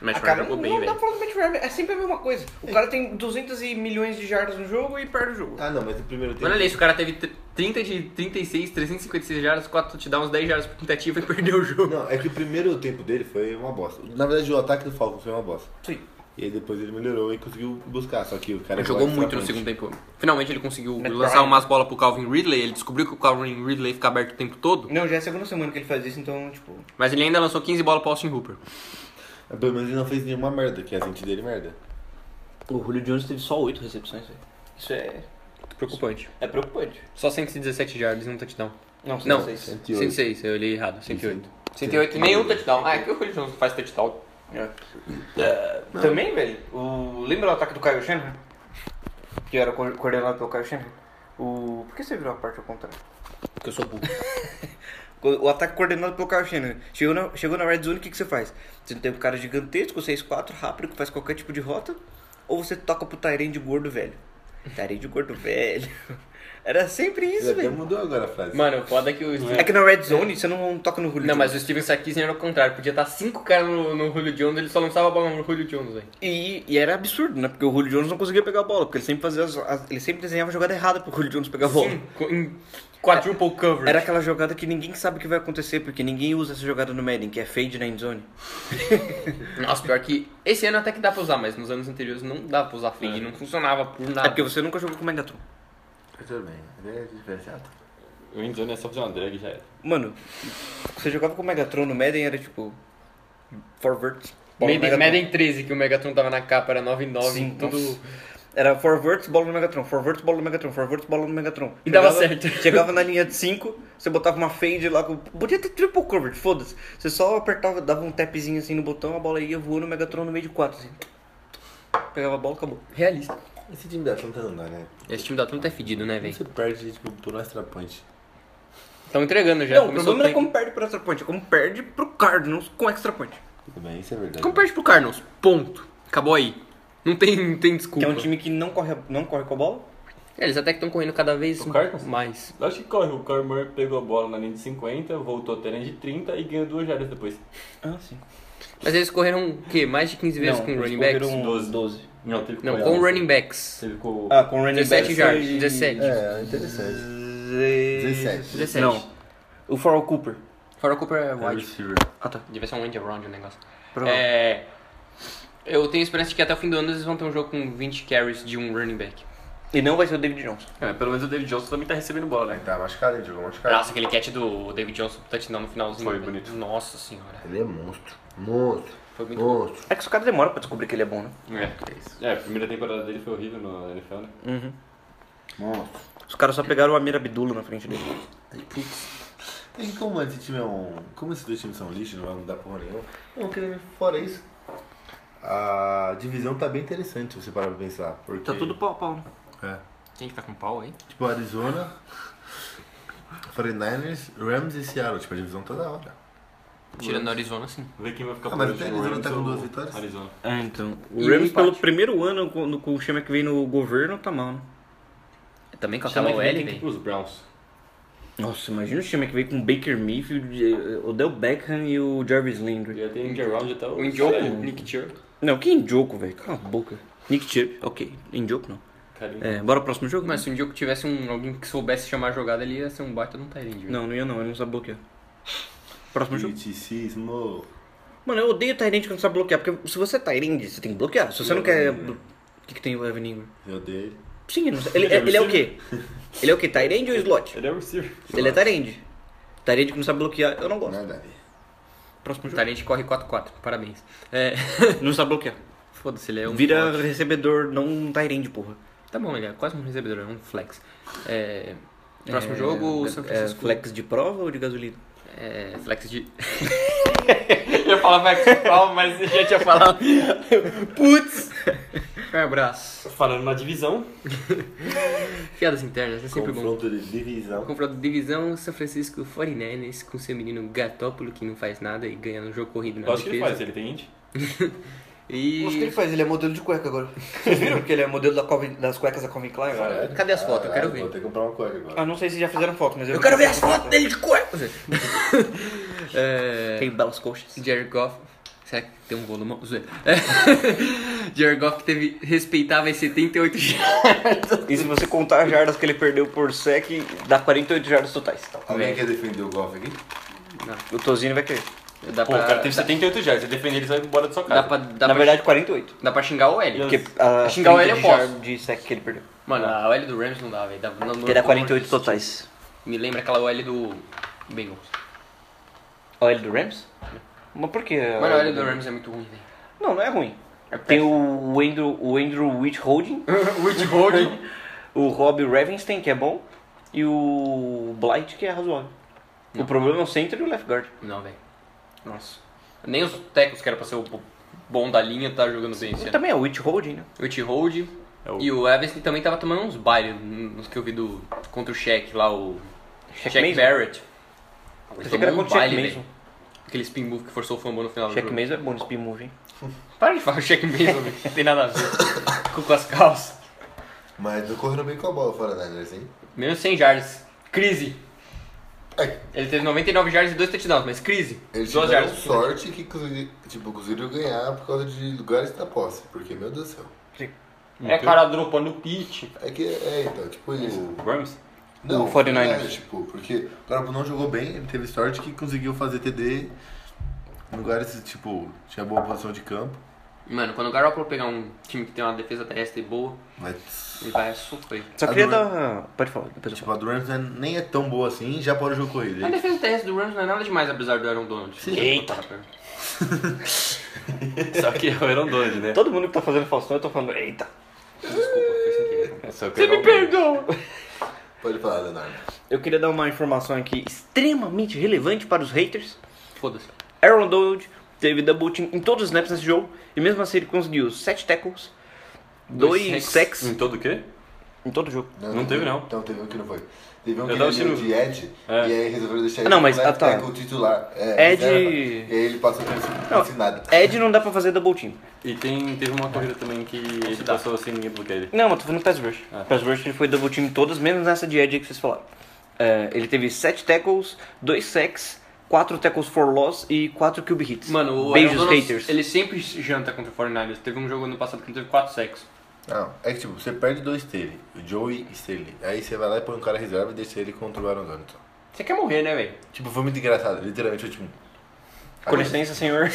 Speaker 4: Mas
Speaker 2: Ah,
Speaker 4: Ryan
Speaker 2: cara,
Speaker 4: jogou
Speaker 2: não
Speaker 4: bem,
Speaker 2: dá pra
Speaker 4: velho.
Speaker 2: falar do Matt Ryan, é sempre a mesma coisa. O cara tem 200 e milhões de jardas no jogo e perde o jogo.
Speaker 5: Ah, não, mas o primeiro tempo...
Speaker 4: Olha ali, esse cara teve tr- 30 de 36, 356 jardas, 4 touchdowns, 10 jardas por tentativa e <laughs> perdeu o jogo.
Speaker 5: Não, é que o primeiro tempo dele foi uma bosta. Na verdade, o ataque do Falcons foi uma bosta.
Speaker 2: Sim.
Speaker 5: E aí depois ele melhorou e conseguiu buscar, só que o cara...
Speaker 4: Ele jogou
Speaker 5: gosta
Speaker 4: muito no
Speaker 5: bastante.
Speaker 4: segundo tempo. Finalmente ele conseguiu
Speaker 2: Matt
Speaker 4: lançar
Speaker 2: Ryan.
Speaker 4: umas bolas pro Calvin Ridley. Ele descobriu que o Calvin Ridley fica aberto o tempo todo.
Speaker 2: Não, já é a segunda semana que ele faz isso, então, tipo...
Speaker 4: Mas ele ainda lançou 15 bolas pro Austin Hooper.
Speaker 5: Mas Pelo menos ele não fez nenhuma merda, que é a gente dele merda.
Speaker 2: O Julio Jones teve só 8 recepções. velho. Isso é,
Speaker 4: Preocupante.
Speaker 2: é preocupante.
Speaker 4: Só 117 jardas e um touchdown.
Speaker 2: Não, é
Speaker 4: Não,
Speaker 2: 106.
Speaker 5: 108.
Speaker 4: 106, eu li errado. 108. 108
Speaker 5: 108,
Speaker 4: e nenhum touchdown. Ah, é que o Julio Jones não faz touchdown.
Speaker 2: É. É, também, velho, o... lembra o ataque do Kyle Shanahan? Que era co- coordenado pelo Kyle Shanahan? O... Por que você virou a parte ao contrário?
Speaker 4: Porque eu sou burro.
Speaker 2: O o ataque coordenado pelo Kyle Shanahan. Chegou na, chegou na red zone, o que, que você faz? Você não tem um cara gigantesco, 6'4", rápido, que faz qualquer tipo de rota? Ou você toca pro Tyrande gordo velho? Tyrande gordo velho. <laughs> Era sempre
Speaker 5: Ele é
Speaker 2: isso,
Speaker 5: até
Speaker 2: velho.
Speaker 5: mudou agora a
Speaker 4: <laughs>
Speaker 5: frase.
Speaker 4: Mano, o foda é que o Steven...
Speaker 2: É que na red zone você não toca no Julio
Speaker 4: Não, mas
Speaker 2: Jones.
Speaker 4: o Steven Sarkisian era o contrário. Podia estar cinco caras no, no Julio Jones, ele só lançava a bola no Julio Jones, velho.
Speaker 2: E, e era absurdo, né? Porque o Julio Jones não conseguia pegar a bola, porque ele sempre fazia as- as- ele sempre desenhava a jogada errada pro Julio Jones pegar a bola.
Speaker 4: Sim, co- em quadruple coverage.
Speaker 2: Era aquela jogada que ninguém sabe o que vai acontecer, porque ninguém usa essa jogada no Madden, que é fade na endzone.
Speaker 4: Nossa, pior que esse ano até que dá pra usar, mas nos anos anteriores não dava pra usar fade, não funcionava por
Speaker 2: É
Speaker 4: nada.
Speaker 2: porque você nunca jogou com o Megatron.
Speaker 5: Tudo bem, é diferenciado.
Speaker 3: O Endzone é só fazer uma drag já era.
Speaker 2: Mano, você jogava com o Megatron no Madden, era tipo... Forwards. bola no Megatron.
Speaker 4: Madden, Madden 13, que o Megatron tava na capa, era 9 9
Speaker 2: Sim,
Speaker 4: tudo...
Speaker 2: nossa. Era forwards, bola no Megatron, forwards, bola no Megatron, forwards, bola no Megatron.
Speaker 4: E dava certo. <laughs>
Speaker 2: Chegava na linha de 5, você botava uma fade lá com... Podia ter triple coverage, foda-se. Você só apertava, dava um tapzinho assim no botão, a bola ia voando no Megatron no meio de 4, assim. Pegava a bola, acabou.
Speaker 4: Realista.
Speaker 5: Esse time da Atlanta não dá, né?
Speaker 4: Esse time da Atlanta é fedido, né, velho?
Speaker 5: Você perde, tipo, por um extra point.
Speaker 4: Estão entregando já.
Speaker 2: Não, o
Speaker 4: começou
Speaker 2: problema não é
Speaker 4: tempo.
Speaker 2: como perde pro extra point, é como perde pro Cardinals com extra point.
Speaker 5: Tudo bem, isso é verdade.
Speaker 4: Como perde pro Cardinals? Ponto. Acabou aí. Não tem, não tem
Speaker 2: Que
Speaker 4: desculpa.
Speaker 2: é um time que não corre, não corre com a bola.
Speaker 4: É, Eles até que estão correndo cada vez
Speaker 3: O Cardinals?
Speaker 4: mais.
Speaker 3: Eu Acho que corre, o Kyle Murray pegou a bola na linha de 50, voltou até a linha de 30 e ganhou duas jardas depois.
Speaker 2: Ah, sim.
Speaker 4: Mas eles correram o quê? Mais de 15 vezes
Speaker 2: Não,
Speaker 4: com
Speaker 2: eles
Speaker 4: running backs?
Speaker 2: correram
Speaker 3: Doze.
Speaker 2: 12.
Speaker 3: Não, teve
Speaker 4: Não,
Speaker 3: correr
Speaker 4: com
Speaker 3: a-
Speaker 4: running backs.
Speaker 3: Teve com
Speaker 2: Ah, com running
Speaker 4: 17
Speaker 2: backs.
Speaker 4: jardas.
Speaker 2: foi-
Speaker 4: 17.
Speaker 5: É, interessante.
Speaker 2: 17.
Speaker 4: 17.
Speaker 2: Não. O Farrell Cooper.
Speaker 4: Fora Cooper é wide.
Speaker 5: receiver.
Speaker 2: Ah, tá.
Speaker 4: Devia ser um end around o negócio.
Speaker 2: Provável.
Speaker 4: É. Eu tenho esperança de que até o fim do ano eles vão ter um jogo com 20 carries de um running back.
Speaker 2: E não vai ser o David Johnson.
Speaker 3: É, pelo menos o David Johnson também tá recebendo bola, né?
Speaker 5: Tá machucado, ele jogou machucado.
Speaker 4: Nossa, aquele catch do David Johnson pro touchdown no finalzinho.
Speaker 3: Foi
Speaker 4: né?
Speaker 3: bonito.
Speaker 4: Nossa senhora.
Speaker 5: Ele é monstro. Monstro.
Speaker 4: Foi muito bom.
Speaker 5: Monstro.
Speaker 2: É que os caras demoram pra descobrir que ele é bom, né?
Speaker 3: É, É, a primeira temporada dele foi horrível no NFL, né?
Speaker 5: Monstro.
Speaker 2: Uhum. Os caras só pegaram o Amir Abdullah na frente dele.
Speaker 5: E como mano, esse time é um. Como esses dois times são lixo, não vai mudar porra nenhuma. Não, querendo fora isso. A divisão tá bem interessante se você parar pra pensar. Porque,
Speaker 2: Tá tudo pau a pau, né?
Speaker 5: É.
Speaker 4: Quem fica com pau aí?
Speaker 5: Tipo, Arizona, 49ers, Rams e Seattle. Tipo, a divisão tá da hora.
Speaker 4: Tirando o Arizona, sim.
Speaker 3: Vê quem vai ficar
Speaker 5: Ah, mas
Speaker 3: último,
Speaker 5: até Arizona
Speaker 3: Rams
Speaker 5: tá com
Speaker 3: ou
Speaker 5: duas vitórias?
Speaker 3: Arizona.
Speaker 2: Ah, então. O
Speaker 4: E
Speaker 2: Rams,
Speaker 4: empate.
Speaker 2: pelo primeiro ano com, no- com o chama que vem no governo, tá mal, né? É
Speaker 4: Também com aquela
Speaker 3: Chama
Speaker 4: OL,
Speaker 3: quem Tá, tem que
Speaker 4: velho.
Speaker 3: ir pros Browns.
Speaker 2: Nossa, imagina o chama que veio com o Baker Mayfield, eh, Odell Beckham e o Jarvis Landry.
Speaker 3: Já tem Ingeround até tá o...
Speaker 4: O né? Indioco,
Speaker 3: Sério?
Speaker 4: Nick Chubb.
Speaker 2: Não, que Indioco, velho? Cala a boca. Nick Chubb, ok. Indioco não.
Speaker 3: Carinho.
Speaker 2: É, bora pro próximo jogo?
Speaker 4: Mas se o Indioco tivesse um, alguém que soubesse chamar a jogada, ele ia ser um baita de um tight end, velho.
Speaker 2: Não, não ia não, ele não sabe bloquear. Próximo jogo.
Speaker 5: Criticismo.
Speaker 2: Mano, eu odeio Tyrande que não sabe bloquear, porque se você é Tyrande, você tem que bloquear. Se você não é. quer. O que, que tem o Evan Ingram?
Speaker 5: Eu dei.
Speaker 2: Sim, ele, não- ele, ele- ele é o quê? Ele é o quê? Tyrande ou slot?
Speaker 3: Ele é o receiver.
Speaker 2: Ele é Tyrande. Tyrande que não sabe bloquear, eu não gosto.
Speaker 5: Nada a ver.
Speaker 2: Próximo
Speaker 4: O
Speaker 2: jogo.
Speaker 4: Tarente corre 4-4, parabéns. É,
Speaker 2: Não sabe bloquear.
Speaker 4: Foda-se, ele é um.
Speaker 2: Vira
Speaker 4: forte.
Speaker 2: recebedor, não um Tyrande, porra.
Speaker 4: Tá bom, ele é quase um recebedor, é um flex. É, Próximo jogo, o São
Speaker 2: é,
Speaker 4: Francisco.
Speaker 2: flex de prova ou de gasolina?
Speaker 4: É,
Speaker 7: <laughs>
Speaker 4: flex de. eu ia falar flex de pau, mas eu já tinha falado. Putz! Um abraço.
Speaker 7: falando na divisão.
Speaker 4: Piadas internas, é sempre bom.
Speaker 5: Confronto de divisão.
Speaker 4: Confronto de divisão, São Francisco 49ers com seu menino Gatópolo que não faz nada e ganha no jogo corrido na
Speaker 7: Eu acho que ele
Speaker 4: defesa.
Speaker 7: faz, ele tem índio.
Speaker 4: E...
Speaker 2: Acho que ele faz, ele é modelo de cueca <laughs> agora. Vocês viram que ele é modelo da Calvin- das cuecas da Calvin Klein? agora?
Speaker 4: Cadê as fotos? Eu quero
Speaker 5: Caralho,
Speaker 4: ver.
Speaker 5: Vou ter que comprar uma cueca agora.
Speaker 2: Ah, não sei se já fizeram foto, mas eu...
Speaker 4: Eu quero ver as fotos dele de cueca!
Speaker 7: <laughs>
Speaker 4: é...
Speaker 2: Tem belas coxas.
Speaker 4: Jared Goff. Será que tem um volumão? Zoeira. <laughs> Jared Goff teve respeitáveis 78 jardas.
Speaker 2: E se você contar as jardas que ele perdeu por sec, dá 48 jardas totais.
Speaker 4: Então,
Speaker 5: Alguém quer defender o golfe aqui?
Speaker 2: O Tozinho vai querer.
Speaker 4: Dá
Speaker 7: Pô, o cara teve
Speaker 4: dá-
Speaker 7: 78 jardas, você defender ele sai embora da sua
Speaker 4: Dá
Speaker 7: casa.
Speaker 4: pra, dá
Speaker 2: Na
Speaker 4: pra-
Speaker 2: verdade, 48.
Speaker 4: dá pra xingar o L.
Speaker 2: Porque a
Speaker 4: Xingar o
Speaker 2: 30
Speaker 4: L eu
Speaker 2: de
Speaker 4: posso.
Speaker 2: jarda de sec que ele perdeu.
Speaker 4: Mano, a OL do Rams não dá, velho. Dá- não- não-
Speaker 2: Que dá 48 totais.
Speaker 4: Me lembra aquela OL do Bengals.
Speaker 2: A L do Rams? Mas por que?
Speaker 4: Mano, a OL do Rams é muito ruim, velho.
Speaker 2: Não, não é ruim. Tem
Speaker 4: <laughs>
Speaker 2: o Andrew, o Andrew Witch Holding,
Speaker 4: Whiteboard.
Speaker 2: o Rob Ravenstein, que é bom, e o Blight, que é razoável. O problema é o center e o left guard.
Speaker 4: Não, velho.
Speaker 2: Nossa.
Speaker 4: Nem os tecos que era pra ser o bom da linha tá jogando bem. esse
Speaker 2: E
Speaker 4: ano.
Speaker 2: também é o Witch Holding, né?
Speaker 4: Whithold. E É o Everson também tava tomando uns bailes nos que eu vi do contra o Shaq lá, o
Speaker 2: Shaq
Speaker 4: Shaq
Speaker 2: Mason?
Speaker 4: Barrett. Ele
Speaker 2: Pensei que era
Speaker 4: tomou um
Speaker 2: contra o Shaq
Speaker 4: baile,
Speaker 2: Mason.
Speaker 4: velho. Aquele spin move que forçou o fumble no final
Speaker 2: Check
Speaker 4: do jogo.
Speaker 2: mesmo é bom de spin move, hein?
Speaker 4: Para de falar Shaq
Speaker 2: <laughs>
Speaker 4: Mason, velho. Não tem nada a ver com, com as calças.
Speaker 5: Mas não correndo bem com a bola fora da área, assim.
Speaker 4: Menos 100 yards. Crise.
Speaker 5: É.
Speaker 4: Ele teve 99 yards e 2 touchdowns, mas crise.
Speaker 5: Eles
Speaker 4: Duas
Speaker 5: tiveram
Speaker 4: yards.
Speaker 5: sorte que consegui- tipo, conseguiram ganhar por causa de lugares da posse. Porque, meu Deus do céu.
Speaker 4: É a cara dropando o pitch.
Speaker 5: É que, é, então, tipo isso.
Speaker 7: O Rams?
Speaker 5: Não,
Speaker 2: O 49ers.
Speaker 5: é, tipo, porque o Garoppolo não jogou bem, ele teve sorte que conseguiu fazer TD em lugares, tipo, tinha boa posição de campo,
Speaker 4: Mano, quando o Garoppolo pegar um time que tem uma defesa terrestre boa,
Speaker 5: mas,
Speaker 4: ele vai sofrer.
Speaker 2: Só
Speaker 5: A
Speaker 2: queria
Speaker 5: do-
Speaker 2: dar... ah, Pode falar, depois eu
Speaker 5: tipo, a do Rams né, nem é tão boa assim, já pode o jogo corrido.
Speaker 4: A defesa terrestre do Rams não é nada demais, apesar do Aaron Donald.
Speaker 2: Eita.
Speaker 7: Só que é o Aaron Donald, né?
Speaker 2: Todo mundo que tá fazendo Faustão, eu tô falando, eita.
Speaker 7: Desculpa, foi sem querer. É só que
Speaker 4: Você
Speaker 7: o
Speaker 4: me
Speaker 7: Aaron Donald.
Speaker 4: perdoa!
Speaker 5: Pode falar, Leonardo.
Speaker 2: <laughs> Eu queria dar uma informação aqui extremamente relevante para os haters.
Speaker 4: Foda-se.
Speaker 2: Aaron Donald teve double team em todos os snaps nesse jogo. E mesmo assim ele conseguiu 7 tackles,
Speaker 4: Dois
Speaker 2: 2
Speaker 4: sacks. Hum.
Speaker 2: sacks
Speaker 7: Em todo o quê?
Speaker 2: em todo o jogo.
Speaker 7: Não teve, não.
Speaker 5: Então teve um que não foi. Teve um
Speaker 7: Eu
Speaker 5: que
Speaker 7: tava
Speaker 5: ele deu
Speaker 7: assistindo-
Speaker 5: de Ed,
Speaker 7: É.
Speaker 5: e aí resolveram deixar ele
Speaker 2: não, mas-
Speaker 5: left
Speaker 2: ah, tá.
Speaker 5: tackle titular. É,
Speaker 2: Ed-
Speaker 5: reserva, E aí ele passou por
Speaker 2: Não.
Speaker 5: ensinado.
Speaker 2: Ed não dá pra fazer double team.
Speaker 7: E tem, teve uma corrida também que ele passou sem ninguém bloquear ele.
Speaker 2: Não, mas tô falando pass rush.
Speaker 4: Ah.
Speaker 2: Pass rush ele foi double team em todas, menos nessa de Ed que vocês falaram. É, ele teve 7 tackles, 2 sacks, 4 tackles for loss e 4 QB hits.
Speaker 4: Mano, o
Speaker 2: Beijos,
Speaker 4: Aaron Donald,
Speaker 2: haters.
Speaker 4: ele sempre janta contra o 49ers. Teve um jogo ano passado que ele teve 4 sacks.
Speaker 5: Não, é que tipo, você perde dois dele, o Joey e Staley. Aí você vai lá e põe um cara reserva e deixa ele contra o Aaron Donald.
Speaker 4: Você quer morrer, né, velho?
Speaker 5: Tipo, foi muito engraçado, literalmente tipo, o último.
Speaker 2: Com licença, senhor.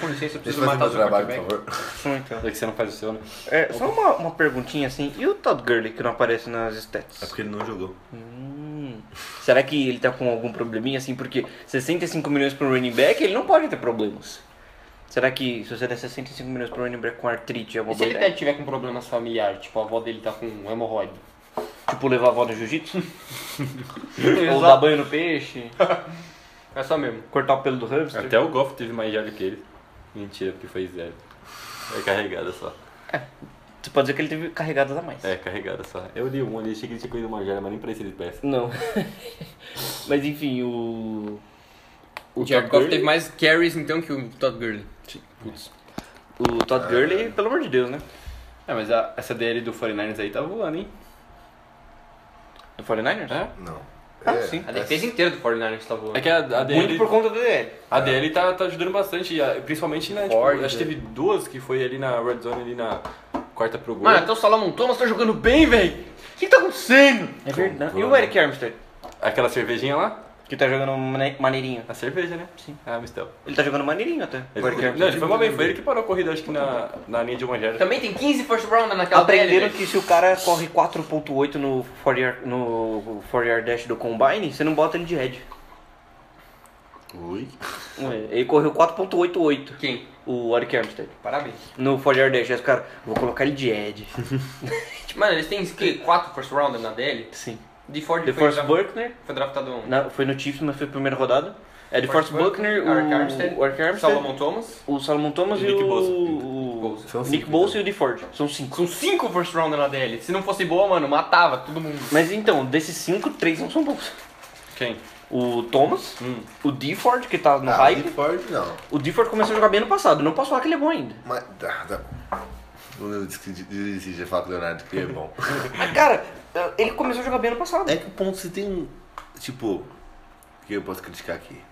Speaker 4: Com licença, eu
Speaker 5: Deixa
Speaker 4: preciso
Speaker 5: eu fazer
Speaker 4: matar o
Speaker 5: meu
Speaker 4: seu
Speaker 5: trabalho, por
Speaker 4: quarterback.
Speaker 5: favor.
Speaker 2: Só então.
Speaker 7: É que você não faz o seu, né?
Speaker 2: É, só uma, uma perguntinha assim. E o Todd Gurley que não aparece nas
Speaker 5: É
Speaker 2: stats?
Speaker 5: porque ele não jogou.
Speaker 2: Hum, será que ele tá com algum probleminha assim? Porque 65 milhões pro running back, ele não pode ter problemas. Será que se você der 65 milhões pro running back com artrite é uma
Speaker 4: E se
Speaker 2: boa
Speaker 4: ele
Speaker 2: ideia?
Speaker 4: até tiver com problemas familiares, tipo a avó dele tá com um hemorroide?
Speaker 2: Tipo, levar a avó no jiu-jitsu? Ou dar
Speaker 4: Exato.
Speaker 2: banho no peixe?
Speaker 4: É só mesmo.
Speaker 2: Cortar o pelo do hamster?
Speaker 7: Até o Goff teve mais jardas que ele. Mentira, porque foi zero. É carregada só.
Speaker 2: Você pode dizer que ele teve carregadas a mais.
Speaker 7: É carregada só. Eu li um ali, achei que ele tinha comido uma jarda, mas nem parecia de peça.
Speaker 2: Não. <laughs> Mas enfim, o...
Speaker 4: O
Speaker 7: Jared
Speaker 4: Jared
Speaker 7: Goff
Speaker 4: Goff teve mais carries então que o Todd Gurley.
Speaker 2: O Todd Gurley, pelo amor de Deus, né?
Speaker 7: É, mas a, essa DL do 49ers aí tá voando, hein?
Speaker 2: É 49ers?
Speaker 7: É?
Speaker 5: Não.
Speaker 2: Ah, sim.
Speaker 4: A defesa inteira do 49ers tá voando.
Speaker 7: É que a, a
Speaker 2: Muito
Speaker 7: DL,
Speaker 2: por conta do DL.
Speaker 7: a DL tá, tá ajudando bastante, a- principalmente na. Tipo,
Speaker 4: Ford,
Speaker 7: acho que teve duas que foi ali na Red Zone, ali na quarta pro gol.
Speaker 4: Mano, até o Salomon Thomas tá jogando bem, velho. O que que tá acontecendo?
Speaker 2: É verdade. E o Eric Armstead?
Speaker 7: Aquela cervejinha lá?
Speaker 2: Que tá jogando mane- maneirinho.
Speaker 7: A cerveja, né? Sim. Ah, Mistel.
Speaker 2: Ele tá jogando maneirinho até.
Speaker 7: Ele
Speaker 2: O Eric
Speaker 7: ficou-
Speaker 2: Armstead.
Speaker 7: Não, ele foi uma bem, foi ele que parou a corrida, acho que na, na linha de uma jarda.
Speaker 4: Também tem 15 first round naquela
Speaker 2: Aprenderam
Speaker 4: DL,
Speaker 2: que se o cara corre 4.8 no 4 yard, no 4 yard dash do Combine, você não bota ele de head. É,
Speaker 5: Ui.
Speaker 2: Ele correu 4.88,
Speaker 4: velho. Quem?
Speaker 2: o Eric Armstead.
Speaker 4: Parabéns.
Speaker 2: No 4 yard dash, aí os caras, vou colocar ele de head.
Speaker 4: Mano, eles têm que 4 first round na DL.
Speaker 2: Sim.
Speaker 4: De Ford
Speaker 2: The
Speaker 4: foi,
Speaker 2: Force
Speaker 4: dra-
Speaker 2: Buckner
Speaker 4: foi draftado um.
Speaker 2: na- foi no Chiefs, mas foi a primeira rodada. É de Force
Speaker 1: Forrest
Speaker 2: Buckner,
Speaker 1: Buckner, Eric Armstead,
Speaker 2: o Eric Armstead,
Speaker 4: Salomon Thomas.
Speaker 2: o Salomon Thomas e,
Speaker 7: Nick
Speaker 2: o,
Speaker 7: Bosa.
Speaker 2: o
Speaker 7: Bosa.
Speaker 5: São
Speaker 2: Nick
Speaker 5: cinco,
Speaker 2: Bolsa e o De Ford. São cinco.
Speaker 4: São cinco first round na DL. Se não fosse boa, mano, matava todo mundo.
Speaker 2: Mas então, desses cinco, três não são bons.
Speaker 7: Quem?
Speaker 2: O Thomas, o D Ford, que tá no
Speaker 5: Ah,
Speaker 2: hype.
Speaker 5: de Ford não.
Speaker 2: O D Ford começou a jogar bem ano passado. Não posso falar que ele é bom ainda.
Speaker 5: Mas tá, tá. O Leonardo disse que disse de falar com o Leonardo que é bom.
Speaker 2: Mas, cara, eh, ele começou a jogar bem ano passado.
Speaker 5: É que o ponto se tem um. Tipo, que eu posso criticar aqui.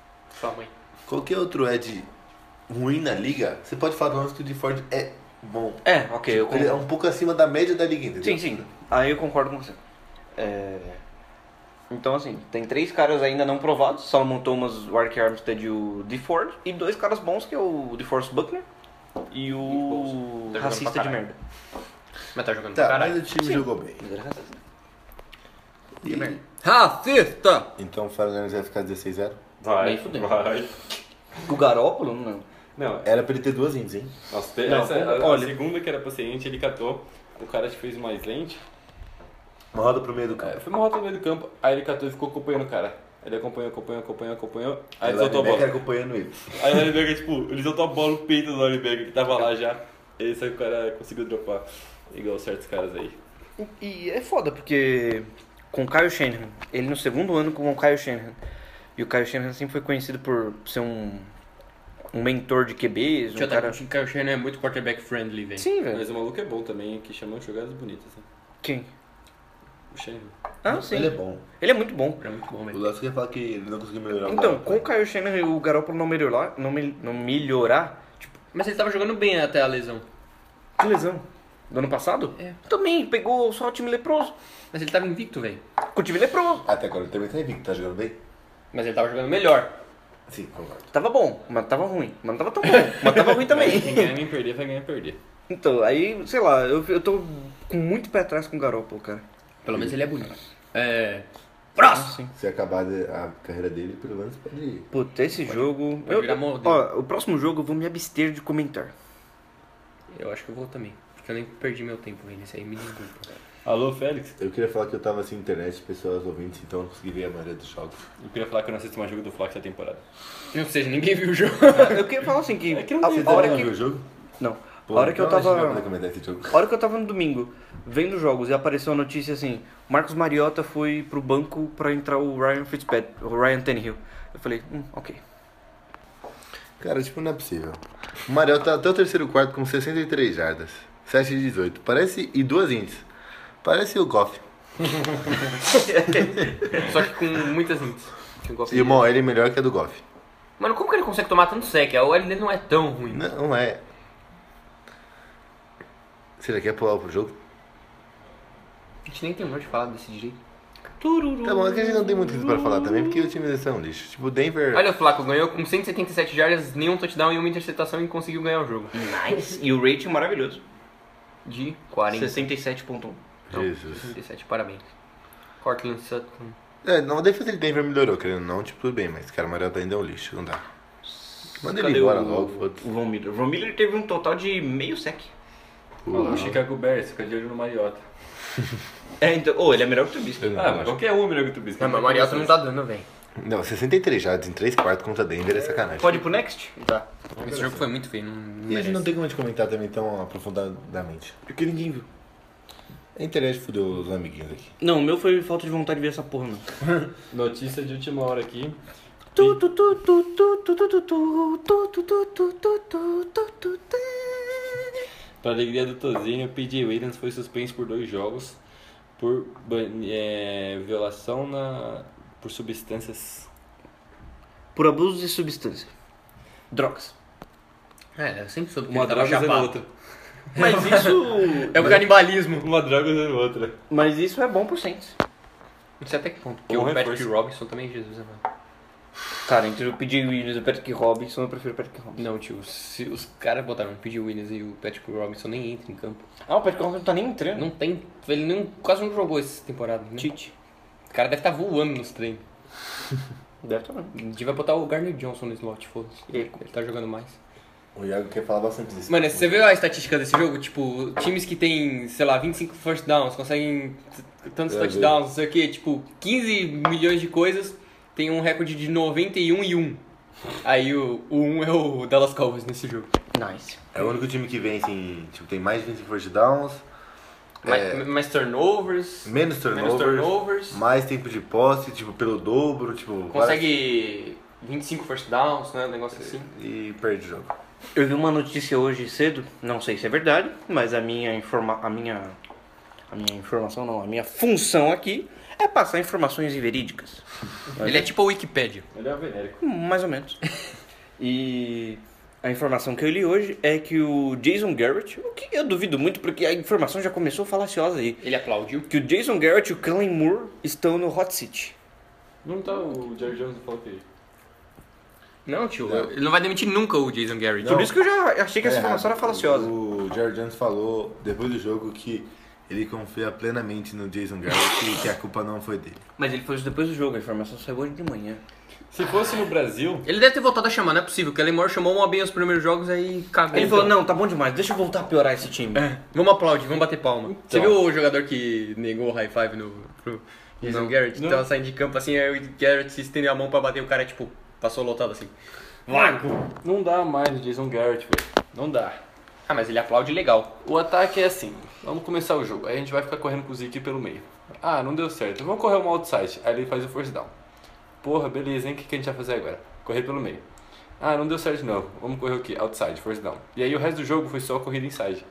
Speaker 4: Sua mãe.
Speaker 5: Qualquer outro Ed ruim na liga, você pode falar antes que o de Ford é bom.
Speaker 2: É, ok, eu
Speaker 5: Ele é
Speaker 2: concordo.
Speaker 5: um pouco acima da média da liga, entendeu?
Speaker 2: Sim, sim. Aí eu concordo com você. É, Então, assim, tem três caras ainda não provados: Salomon Thomas, o Ark Armstead e o D Ford. E dois caras bons, que é o DeForce Buckner e o
Speaker 4: Tá jogando
Speaker 2: racista
Speaker 4: pra
Speaker 2: de
Speaker 4: caralho.
Speaker 2: merda.
Speaker 4: Mas tá jogando pra
Speaker 5: Tá,
Speaker 2: né?
Speaker 4: caralho.
Speaker 5: mas o time jogou bem.
Speaker 2: Mas ele é racista.
Speaker 5: E-
Speaker 4: Racista!
Speaker 5: então o Fernandes vai ficar 16-0.
Speaker 7: Vai,
Speaker 2: Nem fudendo.
Speaker 7: vai.
Speaker 2: O Garópolo? Não.
Speaker 7: Não, é,
Speaker 5: Era pra ele ter duas índices, hein?
Speaker 7: Nossa, te-
Speaker 2: Não,
Speaker 7: essa- a, a
Speaker 2: olha-
Speaker 7: segunda que era paciente, ele catou. O cara que fez mais lente.
Speaker 5: Uma roda pro meio do campo.
Speaker 7: É, Foi uma rota no meio do campo, aí ele catou e ficou acompanhando o cara. Ele acompanhou, acompanhou, acompanhou, acompanhou. Aí
Speaker 5: o
Speaker 7: soltou a bola.
Speaker 5: linebacker acompanhando ele.
Speaker 7: Aí o linebacker, tipo, ele soltou a bola no peito do linebacker que tava lá já. E só que o cara conseguiu dropar. Igual certos caras aí.
Speaker 2: E é foda, porque com o Kyle Shanahan, ele no segundo ano com o Kyle Shanahan, e o Kyle Shanahan sempre foi conhecido por ser um, um mentor de QBs, um
Speaker 4: Tio,
Speaker 2: cara...
Speaker 4: cara... O Kyle Shanahan é muito quarterback friendly, velho.
Speaker 2: Sim, velho.
Speaker 7: Mas o maluco é bom também, que chamou jogadas bonitas, né?
Speaker 2: Quem?
Speaker 7: O Shane.
Speaker 2: Ah, sim.
Speaker 5: Ele é bom.
Speaker 2: Ele é muito bom.
Speaker 4: É muito bom,
Speaker 5: O
Speaker 4: velho.
Speaker 5: Lasso quer falar que ele não conseguiu melhorar. o
Speaker 2: Então,
Speaker 5: cara.
Speaker 2: com o Kyle Shanahan e o Garoppolo não melhorar, não, mel- não melhorar, tipo,
Speaker 4: Mas ele tava jogando bem até a lesão.
Speaker 2: que lesão. Do ano passado?
Speaker 4: É.
Speaker 2: Também, pegou só o time leproso.
Speaker 4: Mas ele tava invicto, velho.
Speaker 2: Com o time leproso.
Speaker 5: Até agora ele também tá invicto, tá jogando bem?
Speaker 4: Mas ele tava jogando melhor.
Speaker 5: Sim, concordo.
Speaker 2: Tava bom, mas tava ruim. Mas não tava tão bom, mas tava ruim também.
Speaker 7: Quem
Speaker 5: <laughs>
Speaker 7: ganhar nem perder, vai ganhar perder.
Speaker 2: Então, aí, sei lá, eu, eu tô com muito pé atrás com o Garoppolo, cara.
Speaker 4: Pelo menos ele é bonito. É.
Speaker 2: Sim.
Speaker 5: Se acabar de- a carreira dele, pelo menos pode ir.
Speaker 2: Puta, esse jogo.
Speaker 4: pode
Speaker 2: eu-
Speaker 4: virar modelo.
Speaker 2: ó, o próximo jogo eu vou me abster de <laughs> comentar.
Speaker 4: Eu acho que eu vou também. Porque eu nem perdi meu tempo, velho. Isso aí me desculpa.
Speaker 7: Alô, Félix?
Speaker 5: Eu queria falar que eu tava sem internet, pessoas ouvintes, então eu não consegui ver a maioria dos jogos.
Speaker 7: Eu queria falar que eu não assisto mais jogo do Flax da temporada.
Speaker 4: Ou seja, ninguém viu o jogo.
Speaker 2: Eu queria falar assim que.
Speaker 7: É que não
Speaker 2: a,
Speaker 7: tem
Speaker 2: a hora
Speaker 5: não viu
Speaker 2: que.
Speaker 5: o jogo?
Speaker 2: Não.
Speaker 5: Pô,
Speaker 2: a hora que eu
Speaker 5: então A gente vai
Speaker 2: tava.
Speaker 5: poder comentar esse jogo.
Speaker 2: A hora que eu tava no domingo, vendo jogos e apareceu a notícia assim: Marcos Mariota foi pro banco pra entrar o Ryan Fitzpatrick, o Ryan Tannehill. Eu falei, hum, ok.
Speaker 5: Cara, tipo, não é possível. O Mariel tá até o terceiro quarto com 63 jardas. 7 de 18. Parece. E duas índices. Parece o Goff.
Speaker 4: <laughs> Só que com muitas hints. Que eu gosto
Speaker 5: E
Speaker 4: de-
Speaker 5: o OL é melhor que a do Goff.
Speaker 4: Mano, como que ele consegue tomar tanto sec? A OL dele não é tão ruim.
Speaker 5: Não é. Será que é pular pro jogo?
Speaker 4: A gente nem tem mais de falar desse direito.
Speaker 5: Tá bom, é que a gente não tem muito isso pra falar também, porque o time deles é um lixo. Tipo, o Denver.
Speaker 4: Olha o Flaco, ganhou com 177 jardas, nenhum touchdown e uma interceptação e conseguiu ganhar o jogo.
Speaker 2: Nice. E o rating maravilhoso:
Speaker 4: De 40.
Speaker 2: 67,1.
Speaker 4: Não,
Speaker 5: Jesus.
Speaker 4: 67, parabéns. Cortland Sutton.
Speaker 5: É, não, a defesa de Denver melhorou, querendo ou não, tipo, tudo bem, mas, cara, o Mariota ainda é um lixo, não dá. Manda ele
Speaker 2: Cadê
Speaker 5: embora
Speaker 2: o-
Speaker 5: logo, foda-se.
Speaker 2: O Von Miller. O Von Miller teve um total de meio sec.
Speaker 7: O Chicago Bears, fica de olho no Mariota.
Speaker 2: É, então. Ô, ele é melhor que o Trubisky.
Speaker 5: Não,
Speaker 7: Ah, mas qualquer um melhor que o Tubisco.
Speaker 4: Não, mas o Mariota não tá dando, velho.
Speaker 5: não, 63 já, em 3 quartos contra Denver é sacanagem.
Speaker 2: Pode ir pro next? Tá.
Speaker 4: Esse jogo foi muito feio, não, não
Speaker 5: E a gente
Speaker 4: merece.
Speaker 5: não tem como a gente comentar também tão aprofundadamente.
Speaker 2: Porque ninguém viu.
Speaker 5: A internet fudeu os amiguinhos aqui.
Speaker 2: Não, o meu foi falta de vontade de ver essa porra, não.
Speaker 7: Notícia de última hora aqui.
Speaker 2: Tu, tu, tu, tu, tu, tu, tu, tu, tu, tu, tu, tu, tu, tu, tu, tu, tu, tu.
Speaker 7: Pra alegria do Tozinho, o P.J. Williams foi suspenso por dois jogos por ban- é, violação na por substâncias.
Speaker 2: Por abuso de substância. Drogas.
Speaker 4: É, eu sempre soube que
Speaker 7: Uma
Speaker 4: ele tava
Speaker 7: droga usando
Speaker 4: chapado.
Speaker 7: outra.
Speaker 2: Mas isso.
Speaker 4: É o canibalismo.
Speaker 7: Uma droga usando outra.
Speaker 2: <laughs> Mas isso é bom pro Saints.
Speaker 4: Não sei até que ponto. Porque
Speaker 7: Bom
Speaker 4: o Patrick
Speaker 7: reforço.
Speaker 4: Robinson também, Jesus, é, mano.
Speaker 2: Cara, então entre o PJ Williams e o Patrick Robinson, eu prefiro o Patrick Robinson.
Speaker 4: Não, tio, se os caras botaram o P.J. Williams e o Patrick Robinson nem entram em campo.
Speaker 2: Ah, o Patrick Robinson não tá nem entrando.
Speaker 4: Não tem. Ele nem, quase não jogou essa temporada, né?
Speaker 2: Tite.
Speaker 4: O cara deve estar voando nos treinos.
Speaker 2: Deve tá estar não.
Speaker 4: A gente vai botar o Garner Johnson no slot, foda-se.
Speaker 2: E aí?
Speaker 4: Ele tá jogando mais.
Speaker 5: O Iago quer falar bastante disso.
Speaker 4: Mano, você viu a estatística desse jogo? Tipo, times que tem, sei lá, 25 first downs, conseguem t- tantos
Speaker 5: É,
Speaker 4: touchdowns, não sei o quê, tipo, 15 milhões de coisas, tem um recorde de 91 e 1. Aí o, o 1 é o Dallas Cowboys nesse jogo.
Speaker 2: Nice.
Speaker 5: É o único time que vence em. Tipo, tem mais de 20 first downs, É.
Speaker 4: Mais, mais turnovers,
Speaker 5: menos
Speaker 4: menos
Speaker 5: turnovers,
Speaker 4: turnovers,
Speaker 5: mais tempo de posse, tipo, pelo dobro, tipo.
Speaker 4: consegue 25 first downs, né? Um negócio assim.
Speaker 5: várias- E perde o jogo.
Speaker 2: Eu vi uma notícia hoje cedo, não sei se é verdade, mas a minha informa a minha a minha informação não, a minha função aqui é passar informações inverídicas.
Speaker 4: Ele é tipo a Wikipedia.
Speaker 3: Ele é o venérico.
Speaker 2: Mais ou <laughs> menos. E a informação que eu li hoje é que o Jason Garrett, o que eu duvido muito porque a informação já começou falaciosa aí,
Speaker 4: Ele aplaudiu.
Speaker 2: que o Jason Garrett e o Kellen Moore estão no Hot City.
Speaker 3: Não tá o Jerry Jones falou que
Speaker 4: Não, tio. Ele não vai demitir nunca o Jason Garrett.
Speaker 2: Por isso que eu já achei que essa informação era falaciosa.
Speaker 5: É, O Jared Jones falou depois do jogo que ele confia plenamente no Jason Garrett e que a culpa não foi dele.
Speaker 2: Mas ele foi depois do jogo, a informação saiu hoje de manhã.
Speaker 3: Se fosse no Brasil,
Speaker 4: Ele deve ter voltado a chamar, não é possível. que Kellen Moore chamou uma bem nos primeiros jogos aí cagou.
Speaker 2: Ele falou, não, tá bom demais, deixa eu voltar a piorar esse time.
Speaker 4: Vamos aplaudir, vamos bater palma. Você viu o jogador que negou o high five no, pro Jason Garrett? Tava saindo de campo assim, aí o Garrett se estendeu a mão pra bater o cara, tipo, passou lotado assim.
Speaker 3: não dá mais o Jason Garrett, velho. Não dá.
Speaker 4: Ah, mas ele aplaude legal.
Speaker 3: O ataque é assim, vamos começar o jogo, aí a gente vai ficar correndo com o Zeke pelo meio. Ah, não deu certo, vamos correr uma outside, aí ele faz o force down. Porra, beleza, hein, o que, que a gente vai fazer agora? Correr pelo meio. Ah, não deu certo de novo, vamos correr o quê? Outside, force down. E aí o resto do jogo foi só corrida inside,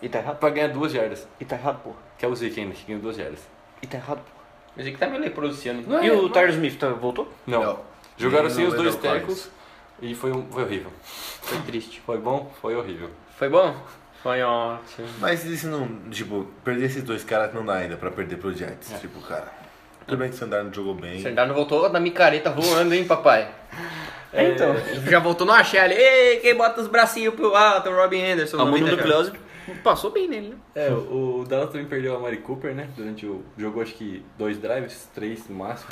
Speaker 2: E tá errado,
Speaker 3: pra ganhar duas jardas.
Speaker 2: e tá errado, porra.
Speaker 3: Que é o Zeke ainda, que ganhou duas jardas.
Speaker 2: E tá errado, porra.
Speaker 4: Mas ele que tá meio leproduciano. Não
Speaker 2: E o Tyler Smith tá- voltou?
Speaker 3: Não,
Speaker 5: Não.
Speaker 3: jogaram
Speaker 5: Não,
Speaker 3: sem os
Speaker 5: não
Speaker 3: dois
Speaker 5: deu quase.
Speaker 3: tackles e foi, um, foi horrível.
Speaker 4: Foi triste.
Speaker 3: Foi bom, foi horrível.
Speaker 4: Foi bom? Foi ótimo.
Speaker 5: Mas isso não. Tipo, perder esses dois caras não dá ainda pra perder pro Jets.
Speaker 2: É.
Speaker 5: Tipo, cara. Tudo bem que o Sandar não jogou bem.
Speaker 4: Sandar não voltou da micareta voando, hein, papai?
Speaker 2: então.
Speaker 4: Ele já voltou no axé ali. Ei, quem bota os bracinhos pro alto? Robin Henderson.
Speaker 2: A mão
Speaker 4: Nome da chave.
Speaker 2: nucleose passou bem nele, né?
Speaker 3: É, o o Dallas também perdeu a Mari Cooper, né? Durante o. Jogou acho que dois drives, três no máximo.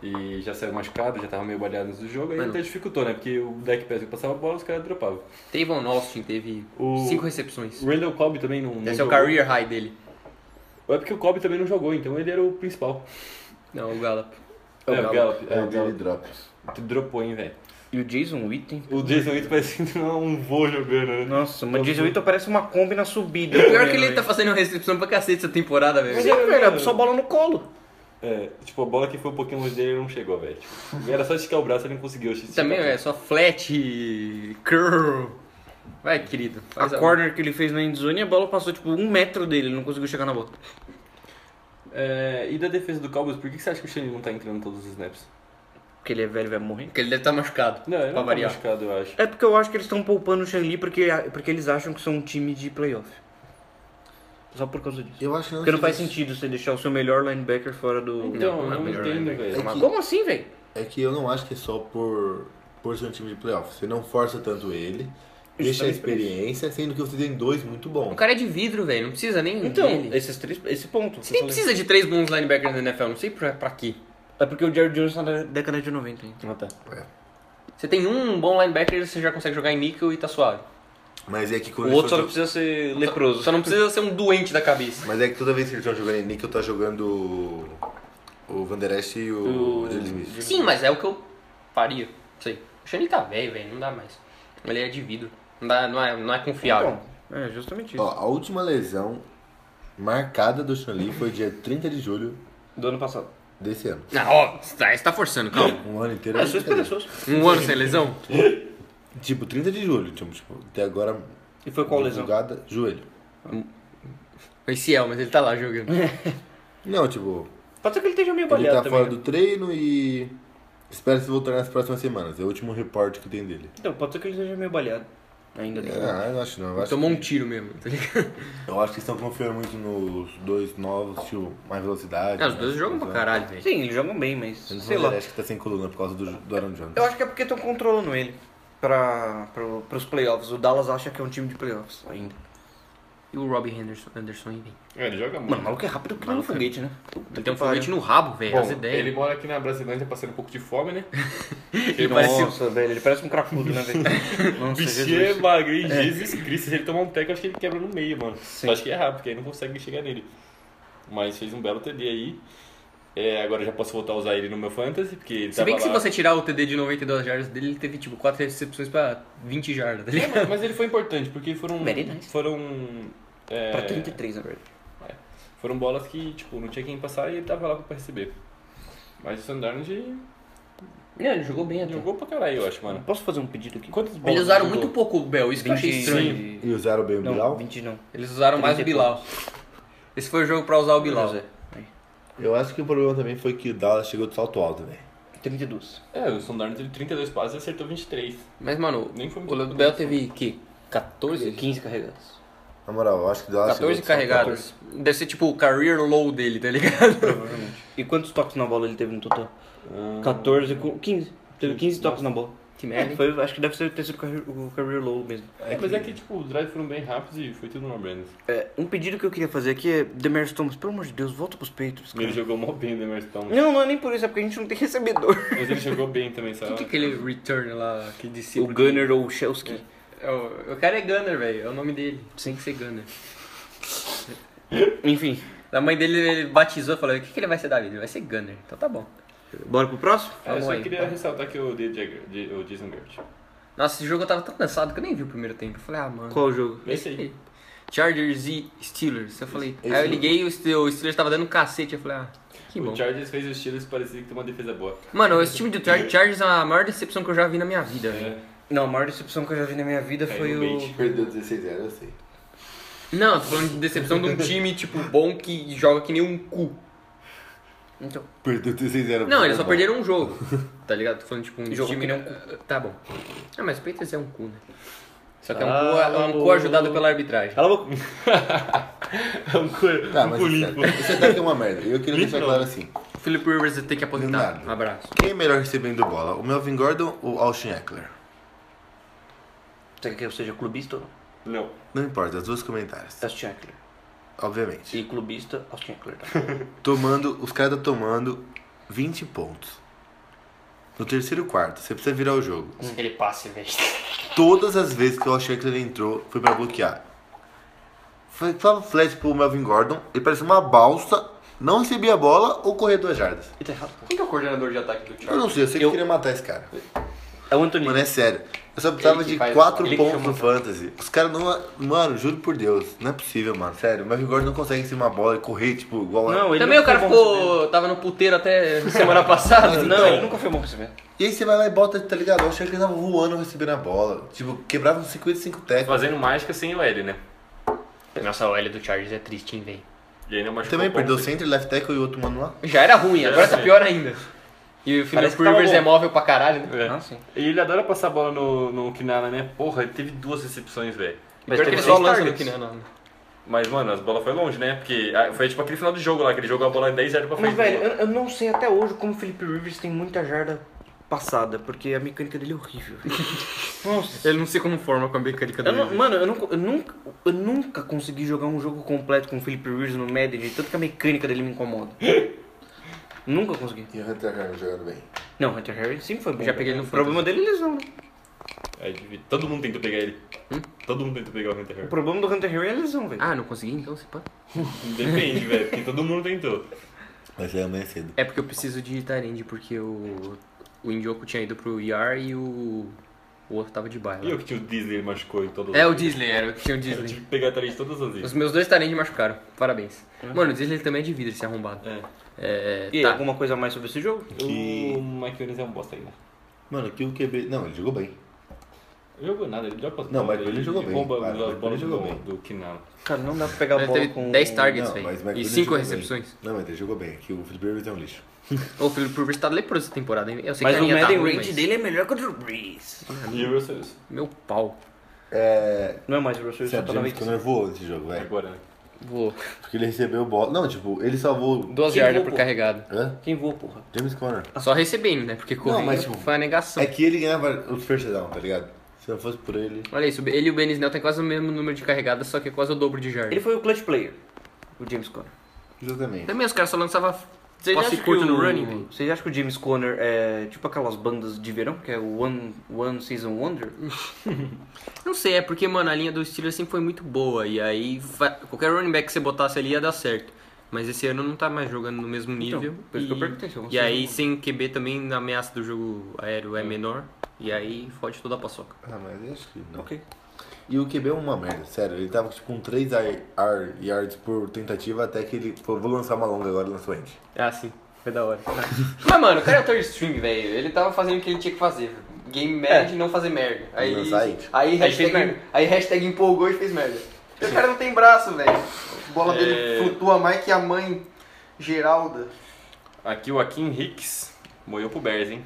Speaker 3: E já saiu machucado, já tava meio baleado antes do jogo, aí
Speaker 4: Mano.
Speaker 3: até dificultou, né? Porque o deck Prescott passava a bola, os caras dropavam.
Speaker 4: Tavon Austin teve
Speaker 3: O-
Speaker 4: cinco recepções.
Speaker 3: O Randall Cobb também não. não
Speaker 4: Esse é o
Speaker 3: jogou.
Speaker 4: career high dele.
Speaker 3: Ou é porque o Cobb também não jogou, então ele era o principal.
Speaker 4: Não, o Gallup.
Speaker 3: É, o Gallup.
Speaker 5: É
Speaker 3: É,
Speaker 5: o
Speaker 3: o
Speaker 5: Billy
Speaker 3: Gallup.
Speaker 5: Drop.
Speaker 3: Tu dropou, hein, velho.
Speaker 2: E o Jason Witten.
Speaker 3: O Jason Witten parece que não é um vô jogando, né?
Speaker 2: Nossa, mas o Jason Witten parece uma Kombi na subida.
Speaker 4: E o pior é que ele tá fazendo recepção pra cacete essa temporada, velho.
Speaker 2: Sim, velho, é só bola no colo.
Speaker 3: É, tipo, a bola que foi um pouquinho longe dele ele não chegou, velho. Tipo, era só esticar o braço, ele não conseguiu. esticar.
Speaker 4: Também é só flat e curl. Vai, querido.
Speaker 2: A
Speaker 4: Faz
Speaker 2: corner que ele fez na endzone, a bola passou tipo um metro dele, ele não conseguiu chegar na bola.
Speaker 3: É, e da defesa do Cowboys, por que que você acha que o Shane não tá entrando em todos os snaps?
Speaker 2: Porque ele é velho, vai morrer.
Speaker 4: Porque ele deve estar machucado.
Speaker 3: Não, ele
Speaker 4: pra
Speaker 3: não tá
Speaker 4: variar.
Speaker 3: machucado, eu acho.
Speaker 2: É porque eu acho que eles estão poupando o Shanli porque, porque eles acham que são um time de playoff. Só por causa disso.
Speaker 5: Eu acho que não.
Speaker 2: Porque não faz sentido você deixar o seu melhor linebacker fora do.
Speaker 3: Então,
Speaker 4: Não,
Speaker 3: eu
Speaker 4: não é
Speaker 3: não
Speaker 4: melhor,
Speaker 3: entendo,
Speaker 4: né?
Speaker 3: velho.
Speaker 5: É que-
Speaker 2: Como assim, velho?
Speaker 5: É que eu não acho que é só por, por ser um time de playoff. Você não força tanto ele, deixa a experiência, sendo que você tem dois muito
Speaker 4: O
Speaker 5: bons.
Speaker 4: cara é de vidro, velho. Não precisa nem
Speaker 2: Então,
Speaker 4: dele.
Speaker 2: esses três, esse ponto.
Speaker 4: Você nem precisa de três bons linebackers na NFL. Não sei pra, pra quê.
Speaker 2: É porque o Jared Jones tá na década de 90 ainda.
Speaker 3: Ah, tá.
Speaker 4: Você tem um bom linebacker, você já consegue jogar em níquel e tá suave.
Speaker 5: Mas é que
Speaker 2: O
Speaker 5: quando
Speaker 2: outro só
Speaker 5: eles
Speaker 2: não
Speaker 5: tão-
Speaker 2: precisa ser leproso.
Speaker 4: Só não precisa ser um doente da cabeça.
Speaker 5: Mas é que toda vez que eles estão jogando em Nickel, tá jogando o- o Van Der Esch e o, o... Smith.
Speaker 4: Sim, mas é o que eu faria. Não sei. O Shane tá velho, velho. Não dá mais. Ele é de vidro. Não, dá, não, é, não é confiável.
Speaker 2: Bom, é justamente isso.
Speaker 5: Ó, a última lesão marcada do Chun-Li foi dia 30 de julho
Speaker 2: Do ano passado.
Speaker 5: desse ano.
Speaker 4: Ah, ó, você tá, você tá forçando, calma.
Speaker 5: Um ano inteiro.
Speaker 2: É,
Speaker 5: é
Speaker 2: sou
Speaker 5: brincadeira.
Speaker 2: esperançoso.
Speaker 4: Um ano sem lesão?
Speaker 5: Tipo, 30 de julho. Tipo, tipo, até agora...
Speaker 2: E foi qual lesão?
Speaker 5: divulgada, Joelho.
Speaker 4: Foi Ciel, mas ele tá lá jogando.
Speaker 5: Não, tipo...
Speaker 2: Pode ser que ele esteja meio
Speaker 5: Ele tá
Speaker 2: baleado
Speaker 5: fora
Speaker 2: também. né?
Speaker 5: do treino e espera se voltar nas próximas semanas. É o último reporte que tem dele.
Speaker 2: Então, pode ser que ele esteja meio baleado. Ainda tem.
Speaker 5: Ah, eu não acho não. Eu acho,
Speaker 4: Tomou um tiro mesmo, tá ligado?
Speaker 5: eu acho que estão confiando muito nos dois novos, tipo, mais velocidade.
Speaker 2: É,
Speaker 4: Não, os
Speaker 5: mais
Speaker 4: dois jogam pra
Speaker 5: explosão.
Speaker 4: caralho, velho.
Speaker 2: Sim, eles jogam bem, mas
Speaker 5: Menos
Speaker 2: sei
Speaker 5: o
Speaker 2: lá.
Speaker 5: Vanderest que tá sem coluna por causa do, do Aaron Jones.
Speaker 2: Eu acho que é porque estão controlando ele pra, pro, pros playoffs. O Dallas acha que é um time de playoffs ainda.
Speaker 4: E o Robbie Henderson, Anderson aí, velho.
Speaker 3: É, ele joga muito.
Speaker 2: Mano, o maluco é rápido que nem um
Speaker 4: Maluco é-
Speaker 2: foguete, né?
Speaker 4: Ele tem um foguete no rabo, velho. As
Speaker 3: Bom,
Speaker 4: ideias.
Speaker 3: ele mora aqui na Brasilândia passando um pouco de fome,
Speaker 4: <laughs>
Speaker 3: né?
Speaker 2: Ele parece... Nossa, velho, ele parece um cracudo, né, velho?
Speaker 3: O
Speaker 2: Nossa,
Speaker 3: bichinho é
Speaker 2: Jesus.
Speaker 3: magro, hein? Jesus Cristo. Se ele tomar um teco, acho que ele quebra no meio, mano. Eu acho que é rápido, porque aí não consegue chegar nele. Mas fez um belo TD aí. É, agora eu já posso voltar a usar ele no meu fantasy, porque ele
Speaker 4: Se bem que se
Speaker 3: tava lá.
Speaker 4: você tirar o TD de 92 jardas dele, ele teve tipo 4 recepções pra 20 jardas. Tá
Speaker 3: É,
Speaker 4: ligado?
Speaker 3: mas, mas ele foi importante, porque foram.
Speaker 2: Very nice.
Speaker 3: Foram. é,
Speaker 2: Pra 33, na verdade.
Speaker 3: Foram bolas que, tipo, não tinha quem passar e ele tava lá pra receber. Mas o Sandarnold
Speaker 4: É,
Speaker 2: Não, ele jogou bem até.
Speaker 3: jogou pra caralho, eu acho, mano.
Speaker 2: Posso fazer um pedido aqui?
Speaker 3: Quantas bolas
Speaker 4: Eles usaram
Speaker 3: ele
Speaker 4: muito
Speaker 3: jogou?
Speaker 4: pouco o Bell, isso que eu achei estranho.
Speaker 5: E usaram bem o
Speaker 2: Não,
Speaker 5: Bilal?
Speaker 2: 20 não.
Speaker 4: Eles usaram mais o
Speaker 2: 30 e
Speaker 4: Bilal. Esse foi o jogo pra usar o Bilal.
Speaker 2: José.
Speaker 5: Eu acho que o problema também foi que o Dallas chegou de salto alto, velho.
Speaker 2: 32.
Speaker 3: É, o Sandarnold teve 32 passes e acertou 23.
Speaker 4: Mas, mano,
Speaker 3: Nem foi
Speaker 4: o
Speaker 3: muito assim.
Speaker 4: Leandro
Speaker 3: bom.
Speaker 4: Bell teve que? 14?
Speaker 2: 15 carregados.
Speaker 5: Na moral, eu acho que o Dallas
Speaker 4: 14
Speaker 5: chegou de salto alto.
Speaker 4: carregadas. Deve ser tipo o career low dele, tá ligado?
Speaker 2: E quantos toques na bola ele teve no total?
Speaker 3: Ah,
Speaker 2: Ah, 14 com 15. Teve 15 toques na bola.
Speaker 4: Que
Speaker 2: É, foi, acho que deve ser ter sido o career- o career low mesmo.
Speaker 3: É, mas é que, tipo, os drives foram bem rápidos e foi tudo no Brandon.
Speaker 2: É, um pedido que eu queria fazer aqui é Demers Thomas, pelo amor de Deus, volta pros peitos.
Speaker 3: Ele jogou mó bem, né, mas
Speaker 4: <laughs>
Speaker 3: então-
Speaker 2: Não, não é nem por isso, é porque a gente não tem <laughs> recebedor.
Speaker 3: Mas ele jogou bem também,
Speaker 4: O que
Speaker 3: sabe?
Speaker 4: é aquele return lá, aquele
Speaker 2: O
Speaker 4: discípulo?
Speaker 2: Gunner ou o Shelsky.
Speaker 4: dele? É o, o cara é Gunner, velho. É o nome dele. Tem que ser Gunner.
Speaker 2: É. Enfim,
Speaker 4: A mãe dele ele batizou e falou: o que, que ele vai ser da vida? Ele vai ser Gunner. Então tá bom.
Speaker 2: bora pro próximo?
Speaker 3: É, eu
Speaker 4: Vamos
Speaker 3: só
Speaker 4: aí.
Speaker 3: queria ressaltar que eu odeio o Jagger- de- o Jason Garrett.
Speaker 4: Nossa, esse jogo eu tava tão cansado que eu nem vi o primeiro tempo. Eu falei, ah, mano.
Speaker 2: Qual o jogo?
Speaker 3: Esse É aí.
Speaker 4: Chargers e Steelers. Eu falei. aí eu liguei e o Ste- o Steelers tava dando um cacete. Eu falei, ah, que bom.
Speaker 3: O Chargers fez os Steelers parecia que tem uma defesa boa.
Speaker 4: Mano, esse time do Char- Chargers é a maior decepção que eu já vi na minha vida, velho.
Speaker 3: É,
Speaker 2: Não, a maior decepção que eu já vi na minha vida foi
Speaker 3: no
Speaker 2: o.
Speaker 3: bait.
Speaker 5: Perdeu 16 0 eu sei.
Speaker 4: Não, eu tô falando de decepção de um time, tipo, bom que joga que nem um cu.
Speaker 2: Então,
Speaker 5: Perdeu 16 0
Speaker 4: Não, eles só perderam um jogo.
Speaker 2: <laughs>
Speaker 4: Tá ligado? Tô falando, tipo, um
Speaker 2: Jogo
Speaker 4: time
Speaker 2: que é
Speaker 4: não. Tá bom. Ah, mas o Patriots é um cu, né? Só que é um,
Speaker 3: Ah,
Speaker 4: cu, é um cu
Speaker 3: o-
Speaker 4: ajudado pela arbitragem.
Speaker 2: cala a boca.
Speaker 3: É um cu-
Speaker 5: Tá,
Speaker 3: um
Speaker 5: mas
Speaker 3: cu
Speaker 5: isso
Speaker 3: limpo.
Speaker 5: é- isso daqui é uma merda. E eu queria deixar
Speaker 3: Limpo.
Speaker 5: claro assim.
Speaker 4: O Philip Rivers vai ter que aposentar.
Speaker 5: Leonardo.
Speaker 4: Um abraço.
Speaker 5: Quem é melhor recebendo bola? O Melvin Gordon ou o Austin Eckler?
Speaker 2: Você quer que eu seja clubista ou não?
Speaker 3: Não.
Speaker 5: Não importa, as duas comentários.
Speaker 2: Austin Eckler.
Speaker 5: Obviamente.
Speaker 2: E clubista, Austin Eckler. Tá?
Speaker 5: tomando, os caras estão tomando 20 pontos. No terceiro quarto, você precisa virar o jogo.
Speaker 4: Ele passe, velho.
Speaker 5: Todas as vezes que o Austin Eckler entrou, foi pra bloquear. Foi só um flash pro Melvin Gordon, ele parecia uma balsa, não recebia a bola ou corria duas jardas.
Speaker 2: E tá errado, pô.
Speaker 4: Quem que é o coordenador de ataque do
Speaker 5: Eu
Speaker 4: Chargers?
Speaker 5: não sei, eu sei que eu queria matar esse cara.
Speaker 2: É o Anthony.
Speaker 5: Mano, é sério. Eu só precisava
Speaker 4: que
Speaker 5: de
Speaker 4: faz-
Speaker 5: 4
Speaker 4: ele que
Speaker 5: pontos
Speaker 4: chama-
Speaker 5: no fantasy. Os caras não. Mano, juro por Deus. Não é possível, mano. Sério, o Melvin Gordon não consegue receber uma bola e correr, tipo, igual a-
Speaker 2: Não, ele
Speaker 4: é Também o
Speaker 2: nunca foi
Speaker 4: cara
Speaker 2: bom
Speaker 4: ficou. tava no puteiro até semana passada. <laughs> né?
Speaker 2: recebendo. Não, ele nunca foi bom recebendo.
Speaker 5: E aí você vai lá e bota, tá ligado? Eu achei que ele tava voando recebendo a bola. Tipo, quebrava uns 55 teclas.
Speaker 3: Fazendo mágica sem o L, né?
Speaker 4: Nossa, a OL do Chargers é triste, hein, velho.
Speaker 3: E ainda machucou
Speaker 5: Também
Speaker 3: o
Speaker 5: perdeu o
Speaker 3: ponto.
Speaker 5: center, left tackle e outro mano lá.
Speaker 4: Já era ruim,
Speaker 3: Já
Speaker 4: agora
Speaker 3: era
Speaker 4: tá
Speaker 3: ruim.
Speaker 4: pior ainda. E o Philip
Speaker 2: Parece que tava
Speaker 4: Rivers
Speaker 2: bom.
Speaker 4: é móvel pra caralho, né?
Speaker 3: É.
Speaker 2: Ah, sim.
Speaker 3: E ele adora passar a bola no, no Kinana, né? Porra, ele teve duas recepções, velho.
Speaker 4: Pior
Speaker 2: teve
Speaker 4: que ele
Speaker 2: seis
Speaker 4: só lança
Speaker 2: targets.
Speaker 4: aqui, né? Não.
Speaker 3: Mas, mano, as bolas foi longe, né? Porque ah, foi tipo aquele final do jogo lá, que ele jogou a bola 10 0 pra frente.
Speaker 2: Mas, velho, eu, eu não sei até hoje como o Felipe Rivers tem muita jarda passada, porque a mecânica dele é horrível. <laughs> Nossa.
Speaker 4: Ele não se conforma com a mecânica
Speaker 2: Eu não- mano, eu, não- eu nunca, eu nunca consegui jogar um jogo completo com o Felipe Rivers no Madden, de tanto que a mecânica dele me
Speaker 4: <laughs>
Speaker 2: incomoda. nunca consegui.
Speaker 5: E o Hunter Harris jogando bem.
Speaker 2: Não, Hunter Harry sempre foi bom.
Speaker 4: Já peguei ele no
Speaker 2: O problema dele é lesão, né?
Speaker 3: Aí, todo mundo tentou pegar ele.
Speaker 4: Hum?
Speaker 3: Todo mundo tentou pegar o Hunter
Speaker 2: O
Speaker 3: Henry.
Speaker 2: problema do Hunter Harry é lesão, velho.
Speaker 4: Ah, não consegui então? Você pode?
Speaker 3: Depende, velho, porque todo mundo tentou.
Speaker 5: Mas é amanhã cedo.
Speaker 4: É porque eu preciso de Tyrande, porque o, o Indioco tinha ido pro IR e o, o outro tava de
Speaker 3: E
Speaker 4: baile.
Speaker 3: eu que tinha o Disney machucou em todas
Speaker 4: É
Speaker 3: as
Speaker 4: o
Speaker 3: vezes.
Speaker 4: Disney, era o que tinha o
Speaker 3: Eu
Speaker 4: Disney.
Speaker 3: tive que pegar atrás de todas as
Speaker 4: Os
Speaker 3: vezes.
Speaker 4: meus dois Tyrande machucaram, parabéns. Mano, o Disney também é de vidro, esse arrombado.
Speaker 3: É.
Speaker 4: É,
Speaker 2: E aí,
Speaker 4: tá.
Speaker 2: alguma coisa a mais sobre esse jogo?
Speaker 5: Que-
Speaker 3: O Mike Williams é um bosta ainda.
Speaker 5: Mano, que o QB. Não, ele jogou bem.
Speaker 3: Ele jogou nada, ele já passou.
Speaker 5: Não, mas ele jogou bem,
Speaker 3: Bomba
Speaker 5: cara,
Speaker 3: as
Speaker 5: mas
Speaker 3: bolas
Speaker 5: ele jogou
Speaker 3: do,
Speaker 5: bem.
Speaker 3: do Kinala.
Speaker 2: Cara, não dá pra pegar a
Speaker 4: Ele
Speaker 2: bola
Speaker 4: teve
Speaker 2: com...
Speaker 4: 10 targets,
Speaker 5: Não, mas
Speaker 4: velho.
Speaker 5: Mike
Speaker 4: E
Speaker 5: Williams
Speaker 4: 5
Speaker 5: jogou
Speaker 4: recepções.
Speaker 5: Bem. Não, mas ele jogou bem. Aqui o Felipe Rivers é um lixo.
Speaker 4: O Philip Rivers tá leproso essa temporada, hein? Eu sei
Speaker 2: Mas
Speaker 4: que a
Speaker 2: o
Speaker 4: linha tá
Speaker 2: Madden
Speaker 4: ruim,
Speaker 2: Range
Speaker 4: mas-
Speaker 2: dele é melhor que o Drew Brees.
Speaker 3: E o Russell Wilson.
Speaker 4: Meu pau.
Speaker 5: É. né?
Speaker 2: Não é mais o Russell Wilson,
Speaker 5: Sério,
Speaker 2: tá
Speaker 5: o
Speaker 2: na
Speaker 5: James
Speaker 2: 25.
Speaker 5: Conner voou esse jogo, velho.
Speaker 3: Agora, né?
Speaker 4: Vou.
Speaker 5: Porque ele recebeu bola. Não, tipo, ele salvou.
Speaker 4: Duas
Speaker 2: Quem
Speaker 4: jardas
Speaker 2: voou,
Speaker 4: por
Speaker 2: pô?
Speaker 4: carregado.
Speaker 5: Hã?
Speaker 2: Quem voa, porra?
Speaker 5: James Conner.
Speaker 4: Só recebendo, né? Porque correndo
Speaker 5: mas, tipo,
Speaker 4: foi uma negação.
Speaker 5: É que ele ganhava os first down, tá ligado? Se não fosse por ele.
Speaker 4: Olha isso, ele e o Benisnel tem quase o mesmo número de carregadas, só que é quase o dobro de jardas.
Speaker 2: Ele foi o clutch player, o James Conner.
Speaker 5: Exatamente.
Speaker 4: Também os caras só lançavam
Speaker 2: Vocês
Speaker 4: passe
Speaker 2: acham
Speaker 4: curto
Speaker 2: que
Speaker 4: no
Speaker 2: o-
Speaker 4: running, velho.
Speaker 2: Vocês acham que o James Conner é tipo aquelas bandas de verão, que é o One, One Season Wonder?
Speaker 4: Não sei, é porque, mano, a linha do Steelers sempre foi muito boa. E aí, fa- qualquer running back que você botasse ali ia dar certo. Mas esse ano não tá mais jogando no mesmo nível.
Speaker 2: Então, por isso que eu
Speaker 4: e-
Speaker 2: perguntei se eu
Speaker 4: E
Speaker 2: consigo.
Speaker 4: aí, sem QB também, na ameaça do jogo aéreo
Speaker 2: Hum.
Speaker 4: é menor. E aí, fode toda a paçoca.
Speaker 5: Ah, mas eu acho que não.
Speaker 2: Ok.
Speaker 5: E o QB é uma merda, sério. Ele tava tipo com 3 yards por tentativa até que ele falou, vou lançar uma longa agora, lançou end.
Speaker 4: Ah, sim. Foi da hora.
Speaker 1: Mas, mano, o cara é third string, velho. Ele tava fazendo o que ele tinha que fazer. Game merda e não fazer merda. Aí,
Speaker 5: Não sai.
Speaker 1: aí,
Speaker 2: fez
Speaker 1: hashtag,
Speaker 2: merda.
Speaker 1: aí hashtag empolgou e fez merda. E o cara não tem braço, velho. A bola dele flutua mais que a mãe Geralda.
Speaker 7: Aqui o Akin Hicks moeu pro Bears, hein?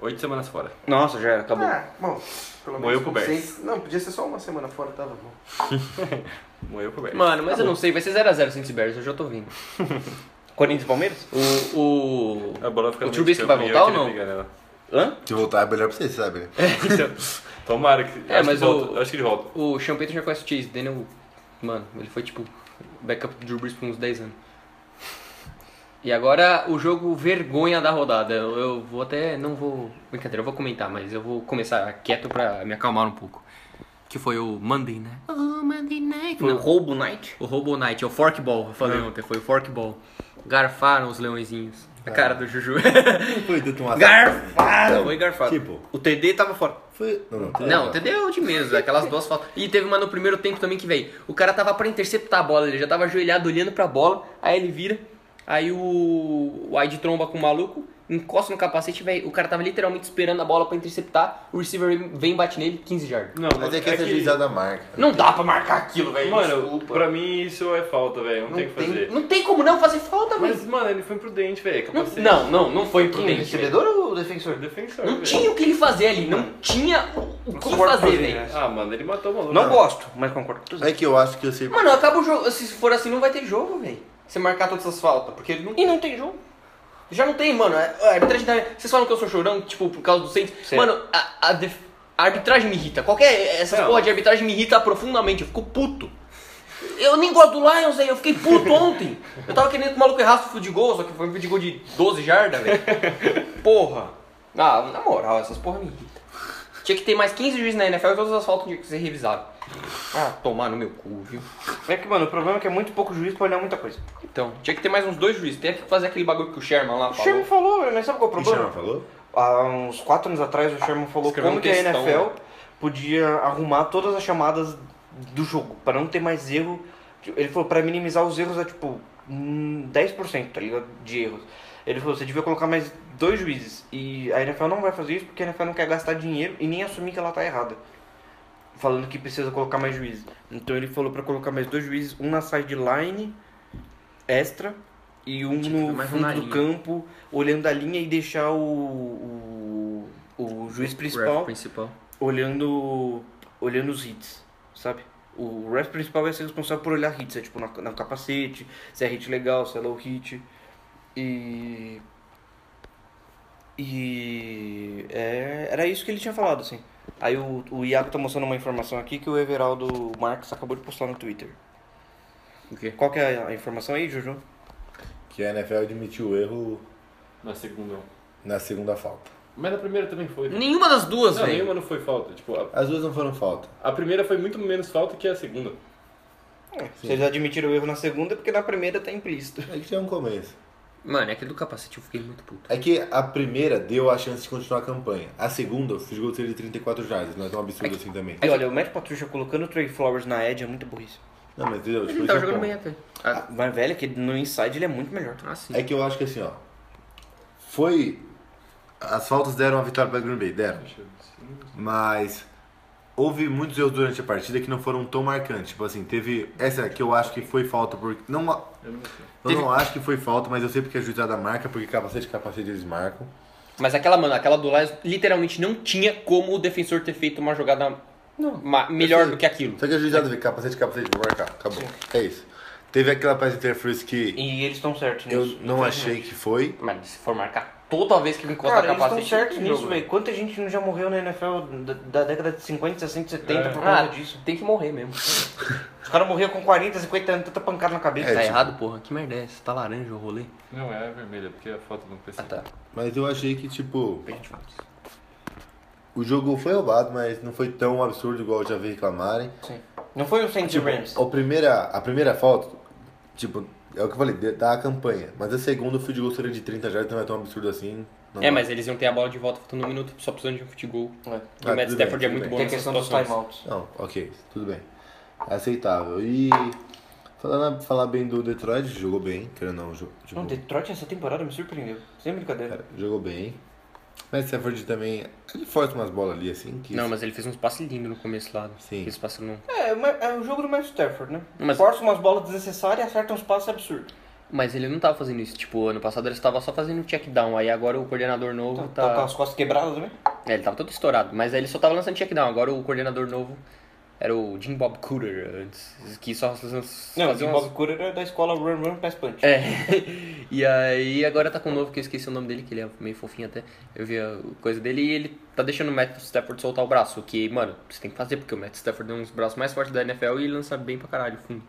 Speaker 7: Oito semanas fora.
Speaker 2: Nossa, já era, acabou.
Speaker 1: Ah, bom. Pelo
Speaker 7: Moeu pro
Speaker 1: menos
Speaker 7: Bears.
Speaker 1: consciente. Não, podia ser só uma semana fora, tava bom.
Speaker 7: Moeu pro Bears.
Speaker 4: Mano,
Speaker 2: Tá
Speaker 4: mas eu não sei. Vai ser 0x0 sem Bears, eu já tô vindo.
Speaker 2: Corinthians e Palmeiras?
Speaker 4: O... o...
Speaker 7: A bola fica
Speaker 4: O
Speaker 7: no meio
Speaker 4: Trubisky
Speaker 7: de campo
Speaker 4: vai
Speaker 7: e
Speaker 4: voltar
Speaker 7: eu
Speaker 4: ou
Speaker 7: queria pegar nela.
Speaker 2: Hã?
Speaker 5: Se voltar é melhor pra você, sabe? né?
Speaker 7: <laughs> Tomara que.
Speaker 4: É,
Speaker 7: acho
Speaker 4: mas
Speaker 7: que volta.
Speaker 4: o-
Speaker 7: Acho que ele volta.
Speaker 4: O Sean Payton já conhece o Chase Daniel. Mano, ele foi tipo backup do Drew Brees por uns 10 anos. E agora o jogo vergonha da rodada. Eu, eu vou até. Não vou. Brincadeira, eu vou comentar, mas eu vou começar quieto pra me acalmar um pouco. Que foi o Monday, né? Oh, Monday Night.
Speaker 2: Foi
Speaker 4: Não,
Speaker 2: roubo night?
Speaker 4: o Robo Night, é o Forkball, eu falei ontem, foi o Forkball. Garfaram os leõezinhos. A cara do <laughs> Juju. É.
Speaker 5: Foi tanto um
Speaker 2: Garfado! Foi garfado.
Speaker 5: Tipo.
Speaker 2: O TD tava fora.
Speaker 5: Foi. Não, não. tá
Speaker 4: Não,
Speaker 5: legal.
Speaker 4: entendeu? De menos, aquelas duas faltas. E teve uma no primeiro tempo também que veio. O cara tava pra interceptar a bola, ele já tava ajoelhado olhando pra bola, aí ele vira, aí o Wide tromba com o maluco, encosta no capacete, velho. O cara tava literalmente esperando a bola pra interceptar, o receiver vem e bate nele, 15 jardas.
Speaker 7: Não,
Speaker 5: Mas é que essa juizada marca.
Speaker 4: Não dá pra marcar aquilo, velho.
Speaker 7: Mano, pra mim isso é falta, velho. Não, tem o que fazer.
Speaker 4: Não tem como não fazer falta, velho.
Speaker 7: Mas, mano, ele foi imprudente, velho. É
Speaker 4: Não,
Speaker 7: Capacete.
Speaker 4: não, não, não foi imprudente. velho.
Speaker 1: Recebedor ou defensor?
Speaker 7: Foi um defensor,
Speaker 4: Não
Speaker 7: velho.
Speaker 4: tinha o que ele fazer ali, não tinha o o que fazer, velho.
Speaker 7: Ah, mano, ele matou o maluco.
Speaker 2: Não gosto, mas concordo com você.
Speaker 5: É que eu acho que eu sei.
Speaker 4: Mano, acaba o jogo. Se for assim, não vai ter jogo, velho.
Speaker 1: Você marcar todas essas faltas, porque ele não.
Speaker 4: E não tem jogo.
Speaker 1: Já não tem, mano. É, a arbitragem da. Vocês falam que eu sou chorão, tipo, por causa do Saints.
Speaker 2: Sim.
Speaker 1: Mano, a, a def- a arbitragem me irrita. Qualquer. Essas
Speaker 7: Não.
Speaker 1: porra de arbitragem me irrita profundamente. Eu fico puto. Eu nem gosto do Lions, aí eu fiquei puto ontem. Eu tava querendo que o maluco errasse o fio de gol, só que foi um fio de gol de 12 jardas, velho. Porra. Ah, na moral, essas porra me irritam. Tinha que ter mais 15 juízes na NFL e todas as faltas tinham que ser revisadas. Ah, tomar no meu cu, viu?
Speaker 2: É que, mano, o problema é que é muito pouco juiz pra olhar muita coisa.
Speaker 1: Então, tinha que ter mais uns dois juízes. Tem que fazer aquele bagulho que o Sherman lá
Speaker 2: O Sherman
Speaker 1: falou.
Speaker 2: falou, mas sabe qual é o
Speaker 5: O que o Sherman
Speaker 2: problema?
Speaker 5: falou?
Speaker 2: Há uns 4 anos atrás o Sherman falou
Speaker 1: Escreveu
Speaker 2: como
Speaker 1: um
Speaker 2: que a
Speaker 1: textão,
Speaker 2: NFL podia arrumar todas as chamadas do jogo, pra não ter mais erro. Ele falou, pra minimizar os erros é tipo hum, 10%, tá ligado? De erros. Ele falou, você devia colocar mais dois juízes. E a NFL não vai fazer isso porque a NFL não quer gastar dinheiro e nem assumir que ela tá errada. Falando que precisa colocar mais juízes. Então ele falou pra colocar mais dois juízes, um na sideline extra e um
Speaker 4: Tipo,
Speaker 2: no
Speaker 4: mais um
Speaker 2: fundo
Speaker 4: na
Speaker 2: do
Speaker 4: linha.
Speaker 2: campo, olhando a linha e deixar o, o, o juiz principal
Speaker 4: principal.
Speaker 2: olhando olhando os hits, sabe? O ref principal vai ser responsável por olhar hits, é tipo na, no capacete, se é hit legal, se é low hit. E. E. é, era isso que ele tinha falado, assim. Aí o, o Iago tá mostrando uma informação aqui que o Everaldo Marques acabou de postar no Twitter.
Speaker 4: O quê?
Speaker 2: Qual que é a- a informação aí, Jojo?
Speaker 5: Que a NFL admitiu o erro
Speaker 7: Na segunda.
Speaker 5: na segunda falta.
Speaker 7: Mas na primeira também foi.
Speaker 4: Nenhuma das duas,
Speaker 7: Não,
Speaker 4: velho.
Speaker 7: nenhuma não foi falta. Tipo, a,
Speaker 5: As duas não foram falta.
Speaker 7: a primeira foi muito menos falta que a segunda.
Speaker 4: Ah,
Speaker 2: Se eles admitiram o erro na segunda, é porque na primeira tá implícito.
Speaker 5: É que já é um começo.
Speaker 4: Mano, é aquele do capacete, eu fiquei muito puto.
Speaker 5: É que a primeira deu a chance de continuar a campanha. A segunda, eu fiz gol de 34 jardas, não é tão absurdo assim também.
Speaker 2: E olha, o Matt Patricia colocando o Trey Flowers na edge é muito burrice.
Speaker 5: Não, mas entendeu? Tipo,
Speaker 4: Ele
Speaker 5: esse é
Speaker 4: tava
Speaker 5: o
Speaker 4: jogando
Speaker 5: ponto.
Speaker 4: bem até. Ah,
Speaker 2: Mas velho, é que no inside ele é muito melhor.
Speaker 4: ah, sim.
Speaker 5: É que eu acho que assim, ó. Foi. As faltas deram a vitória para Green Bay, deram. Mas houve muitos erros durante a partida que não foram tão marcantes. Tipo assim, teve. Essa que eu acho que foi falta porque. Não, eu não acho que foi falta, mas eu sei porque a juizada marca, porque capacete capacete eles marcam.
Speaker 1: Mas aquela, mano, aquela do Lions literalmente não tinha como o defensor ter feito uma jogada ma- melhor do que aquilo.
Speaker 5: Só que a juizada vê capacete capacete vou marcar. Acabou. É isso. Teve aquela peça interference que
Speaker 2: E eles estão certos
Speaker 5: eu
Speaker 2: nisso.
Speaker 5: não achei que foi.
Speaker 1: Mano, se for marcar toda vez que encosta
Speaker 2: Cara,
Speaker 1: a
Speaker 2: eles estão
Speaker 1: capacete.
Speaker 2: certos
Speaker 1: que
Speaker 2: nisso,
Speaker 1: jogo,
Speaker 2: velho. Quanta gente não já morreu na NFL da, da década de 50, 60, 70
Speaker 4: É.
Speaker 2: por causa
Speaker 1: Ah,
Speaker 2: disso?
Speaker 1: tem que morrer mesmo.
Speaker 2: Os caras morriam com 40, 50 anos, tanta pancada na cabeça.
Speaker 5: É,
Speaker 4: Tá
Speaker 5: tipo-
Speaker 4: errado, porra. Que merda é essa? Tá laranja o rolê?
Speaker 7: Não, é a vermelha, porque a falta não precisa.
Speaker 4: tá.
Speaker 5: Mas eu achei que, tipo. O jogo foi roubado, mas não foi tão absurdo igual eu já vi reclamarem.
Speaker 2: Não foi É. o Saints e Rams.
Speaker 5: A primeira, a primeira falta, tipo, É o que eu falei, de- da campanha. Mas a segunda, o field goal seria de 30 jardas, então não é tão absurdo assim. Não
Speaker 4: É, mas eles iam ter a bola de volta faltando um minuto, só precisando de um futebol. E
Speaker 5: Ah,
Speaker 4: o Matt
Speaker 5: tudo
Speaker 4: Stafford
Speaker 5: bem,
Speaker 4: é muito
Speaker 5: tudo
Speaker 4: bom
Speaker 1: Tem a
Speaker 4: nessas
Speaker 1: questão dos
Speaker 4: situações.
Speaker 1: timeouts.
Speaker 5: Não, ok, tudo bem. Aceitável. E. Falando, falar bem do Detroit, jogou bem, querendo ou não, jo- tipo,
Speaker 2: Não,
Speaker 5: jogou,
Speaker 2: Detroit essa temporada me surpreendeu. Sem brincadeira.
Speaker 5: cara, jogou bem. Mas Stafford também. Ele força umas bolas ali assim. Que
Speaker 4: Não, mas ele fez uns passes lindos no começo lá.
Speaker 5: Sim.
Speaker 4: Fez passe no...
Speaker 2: É, uma- é o jogo do Matt Stafford, né?
Speaker 4: Mas-
Speaker 2: Força umas bolas desnecessárias e acerta uns passos absurdos.
Speaker 4: Mas ele não tava fazendo isso. Tipo, ano passado ele estava só fazendo check down. Aí agora o coordenador novo
Speaker 2: Tá com
Speaker 4: tá.
Speaker 2: as costas quebradas, né?
Speaker 4: É, ele tava todo estourado. Mas aí ele só tava lançando check down. Agora o coordenador novo era o Jim Bob Cooter antes. Que só fazia umas-
Speaker 2: Não,
Speaker 4: fazia
Speaker 2: o
Speaker 4: umas-
Speaker 2: Bob Cooter é da escola Run Run Pass Punch.
Speaker 4: É. <laughs> E aí agora tá com o novo, que eu esqueci o nome dele, que ele é meio fofinho até. Eu vi a coisa dele e ele tá deixando o Matt Stafford soltar o braço. o Que, mano, você tem que fazer, porque o Matt Stafford é um dos braços mais fortes da NFL e ele lança bem pra caralho, fundo.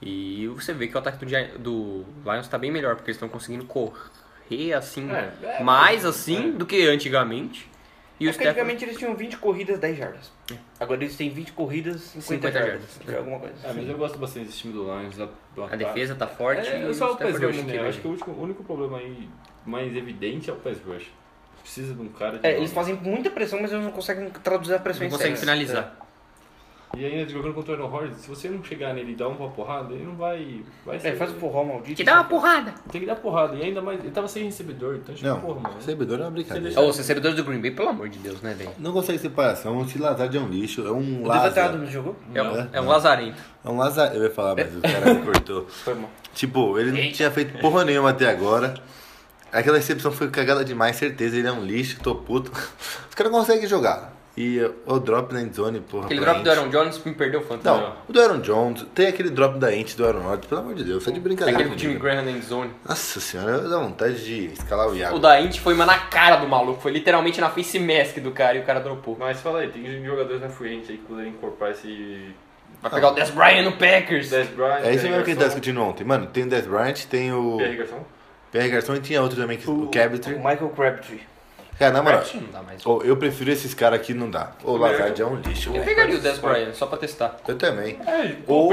Speaker 4: E você vê que o ataque do, Gi- do Lions tá bem melhor, porque eles estão conseguindo correr assim,
Speaker 1: É, é,
Speaker 4: mais assim do que antigamente. E o
Speaker 2: É Porque
Speaker 4: Stafford.
Speaker 2: antigamente eles tinham 20 corridas, 10 jardas. Agora eles têm 20 corridas, 50,
Speaker 4: 50
Speaker 2: jardas.
Speaker 4: É. jardas.
Speaker 2: É alguma coisa.
Speaker 3: É, mas eu gosto bastante desse time do Lions. A, do
Speaker 4: A
Speaker 3: ataque.
Speaker 4: defesa tá forte.
Speaker 3: É,
Speaker 4: e o
Speaker 3: eu só o pass
Speaker 4: Stafford é
Speaker 3: rush,
Speaker 4: muito
Speaker 3: né? Eu
Speaker 4: grande.
Speaker 3: acho que o, último- o único problema aí mais evidente é o pass rush. Precisa de um cara de
Speaker 2: É,
Speaker 3: nome.
Speaker 2: eles fazem muita pressão, mas eles não conseguem traduzir a pressão
Speaker 4: Não
Speaker 2: em
Speaker 4: consegue
Speaker 2: sacks.
Speaker 4: finalizar.
Speaker 3: E ainda jogando contra o Aaron Rodgers, se você não chegar nele e dar uma porrada, ele não vai... vai
Speaker 2: É, faz o forró maldito.
Speaker 4: Que dá uma porrada!
Speaker 3: Tem que dar porrada. E ainda mais... Ele tava sem recebedor, então tipo,
Speaker 5: Não,
Speaker 3: porra, mano.
Speaker 5: recebedor é uma
Speaker 4: Ô,
Speaker 5: brincadeira.
Speaker 4: os recebedores do Green Bay, pelo amor de Deus, né, velho?
Speaker 5: Não consegue separação, o Lazard é um lixo, é
Speaker 4: tá
Speaker 5: um
Speaker 2: O Devante
Speaker 5: Lazard.
Speaker 2: Adams jogou?
Speaker 4: É um,
Speaker 5: Não,
Speaker 4: é um
Speaker 5: não.
Speaker 4: lazarento.
Speaker 5: É um Lazard. Eu ia falar, mas o
Speaker 4: <laughs>
Speaker 5: cara me cortou.
Speaker 2: Foi mal.
Speaker 5: Tipo, ele não tinha feito porra nenhuma até agora. Aquela recepção foi cagada demais, certeza. Ele é um lixo, tô puto. Os caras não conseguem jogar. E o drop na endzone, porra.
Speaker 4: Aquele
Speaker 5: pra
Speaker 4: drop do
Speaker 5: Ents.
Speaker 4: Aaron Jones me perdeu o né? fantasma.
Speaker 5: Não, o do Aaron Jones, tem aquele drop da Ent do Aaron Rodgers, pelo amor de Deus, tá de brincadeira.
Speaker 4: Hum. Aquele do time
Speaker 5: comigo.
Speaker 4: Graham na Zone.
Speaker 5: Nossa senhora, dá vontade de escalar o Iago.
Speaker 4: O da Indy foi uma na cara do maluco, foi literalmente na face mask do cara e o cara dropou.
Speaker 3: Mas fala aí, tem jogadores na frente aí que poderem incorporar esse...
Speaker 4: Vai pegar o Des Bryant no Packers.
Speaker 3: Dez Bryant,
Speaker 5: É isso mesmo
Speaker 3: Pierre
Speaker 5: que a gente tá
Speaker 3: Garçon.
Speaker 5: discutindo ontem. Mano, tem o Death Bryant, tem o
Speaker 3: Pierre Garçon.
Speaker 5: Pierre Garçon e tinha outro também, que, é o,
Speaker 2: O
Speaker 5: Cabotry.
Speaker 2: Michael Crabtree.
Speaker 5: Cara, na moral,
Speaker 4: Não dá mais.
Speaker 5: ô, eu prefiro esses caras aqui, não dá. O Lazard é um lixo.
Speaker 4: Eu pegaria o Des Bryant só pra testar.
Speaker 5: Eu também.
Speaker 3: Ou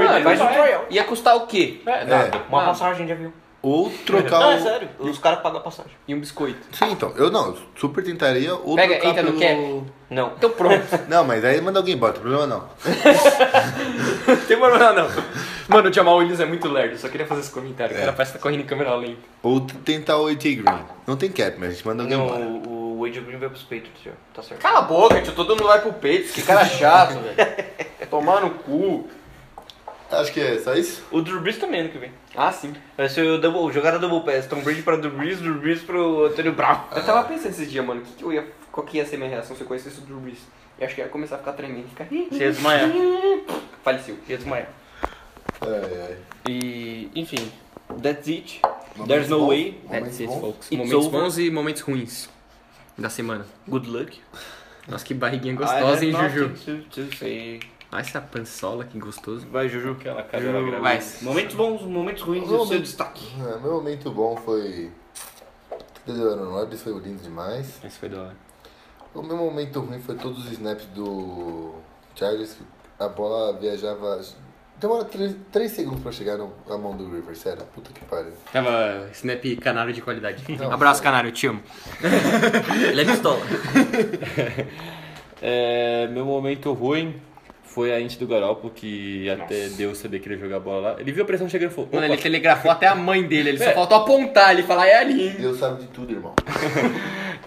Speaker 5: Ou,
Speaker 4: Ah,
Speaker 3: perdeu
Speaker 4: vai
Speaker 2: Faz um
Speaker 4: de-
Speaker 2: trial.
Speaker 4: Ia custar o quê?
Speaker 3: É,
Speaker 5: nada.
Speaker 3: nada.
Speaker 2: Uma
Speaker 4: Ah.
Speaker 2: passagem de avião.
Speaker 5: ou trocar
Speaker 2: Não, é
Speaker 5: o-
Speaker 2: sério. Os caras pagam a passagem.
Speaker 4: E um biscoito.
Speaker 5: Sim, então. Eu não, super tentaria ou
Speaker 4: Pega,
Speaker 5: trocar
Speaker 4: entra no
Speaker 5: pelo...
Speaker 2: Não.
Speaker 4: Então pronto.
Speaker 5: <laughs> Não, mas aí manda alguém embora, não tem problema não.
Speaker 4: <laughs> Tem problema não. Mano, o Jamal Williams é muito lerdo, só queria fazer esse comentário. O cara parece que tá correndo em câmera lenta.
Speaker 5: Ou tentar o AT Green. Não tem cap, mas a gente manda alguém
Speaker 2: Não,
Speaker 5: embora.
Speaker 2: o, o Wade Green vai pros Patriots, já. Tá certo.
Speaker 4: Cala a boca, tio, todo mundo vai pro peito. Que cara chato, <laughs> velho. Tomar no cu.
Speaker 5: Acho que é só isso.
Speaker 2: O Drew Brees também ano que vem.
Speaker 4: Ah, sim.
Speaker 2: Vai ser o double, jogada double pass. Tom Brady pra Drew Brees, Drew Brees pro Antônio Brown.
Speaker 4: Eu tava pensando esses dias, mano, que que eu ia, qual que ia ser minha reação se eu conhecesse o Drew Brees. Eu acho que ia começar a ficar tremendo, ficar...
Speaker 2: Você ia desmaiar.
Speaker 4: <laughs> Faleceu.
Speaker 2: Ia desmaiar.
Speaker 5: Ai, ai.
Speaker 2: E, enfim. That's it. There's no way.
Speaker 4: That's it, folks.
Speaker 2: It's
Speaker 4: momentos
Speaker 2: over.
Speaker 4: bons e momentos ruins da semana.
Speaker 2: Good luck.
Speaker 4: Nossa, que barriguinha gostosa, hein,
Speaker 2: I have
Speaker 4: Juju?
Speaker 2: nothing to- to say.
Speaker 4: Olha essa pançola, que gostoso.
Speaker 2: Vai, Juju.
Speaker 3: Aquela cadela grávida.
Speaker 4: Vai.
Speaker 2: Momentos bons, momentos ruins e o seu destaque.
Speaker 5: É, meu momento bom foi. O do Aaron Rodgers foi lindo demais.
Speaker 4: Esse foi da hora.
Speaker 5: O meu momento ruim foi todos os snaps do Chargers, que a bola viajava. Demora 3 segundos pra chegar no- na mão do River, sério. Puta que pariu.
Speaker 4: Tava snap canário de qualidade.
Speaker 5: Não,
Speaker 4: Abraço,
Speaker 5: foi.
Speaker 4: canário, te amo. <laughs> Ele é pistola.
Speaker 3: É, meu momento ruim foi a int do Garoppolo, que até Deus sabia que ele ia jogar a bola lá. Ele viu a pressão chegando e falou,
Speaker 4: Mano,
Speaker 3: "Opa."
Speaker 4: ele telegrafou até a mãe dele, ele só
Speaker 3: É.
Speaker 4: faltou apontar, ele falar, é ali, hein?
Speaker 5: Deus sabe de tudo, irmão.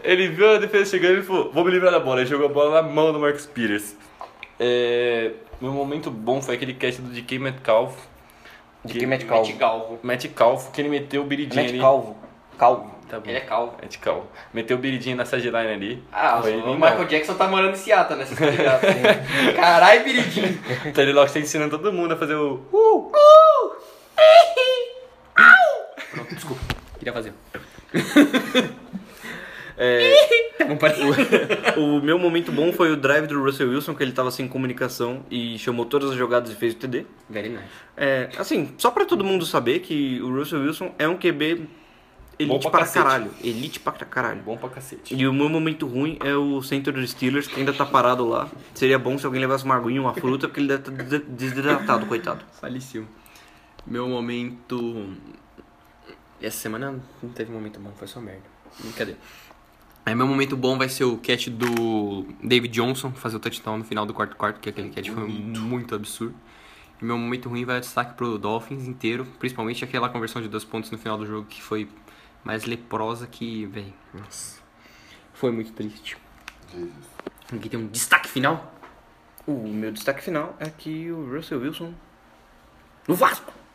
Speaker 3: Ele viu a defesa chegando e falou, vou me livrar da bola. Ele jogou a bola na mão do Marcus Peters. É, meu momento bom foi aquele catch do DK Metcalf. DK
Speaker 2: Metcalf.
Speaker 4: Calvo.
Speaker 3: Matt Calvo, que ele meteu o biridinho
Speaker 2: Matt
Speaker 3: ali.
Speaker 2: Calvo. Calvo.
Speaker 3: Tá bom.
Speaker 4: Ele é calvo.
Speaker 3: Matt Calvo. Meteu o biridinho na sideline ali.
Speaker 4: Ah,
Speaker 3: Foi
Speaker 4: o
Speaker 3: animal.
Speaker 4: Michael Jackson tá morando em Seattle, né? Vocês estão ligados? Caralho, Biridinho.
Speaker 3: Então ele
Speaker 4: tá
Speaker 3: logo está ensinando todo mundo a fazer o...
Speaker 4: Queria <laughs> fazer. É.
Speaker 2: O meu momento bom foi o drive do Russell Wilson, que ele tava sem comunicação e chamou todas as jogadas e fez o TD.
Speaker 4: Very nice.
Speaker 2: É, assim, só pra todo mundo saber que o Russell Wilson é um QB
Speaker 3: Bom
Speaker 2: elite
Speaker 3: pra
Speaker 2: pra,
Speaker 3: cacete.
Speaker 2: caralho. Elite pra caralho.
Speaker 3: Bom pra cacete.
Speaker 2: E o meu momento ruim é o centro dos Steelers, que ainda tá parado lá. Seria bom se alguém levasse uma aguinha, uma fruta, porque ele deve estar desidratado, tá coitado.
Speaker 4: Faleceu. Meu momento. Essa semana não teve momento bom, foi só merda. Brincadeira. Aí meu momento bom vai ser o catch do David Johnson, fazer o touchdown no final do quarto quarto, que aquele catch foi muito absurdo. E meu momento ruim vai destaque pro Dolphins inteiro, principalmente aquela conversão de dois pontos no final do jogo que foi mais leprosa que, véi, nossa. Foi muito triste. Aqui tem um destaque final.
Speaker 2: O meu destaque final é que o Russell Wilson no Vasco